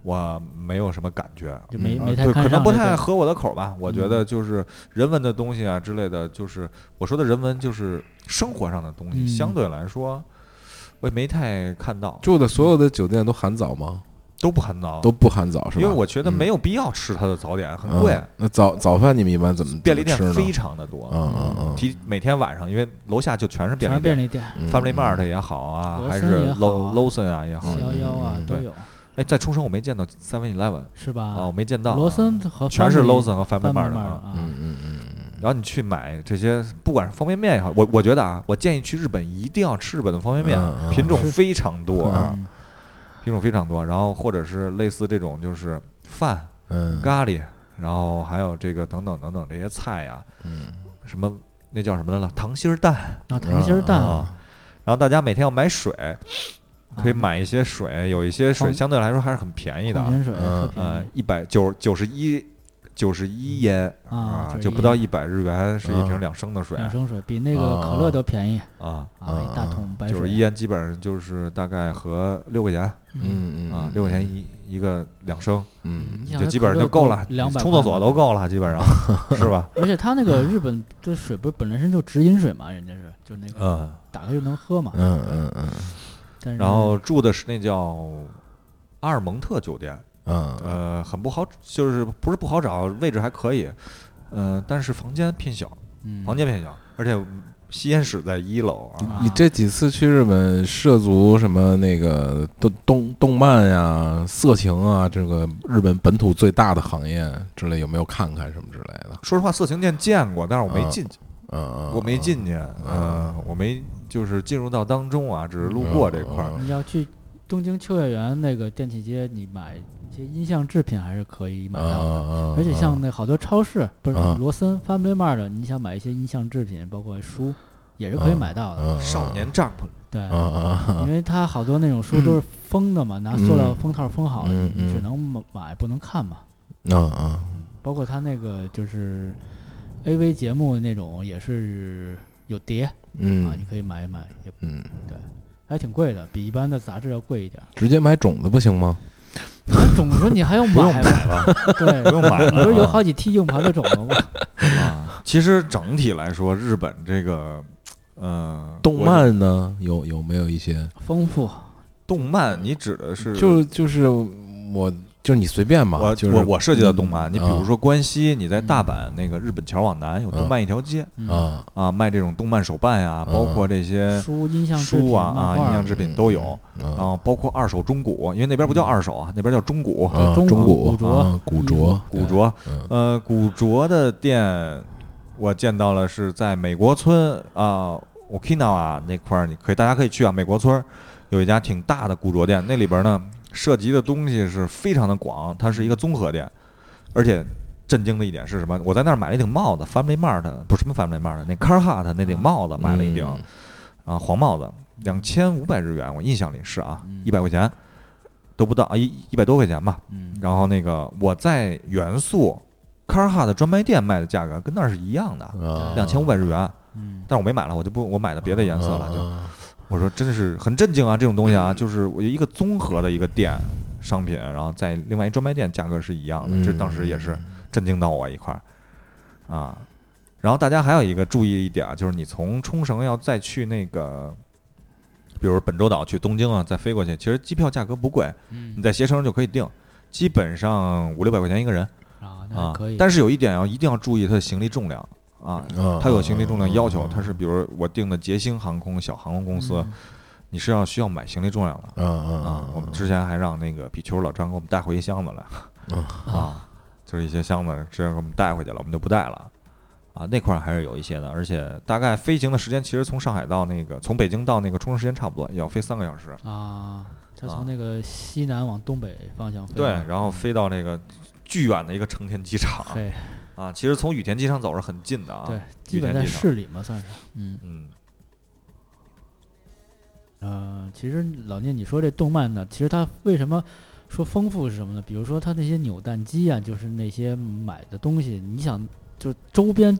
H: 我没有什么感觉，
A: 就没
H: 啊
A: 没太
H: 对，
A: 看
H: 可能
A: 上嗯
H: 不
A: 这
H: 太
A: 个
H: 合我的口吧。我觉得就是人文的东西啊之类的，就是我说的人文，就是生活上的东西，
A: 嗯
H: 相对来说，我也没太看到，
J: 住的所有的酒店都含早吗？
H: 都不看到，
J: 都不含早是吧？
H: 因为我觉得
J: 嗯
H: 没有必要吃它的早点，很贵
J: 嗯，那早早饭你们一般怎么
H: 便利店
J: 怎么吃
H: 非
J: 呢？
H: 常的多。
J: 嗯嗯嗯
H: 提每天晚上，因为楼下就全是便
A: 全
H: 利
A: 是便
H: 店
A: 利店，
J: 嗯
H: ，Family Mart 也好啊，
A: 罗
H: 还
A: 森
H: 是
A: 也
H: Lo
A: 好啊
H: Lawson 啊也好
A: 七，幺幺啊
J: 嗯
A: 都
H: 对
A: 有，
H: 哎，在冲绳我没见到 Seven Eleven
A: 是吧？
H: 啊，我没见到啊
A: 罗森和
H: 全是
A: Family
H: Lawson 和
A: Family
H: Family Mart 的啊。
A: Mart 啊，
J: 嗯嗯嗯
H: 然后你去买这些，不管是方便面也好，我我觉得啊，我建议去日本一定要吃日本的方便面，
J: 嗯嗯
H: 品种非常多，啊
J: 嗯
H: 品种非常多。然后或者是类似这种就是饭、
J: 嗯
H: 咖喱，然后还有这个等等等等这些菜呀、
J: 嗯
H: 什么那叫什么来了，溏心儿蛋
A: 啊，溏心儿蛋啊，
H: 啊。然后大家每天要买水，可以
A: 啊
H: 买一些水，有一些水
A: 矿
H: 相对来说还是很便宜的
A: 矿
H: 啊，
A: 泉水特
J: 嗯
A: 哦便
H: 呃
A: 宜，
H: 一百九九十一九十一烟
A: 啊
H: 哎就
A: 91
H: 不到一百日元是一
J: 啊
H: 瓶两升的水
A: 两升水比那个可乐都便宜
H: 啊。
A: 啊，一大桶白
H: 九十
A: 水
H: 一烟基本上就是大概合六块钱
J: 嗯嗯
H: 啊，六块钱一一个两升，
J: 嗯
H: 就基本上就够了，
A: 两百
H: 冲厕所都。够了，基本
A: <laughs>
H: 上是吧？
A: 而且它那
J: 嗯
A: 个日本这水不是本来身就直饮水嘛，人家是就那个
H: 嗯，
A: 打开就能喝嘛。
J: 嗯嗯嗯
A: 但是
H: 然后住的是那叫阿尔蒙特酒店，
J: 嗯
H: 呃，很不好，就是不是不好找，位置还可以，呃，但是房间偏小，
A: 嗯
H: 房间偏小，而且吸烟室在一楼啊，
A: 啊
J: 你这几次去日本涉足什么那个动动动漫呀、色情啊，这个日本本土最大的行业之类，有没有看看什么之类的？
H: 说实话，色情店见过，但是我没
J: 啊
H: 进去，
J: 嗯嗯，
H: 我没进去，呃，我没就是进入到当中啊，只是
J: 嗯
H: 路过这块儿。
A: 你要去东京秋叶原那个电器街，你买一些音像制品还是可以买
J: 啊
A: 到的。
J: 啊！
A: 而且像那好多超市，不是
J: 啊
A: 罗森、Family Mart，你想买一些音像制品，包括书，也是可以买到的。
H: 少年帐篷，
A: 对，
J: 啊啊
A: 因为它好多那种书都是封的嘛，拿塑料封套封好的，
J: 嗯
A: 你只
J: 嗯
A: 能买不能看嘛。
J: 啊啊！
A: 包括它那个就是 A V 节目那种也是有碟啊，你
J: 嗯
A: 可以买一买，也
J: 嗯，
A: 还挺贵的，比一般的杂志要贵一点。
J: 直接买种子不行吗？
A: 种子你还用
H: 不用
A: 买吗？
H: 买了，
A: 对
H: 不，用买了。
A: 你不是有好几屉硬盘的种子吗？
H: 啊？其实整体来说，日本这个，呃，
J: 动
H: 我
J: 漫呢，有有没有一些？
A: 丰富，
H: 动漫，你指的是
J: 就就是我就是你随便吧，
A: 啊
H: 我
J: 就是
H: 我我涉及到
A: 嗯
H: 动漫，你比如
J: 啊
H: 说关西，你在大阪那个日本桥往南有动漫一条街
A: 嗯，
J: 啊
H: 啊，卖这种动漫手办呀，
J: 嗯
H: 包括这些
A: 书、音像制
H: 书
A: 品、
H: 啊
A: 漫
H: 啊，
A: 画
H: 音
A: 儿
H: 像制品都有，
A: 嗯
H: 然
J: 啊
H: 后包括二手中古，因为那边不叫二手啊，那边叫中古，
J: 啊
A: 中
J: 中
A: 古
J: 古
A: 古着
J: 啊古着
H: 古着
J: 嗯，
H: 呃，古着的店我见到了是在美国村啊，Okinawa 那块儿，你可以大家可以去啊，美国村儿有一家挺大的古着店，那里边呢涉及的东西是非常的广，它是一个综合店，而且震惊的一点是什么？我在那儿买了一顶帽子，Family Mart 不是什么 Family Mart，那 Carhartt 那顶帽子买了一顶
J: 嗯
H: 啊黄帽子，两千五百日元，我印象里是啊
C: 嗯，
H: 一百块钱都不到啊，一一百多块钱吧。
C: 嗯，
H: 然后那个我在元素 Carhartt 专卖店卖的价格跟那儿是一样的，
J: 啊，
H: 两千五百日元，
C: 嗯
H: 但是我没买了，我就不我买的别的颜色了，就
J: 啊
H: 我说真是很震惊啊，这种东西
A: 嗯
H: 啊，就是我一个综合的一个店商品，然后在另外一专卖店价格是一样的，
J: 嗯
H: 这当时也是震惊到我一块儿啊。然后大家还有一个注意一点啊，就是你从冲绳要再去那个，比如本州岛去东京啊，再飞过去，其实机票价格不贵，
A: 嗯
H: 你在携程就可以订，基本上五六百块钱一个人
A: 啊，那还
H: 啊
A: 可以。
H: 但
A: 是
H: 是有一点要一定要注意它的行李重量啊，
J: 啊
H: 它有行李重量要求
A: 哦
J: 啊，
H: 它是比如我订的捷星航空小航空公司，
A: 嗯
H: 你是要需要买行李重量的
J: 啊
H: 啊
J: 啊！
H: 我们之前还让那个比丘老张给我们带回一箱子来啊，就是一些箱子直接给我们带回去了，我们就不带了啊。那块儿还是有一些的，而且大概飞行的时间其实从上海到那个从北京到那个冲绳时间差不多，也要飞三个小时。
A: 啊，它
H: 啊
A: 从那个西南往东北方向飞
H: 对，
A: 嘛。
H: 然后飞到那个巨远的一个成田机场
A: 对
H: 啊，其实从羽田机场走是很近的啊。
A: 对，基本在
H: 羽田机场
A: 市里嘛，算是。嗯，
H: 嗯，
A: 呃，其实老聂，你说这动漫呢，其实它为什么说丰富是什么呢？比如说它那些扭蛋机啊，就是那些买的东西，你想就周边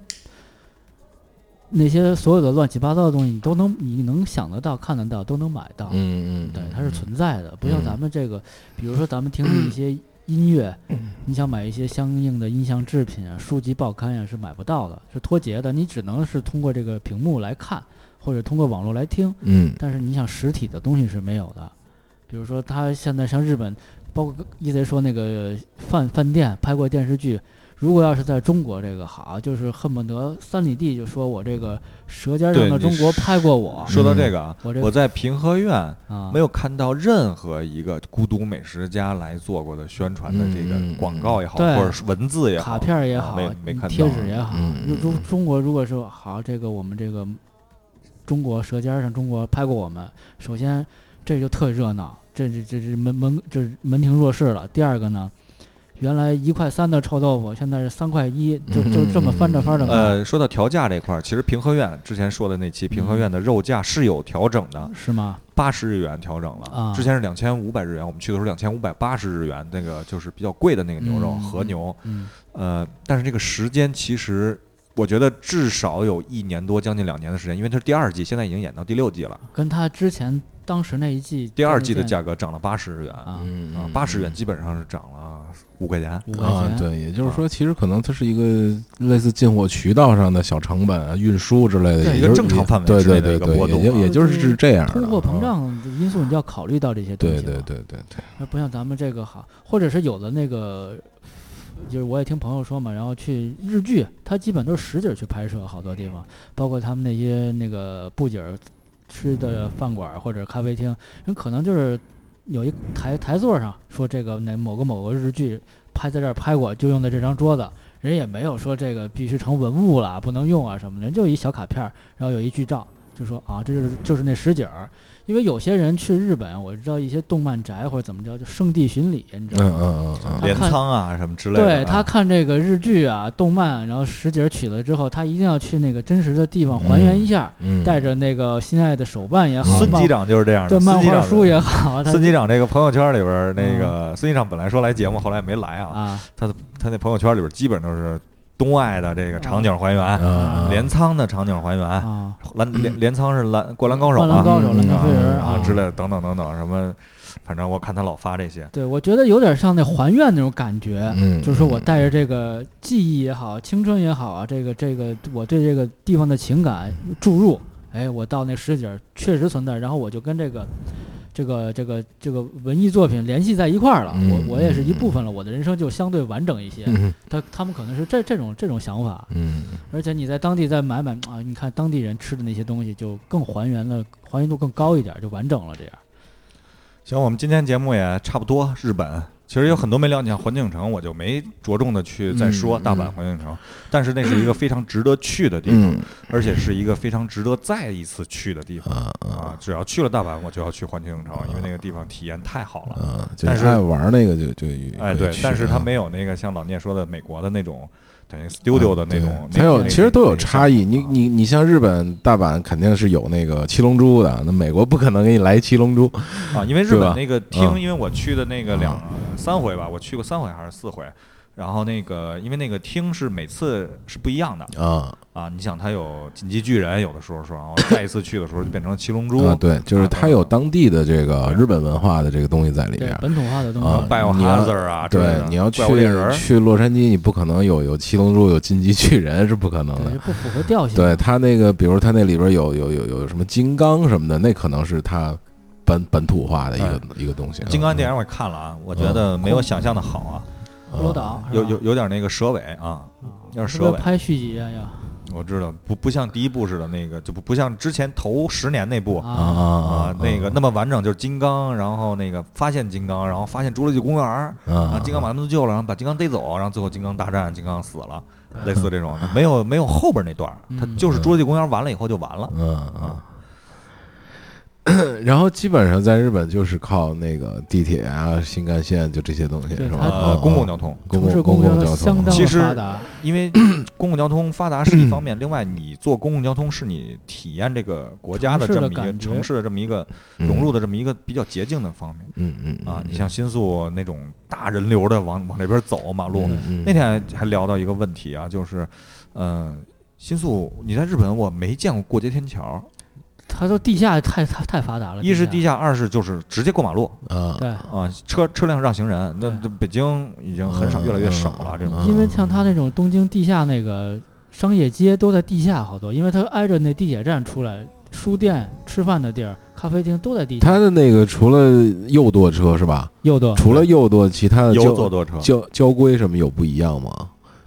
A: 那些所有的乱七八糟的东西，你都能你能想得到、看得到，都能买到。
J: 嗯嗯，
A: 对
J: 嗯，
A: 它是存在的，不像
J: 嗯
A: 咱们这个，比如说咱们听的一些音乐，
J: 嗯
A: 你想买一些相应的音像制品啊、书籍、报刊呀、是买不到的，是脱节的，你只能是通过这个屏幕来看，或者通过网络来听。
J: 嗯
A: 但是你想实体的东西是没有的，比如说他现在像日本，包括一贼说那个饭饭店拍过电视剧，如果要是在中国这个好，就是恨不得三里地就说我这个《舌尖上
H: 对
A: 的
H: 你
A: 中国》拍过我
H: 说到这个啊，
A: 嗯我这
H: 我在平和苑
A: 啊，
H: 没有看到任何一个孤独美食家来做过的宣传的这个
J: 嗯嗯嗯
H: 广告也好，
A: 对
H: 或者是文字也好，
A: 卡片儿也
H: 啊
A: 好，
H: 没没看到
A: 贴纸也好
J: 嗯，嗯
A: 如中中国如果说好，这个我们这个中国《舌尖上中国》拍过我们，首先这就特热闹，这这这这门门这是门庭若市了。第二个呢，原来一块三的臭豆腐，现在是三块
J: <laughs>
A: 一，就就这么翻着翻着买。
J: 嗯
H: 呃，说到调价这块儿，其实平和苑之前说的那期平和苑的肉价是有调整的，
A: 是吗？
H: 八十日元调整了。
A: 嗯啊
H: 之前是两千五百日元，我们去的时候两千五百八十日元，那个就是比较贵的那个牛肉、
A: 嗯
H: 和牛。
A: 嗯，
H: 呃，但是这个时间其实我觉得至少有一年多，将近两年的时间，因为它是第二季，现在已经演到第六季了。
A: 跟他之前当时那一季
H: 第二季的
A: 见
H: 价格涨了八十日元
A: 啊，
H: 啊
J: 嗯，
H: 八十元基本上是涨了五块钱。
A: 五块
J: 啊
A: 钱，，
J: 对，也就是说，其实可能它是一个类似进货渠道上的小成本啊、运输之类的，
H: 对
J: 也
H: 一个
J: 就是
H: 正常范围
J: 对
H: 之内
J: 对
H: 的一
J: 对
H: 个
J: 对，
H: 波动
J: 也就
H: 啊
J: 也就是这样的
A: 通货膨
J: 啊，
A: 胀的因素你就要考虑到这些东西
J: 对
A: 了。
J: 对对对对，
A: 那不像咱们这个好，或者是有的那个，就是我也听朋友说嘛，然后去日剧，它基本都是实景去拍摄，好多地方，包括他们那些那个布景儿吃的饭馆儿或者咖啡厅，人可能就是有一台台座上说这个那某个某个日剧拍在这儿拍过，就用的这张桌子。人也没有说这个必须成文物了，不能用啊什么的，人就一小卡片儿，然后有一剧照，就说啊，这就是就是那实景儿，因为有些人去日本，我知道一些动漫宅或者怎么着，就圣地巡礼，你知
J: 嗯
A: 道吗？
J: 嗯嗯
A: 他
H: 镰
A: 看
H: 仓啊什么之类的啊。
A: 对他看这个日剧啊、动漫，然后实景取了之后，他一定要去那个真实的地方还原一下，
J: 嗯，
A: 带着那个心爱的手办也好，
H: 孙
A: 漫
H: 机长就是这样
A: 对
H: 的，
A: 漫
H: 孙机
A: 画
H: 长
A: 书也好，他嗯
H: 孙机长这个朋友圈里边儿，那个孙机长本来说来节目，后来也没来啊。
A: 啊，
H: 他那朋友圈里边儿基本都是东爱的
A: 嗯
H: 这个场景还原，
J: 啊
H: 镰仓的场景还原，
A: 啊，
H: 蓝镰镰仓是蓝灌篮高手
A: 灌篮
H: 嘛
A: 高手、篮球飞人
H: 啊之类的，等等等等什么，反正我看他老发这些。
A: 对，我觉得有点像那还愿那种感觉，
J: 嗯，
A: 就是说我带着这个记忆也好，青春也好啊，这个这个我对这个地方的情感注入，哎，我到那实景儿确实存在，然后我就跟这个这个这个这个文艺作品联系在一块儿了，
J: 嗯
A: 我我也是一部分了，我的人生就相对完整一些。
J: 嗯
A: 他他们可能是这这种这种想法，
J: 嗯
A: 而且你在当地再买买啊，你看当地人吃的那些东西就更还原了，还原度更高一点儿，就完整了这样。
H: 行，我们今天节目也差不多，日本其实有很多没了解，像环境城我就没着重的去再说
J: 嗯
H: 大阪
J: 嗯
H: 环境城，但是那是一个非常值得去的地方，
J: 嗯
H: 而且是一个非常值得再一次去的地方
J: 啊啊
H: 啊！只要去了大阪，我就要去环境城，因为那个地方体验太好了。
J: 啊！就
H: 但是
J: 爱玩那个就就
H: 哎，
J: 可以
H: 对，
J: 去
H: 但是它
J: 啊
H: 没有那个像老聂说的美国的那种等于 studio 的那种，
J: 啊对它有其实都有差异。
H: 啊
J: 你你你像日本大阪肯定是有那个七龙珠的，那美国不可能给你来七龙珠。
H: 啊，因为日
J: 对
H: 本
J: 吧
H: 那个厅，
J: 嗯
H: 因为我去的那个两三回吧，我去过三回还是四回，然后那个因为那个厅是每次是不一样的
J: 啊
H: 啊，你想它有进击巨人，有的时候是，然后再一次去的时候就变成了七龙珠
J: 啊，，对，就是它有当地的这个日本文化的这个东西在里
A: 对
J: 边儿
A: 本土化的东
J: 啊
A: 西。
H: 拜
J: 你要
H: Biohazard 啊之类
J: 对
H: 的，
J: 你要去
H: 怪物猎人儿
J: 去洛杉矶，你不可能有有七龙珠、有进击巨人是不可能的
A: 对，。不符合调性。
J: 对它那个，比如它那里边有有有有什么金刚什么的，那可能是它本本土化的一个一个东西。
H: 金刚
J: 嗯
H: 电影我也看了啊，我觉得没有想象的好啊，
A: 骷髅岛是吧
H: 有有有点那个蛇尾啊，有点
A: 是
H: 蛇
A: 不是
H: 尾，
A: 嗯拍续集啊？要
H: 我知道不不像第一部似的那个，就不不像之前头十年那部
J: 啊
A: 啊，
J: 啊
H: 啊，那个那么完整，就是金刚，然后那个发现金刚，然后发现侏罗纪公园儿，然后
J: 啊
H: 金刚把他们都救了，然后把金刚逮走，然后最后金刚大战，金刚死
J: 啊
H: 了，类似这种的，没有没有后边那段儿，它
A: 嗯
H: 就是侏罗纪公园完了以后就完了。
J: 嗯嗯，然后基本上在日本就是靠那个地铁啊、新干线就这些东西
A: 对
J: 是吧
A: 它？
H: 呃，
J: 嗯
H: 公共交通，
J: 公
A: 城市
J: 共公
A: 交
J: 共交
A: 相
J: 通
A: 当
H: 其
A: 的
H: 实
A: 发达。
H: 因
J: <clears throat>
H: 为公共交通发达是一方面，另外你坐公共交通是你体验这个国家的
A: 城市
H: 这么
A: 的
H: 一个
A: 感觉
H: 城市的这么一个
J: 嗯
H: 融入的这么一个比较捷径的方面。
J: 嗯嗯嗯
H: 啊，你像新宿那种大人流的往往那边走马路，
J: 嗯嗯
H: 那天还聊到一个问题啊，就是，呃，新宿你在日本我没见过过街天桥，
A: 它都地下太太太发达了。
H: 一是地
A: 下，
H: 下，二是就是直接过马路
J: 啊
A: 对，
H: 啊，车车辆让行人，那
A: 对
H: 这北京已经很少，
J: 嗯
H: 越来越少了这种。
J: 嗯
A: 因为像它那种东京地下那个商业街都在地下好多，因为它挨着那地铁站出来，书店、吃饭的地儿、咖啡厅都在地下。
J: 它的那个除了右舵车是吧？
A: 右舵
J: 除了右舵，其他的
H: 有
J: 交
H: 坐坐车，
J: 交交规什么有不一样吗？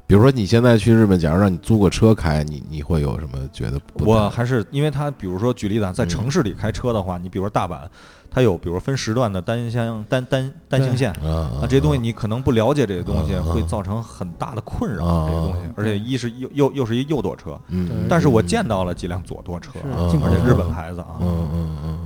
J: 比如说你现在去日本，假如让你租个车开，你你会有什么觉得不太？
H: 我还是因为它，比如说举例子啊，在
J: 嗯
H: 城市里开车的话，你比如说大阪，它有比如分时段的单向单单单行
A: 对
H: 线，啊，
J: 啊
H: 这些东西你可能不了解，这些东西
J: 嗯嗯
H: 会造成很大的困扰。
J: 啊
H: 这些东西，而且一是右右又是一右舵车，
J: 嗯，嗯
H: 但是我见到了几辆左舵车，
A: 是
H: 啊
J: 嗯，
A: 进
H: 而且
A: 口
H: 日本孩子啊，
J: 嗯嗯嗯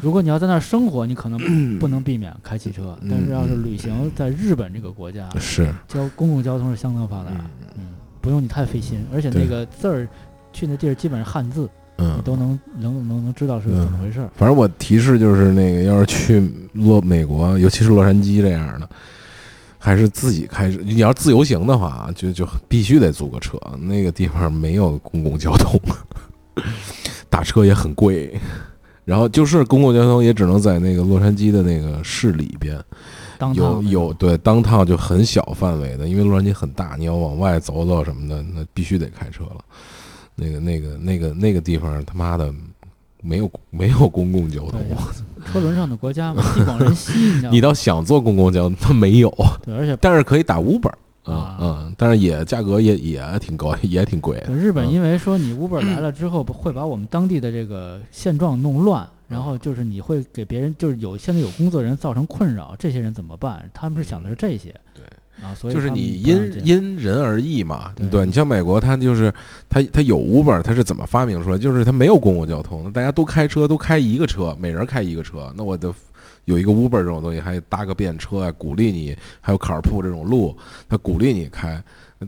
A: 如果你要在那儿生活，你可
J: <clears throat>
A: 能不能避免开汽车，
J: 嗯
A: 但是要是旅行，在日本这个国家
J: 嗯，，是，
A: 交公共交通是相当发达，
J: 嗯
A: 嗯，不用你太费心，而且
J: 对
A: 那个字儿。去那地儿基本上汉字，你
J: 嗯，
A: 都能能能能知道是怎么回事儿。
J: 反正我提示就是那个，要是去洛美国，尤其是洛杉矶这样的，还是自己开车。你要是自由行的话，就就必须得租个车，那个地方没有公共交通， <laughs> 打车也很贵。然后就是公共交通也只能在那个洛杉矶的那个市里边，
A: 当
J: 有
A: 趟
J: 有对当趟就很小范围的，因为洛杉矶很大，你要往外走走什么的，那必须得开车了。那个那个那个那个地方他妈的没有没有公共交通，啊
A: 车轮上的国家嘛，地广人稀，你知道吗？
J: 你倒想坐公共交通它没有，
A: 对，而且
J: 但是可以打 Uber 啊
A: 啊
J: 嗯，但是也价格也也挺高，也挺贵的。
A: 对日本
J: 嗯
A: 因为说你 Uber 来了之后，不会把我们当地的这个现状弄乱，然后就是你会给别人，就是有现在有工作人造成困扰，这些人怎么办？他们是想的是这些，对啊，所以
J: 就是
A: 他们
J: 你
A: 不让
J: 因
A: 进
J: 因人而异嘛，
A: 对
J: 对你像美国，它就是它它有 Uber，它是怎么发明出来？就是它没有公共交通，大家都开车，都开一个车，每人开一个车，那我的有一个 Uber 这种东西，还搭个便车啊，鼓励你，还有 carpool 这种路，它鼓励你开。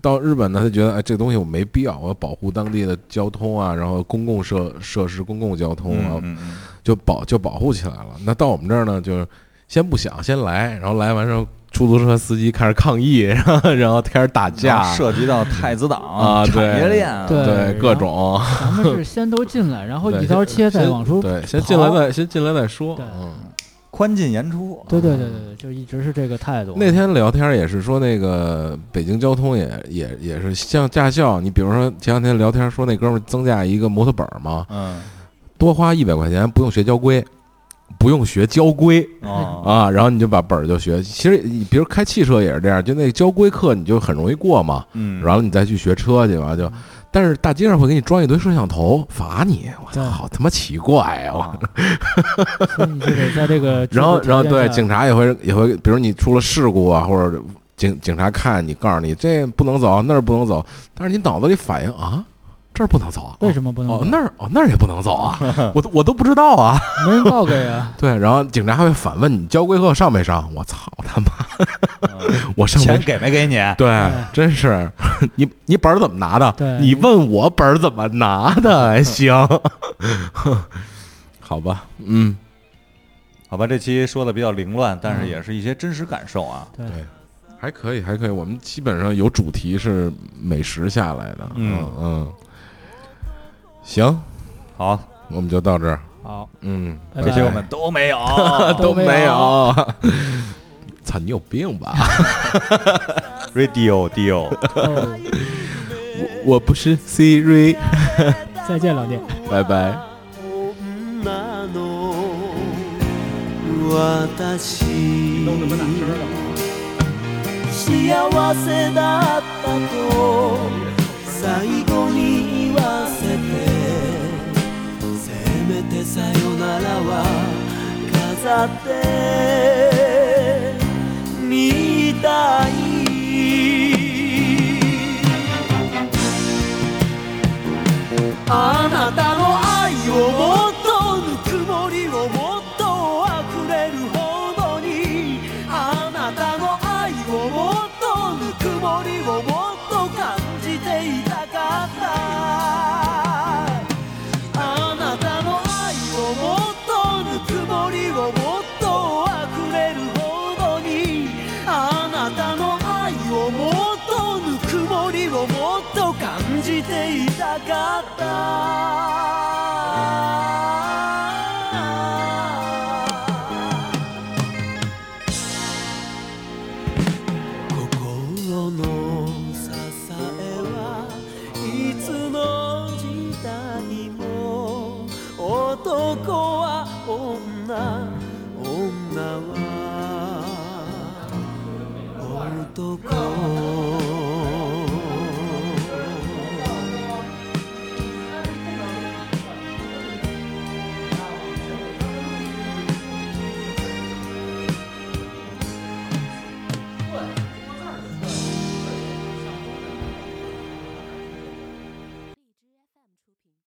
J: 到日本呢，他觉得哎，这东西我没必要，我要保护当地的交通啊，然后公共设设施、公共交通啊，
H: 嗯嗯
J: 就保就保护起来了。那到我们这儿呢，就是先不想，先来，然后来完之后，出租车司机开始抗议，然后然后开始打架
H: 然后涉及
J: <laughs>
H: 到太子党
J: 啊
H: 产
J: 对
H: 业链啊，
A: 对
J: 对
A: 然后
J: 各种，
A: 咱们是先都进来，然后
J: 对
A: 一刀切再
J: 先
A: 往出，
J: 对，先进来再先进来再说。
A: 对
J: 嗯，
H: 宽进严出，
A: 对对对对对，就一直是这个态度。
J: 那天聊天也是说，那个北京交通也也也是像驾校，你比如说前两天聊天说那哥们儿增加一个摩托本儿嘛，
H: 嗯
J: 多花一百块钱不用学交规，不用学交规。
H: 哦
J: 啊，然后你就把本儿就学。其实你比如开汽车也是这样，就那交规课你就很容易过嘛，
H: 嗯，
A: 嗯
J: 然后你再去学车去嘛，就但是大街上会给你装一堆摄像头罚你，我
A: 对
J: 操，好他妈奇怪呀、我
A: 啊，所以你就得在这个
J: <laughs> 然后，
A: 制度条
J: 然后
A: 件
J: 对
A: 下
J: 警察也会也会，比如你出了事故啊，或者警警察看你，告诉你这不能走，那儿不能走，但是你脑子里反应啊，这儿不能走啊，
A: 为什么不能
J: 哦
A: 走？
J: 那儿哦那儿也不能走啊，我都我都不知道啊。！
A: 没人报给啊
J: 对，然后警察还会反问你交规课上没上？我操他妈， <laughs> 我上没
H: 钱
J: 上？
H: 给没给你？
J: 对，真是 <laughs> 你你本儿怎么拿的？
A: 对
J: 你问我本儿怎么拿的？还行， <laughs> 好吧，嗯，
H: 好吧，这期说的比较凌乱，但
A: 嗯
H: 是也是一些真实感受啊。
A: 对，
J: 还可以，还可以。我们基本上有主题是美食下来的，
H: 嗯
J: 嗯，行，
H: 好，
J: 我们就到这儿，
A: 好，
J: 嗯，
A: 拜
H: 这
A: 拜
H: 些我们都
J: <laughs>
H: 没有，
J: 都
A: 没
J: 没
A: 有
J: 有， <laughs> 操，你有病吧？ <laughs>
H: radio deal。
A: 哦
J: 我我不是 Siri，
A: 再见，老聂。
J: 拜拜。
I: 女の私幸せだったと最後に言わせてせめてさよならは飾ってみたいあなたの愛をもっとぬくもりをもっと溢れるほどにあなたの愛をもっとぬくもりをもっと感じていたかったあなたの愛をもっとぬくもりをもっと溢れるほどにあなたの愛をもっとぬくもりをもっと感じていたかった心の支えはいつの時代も男は女女は男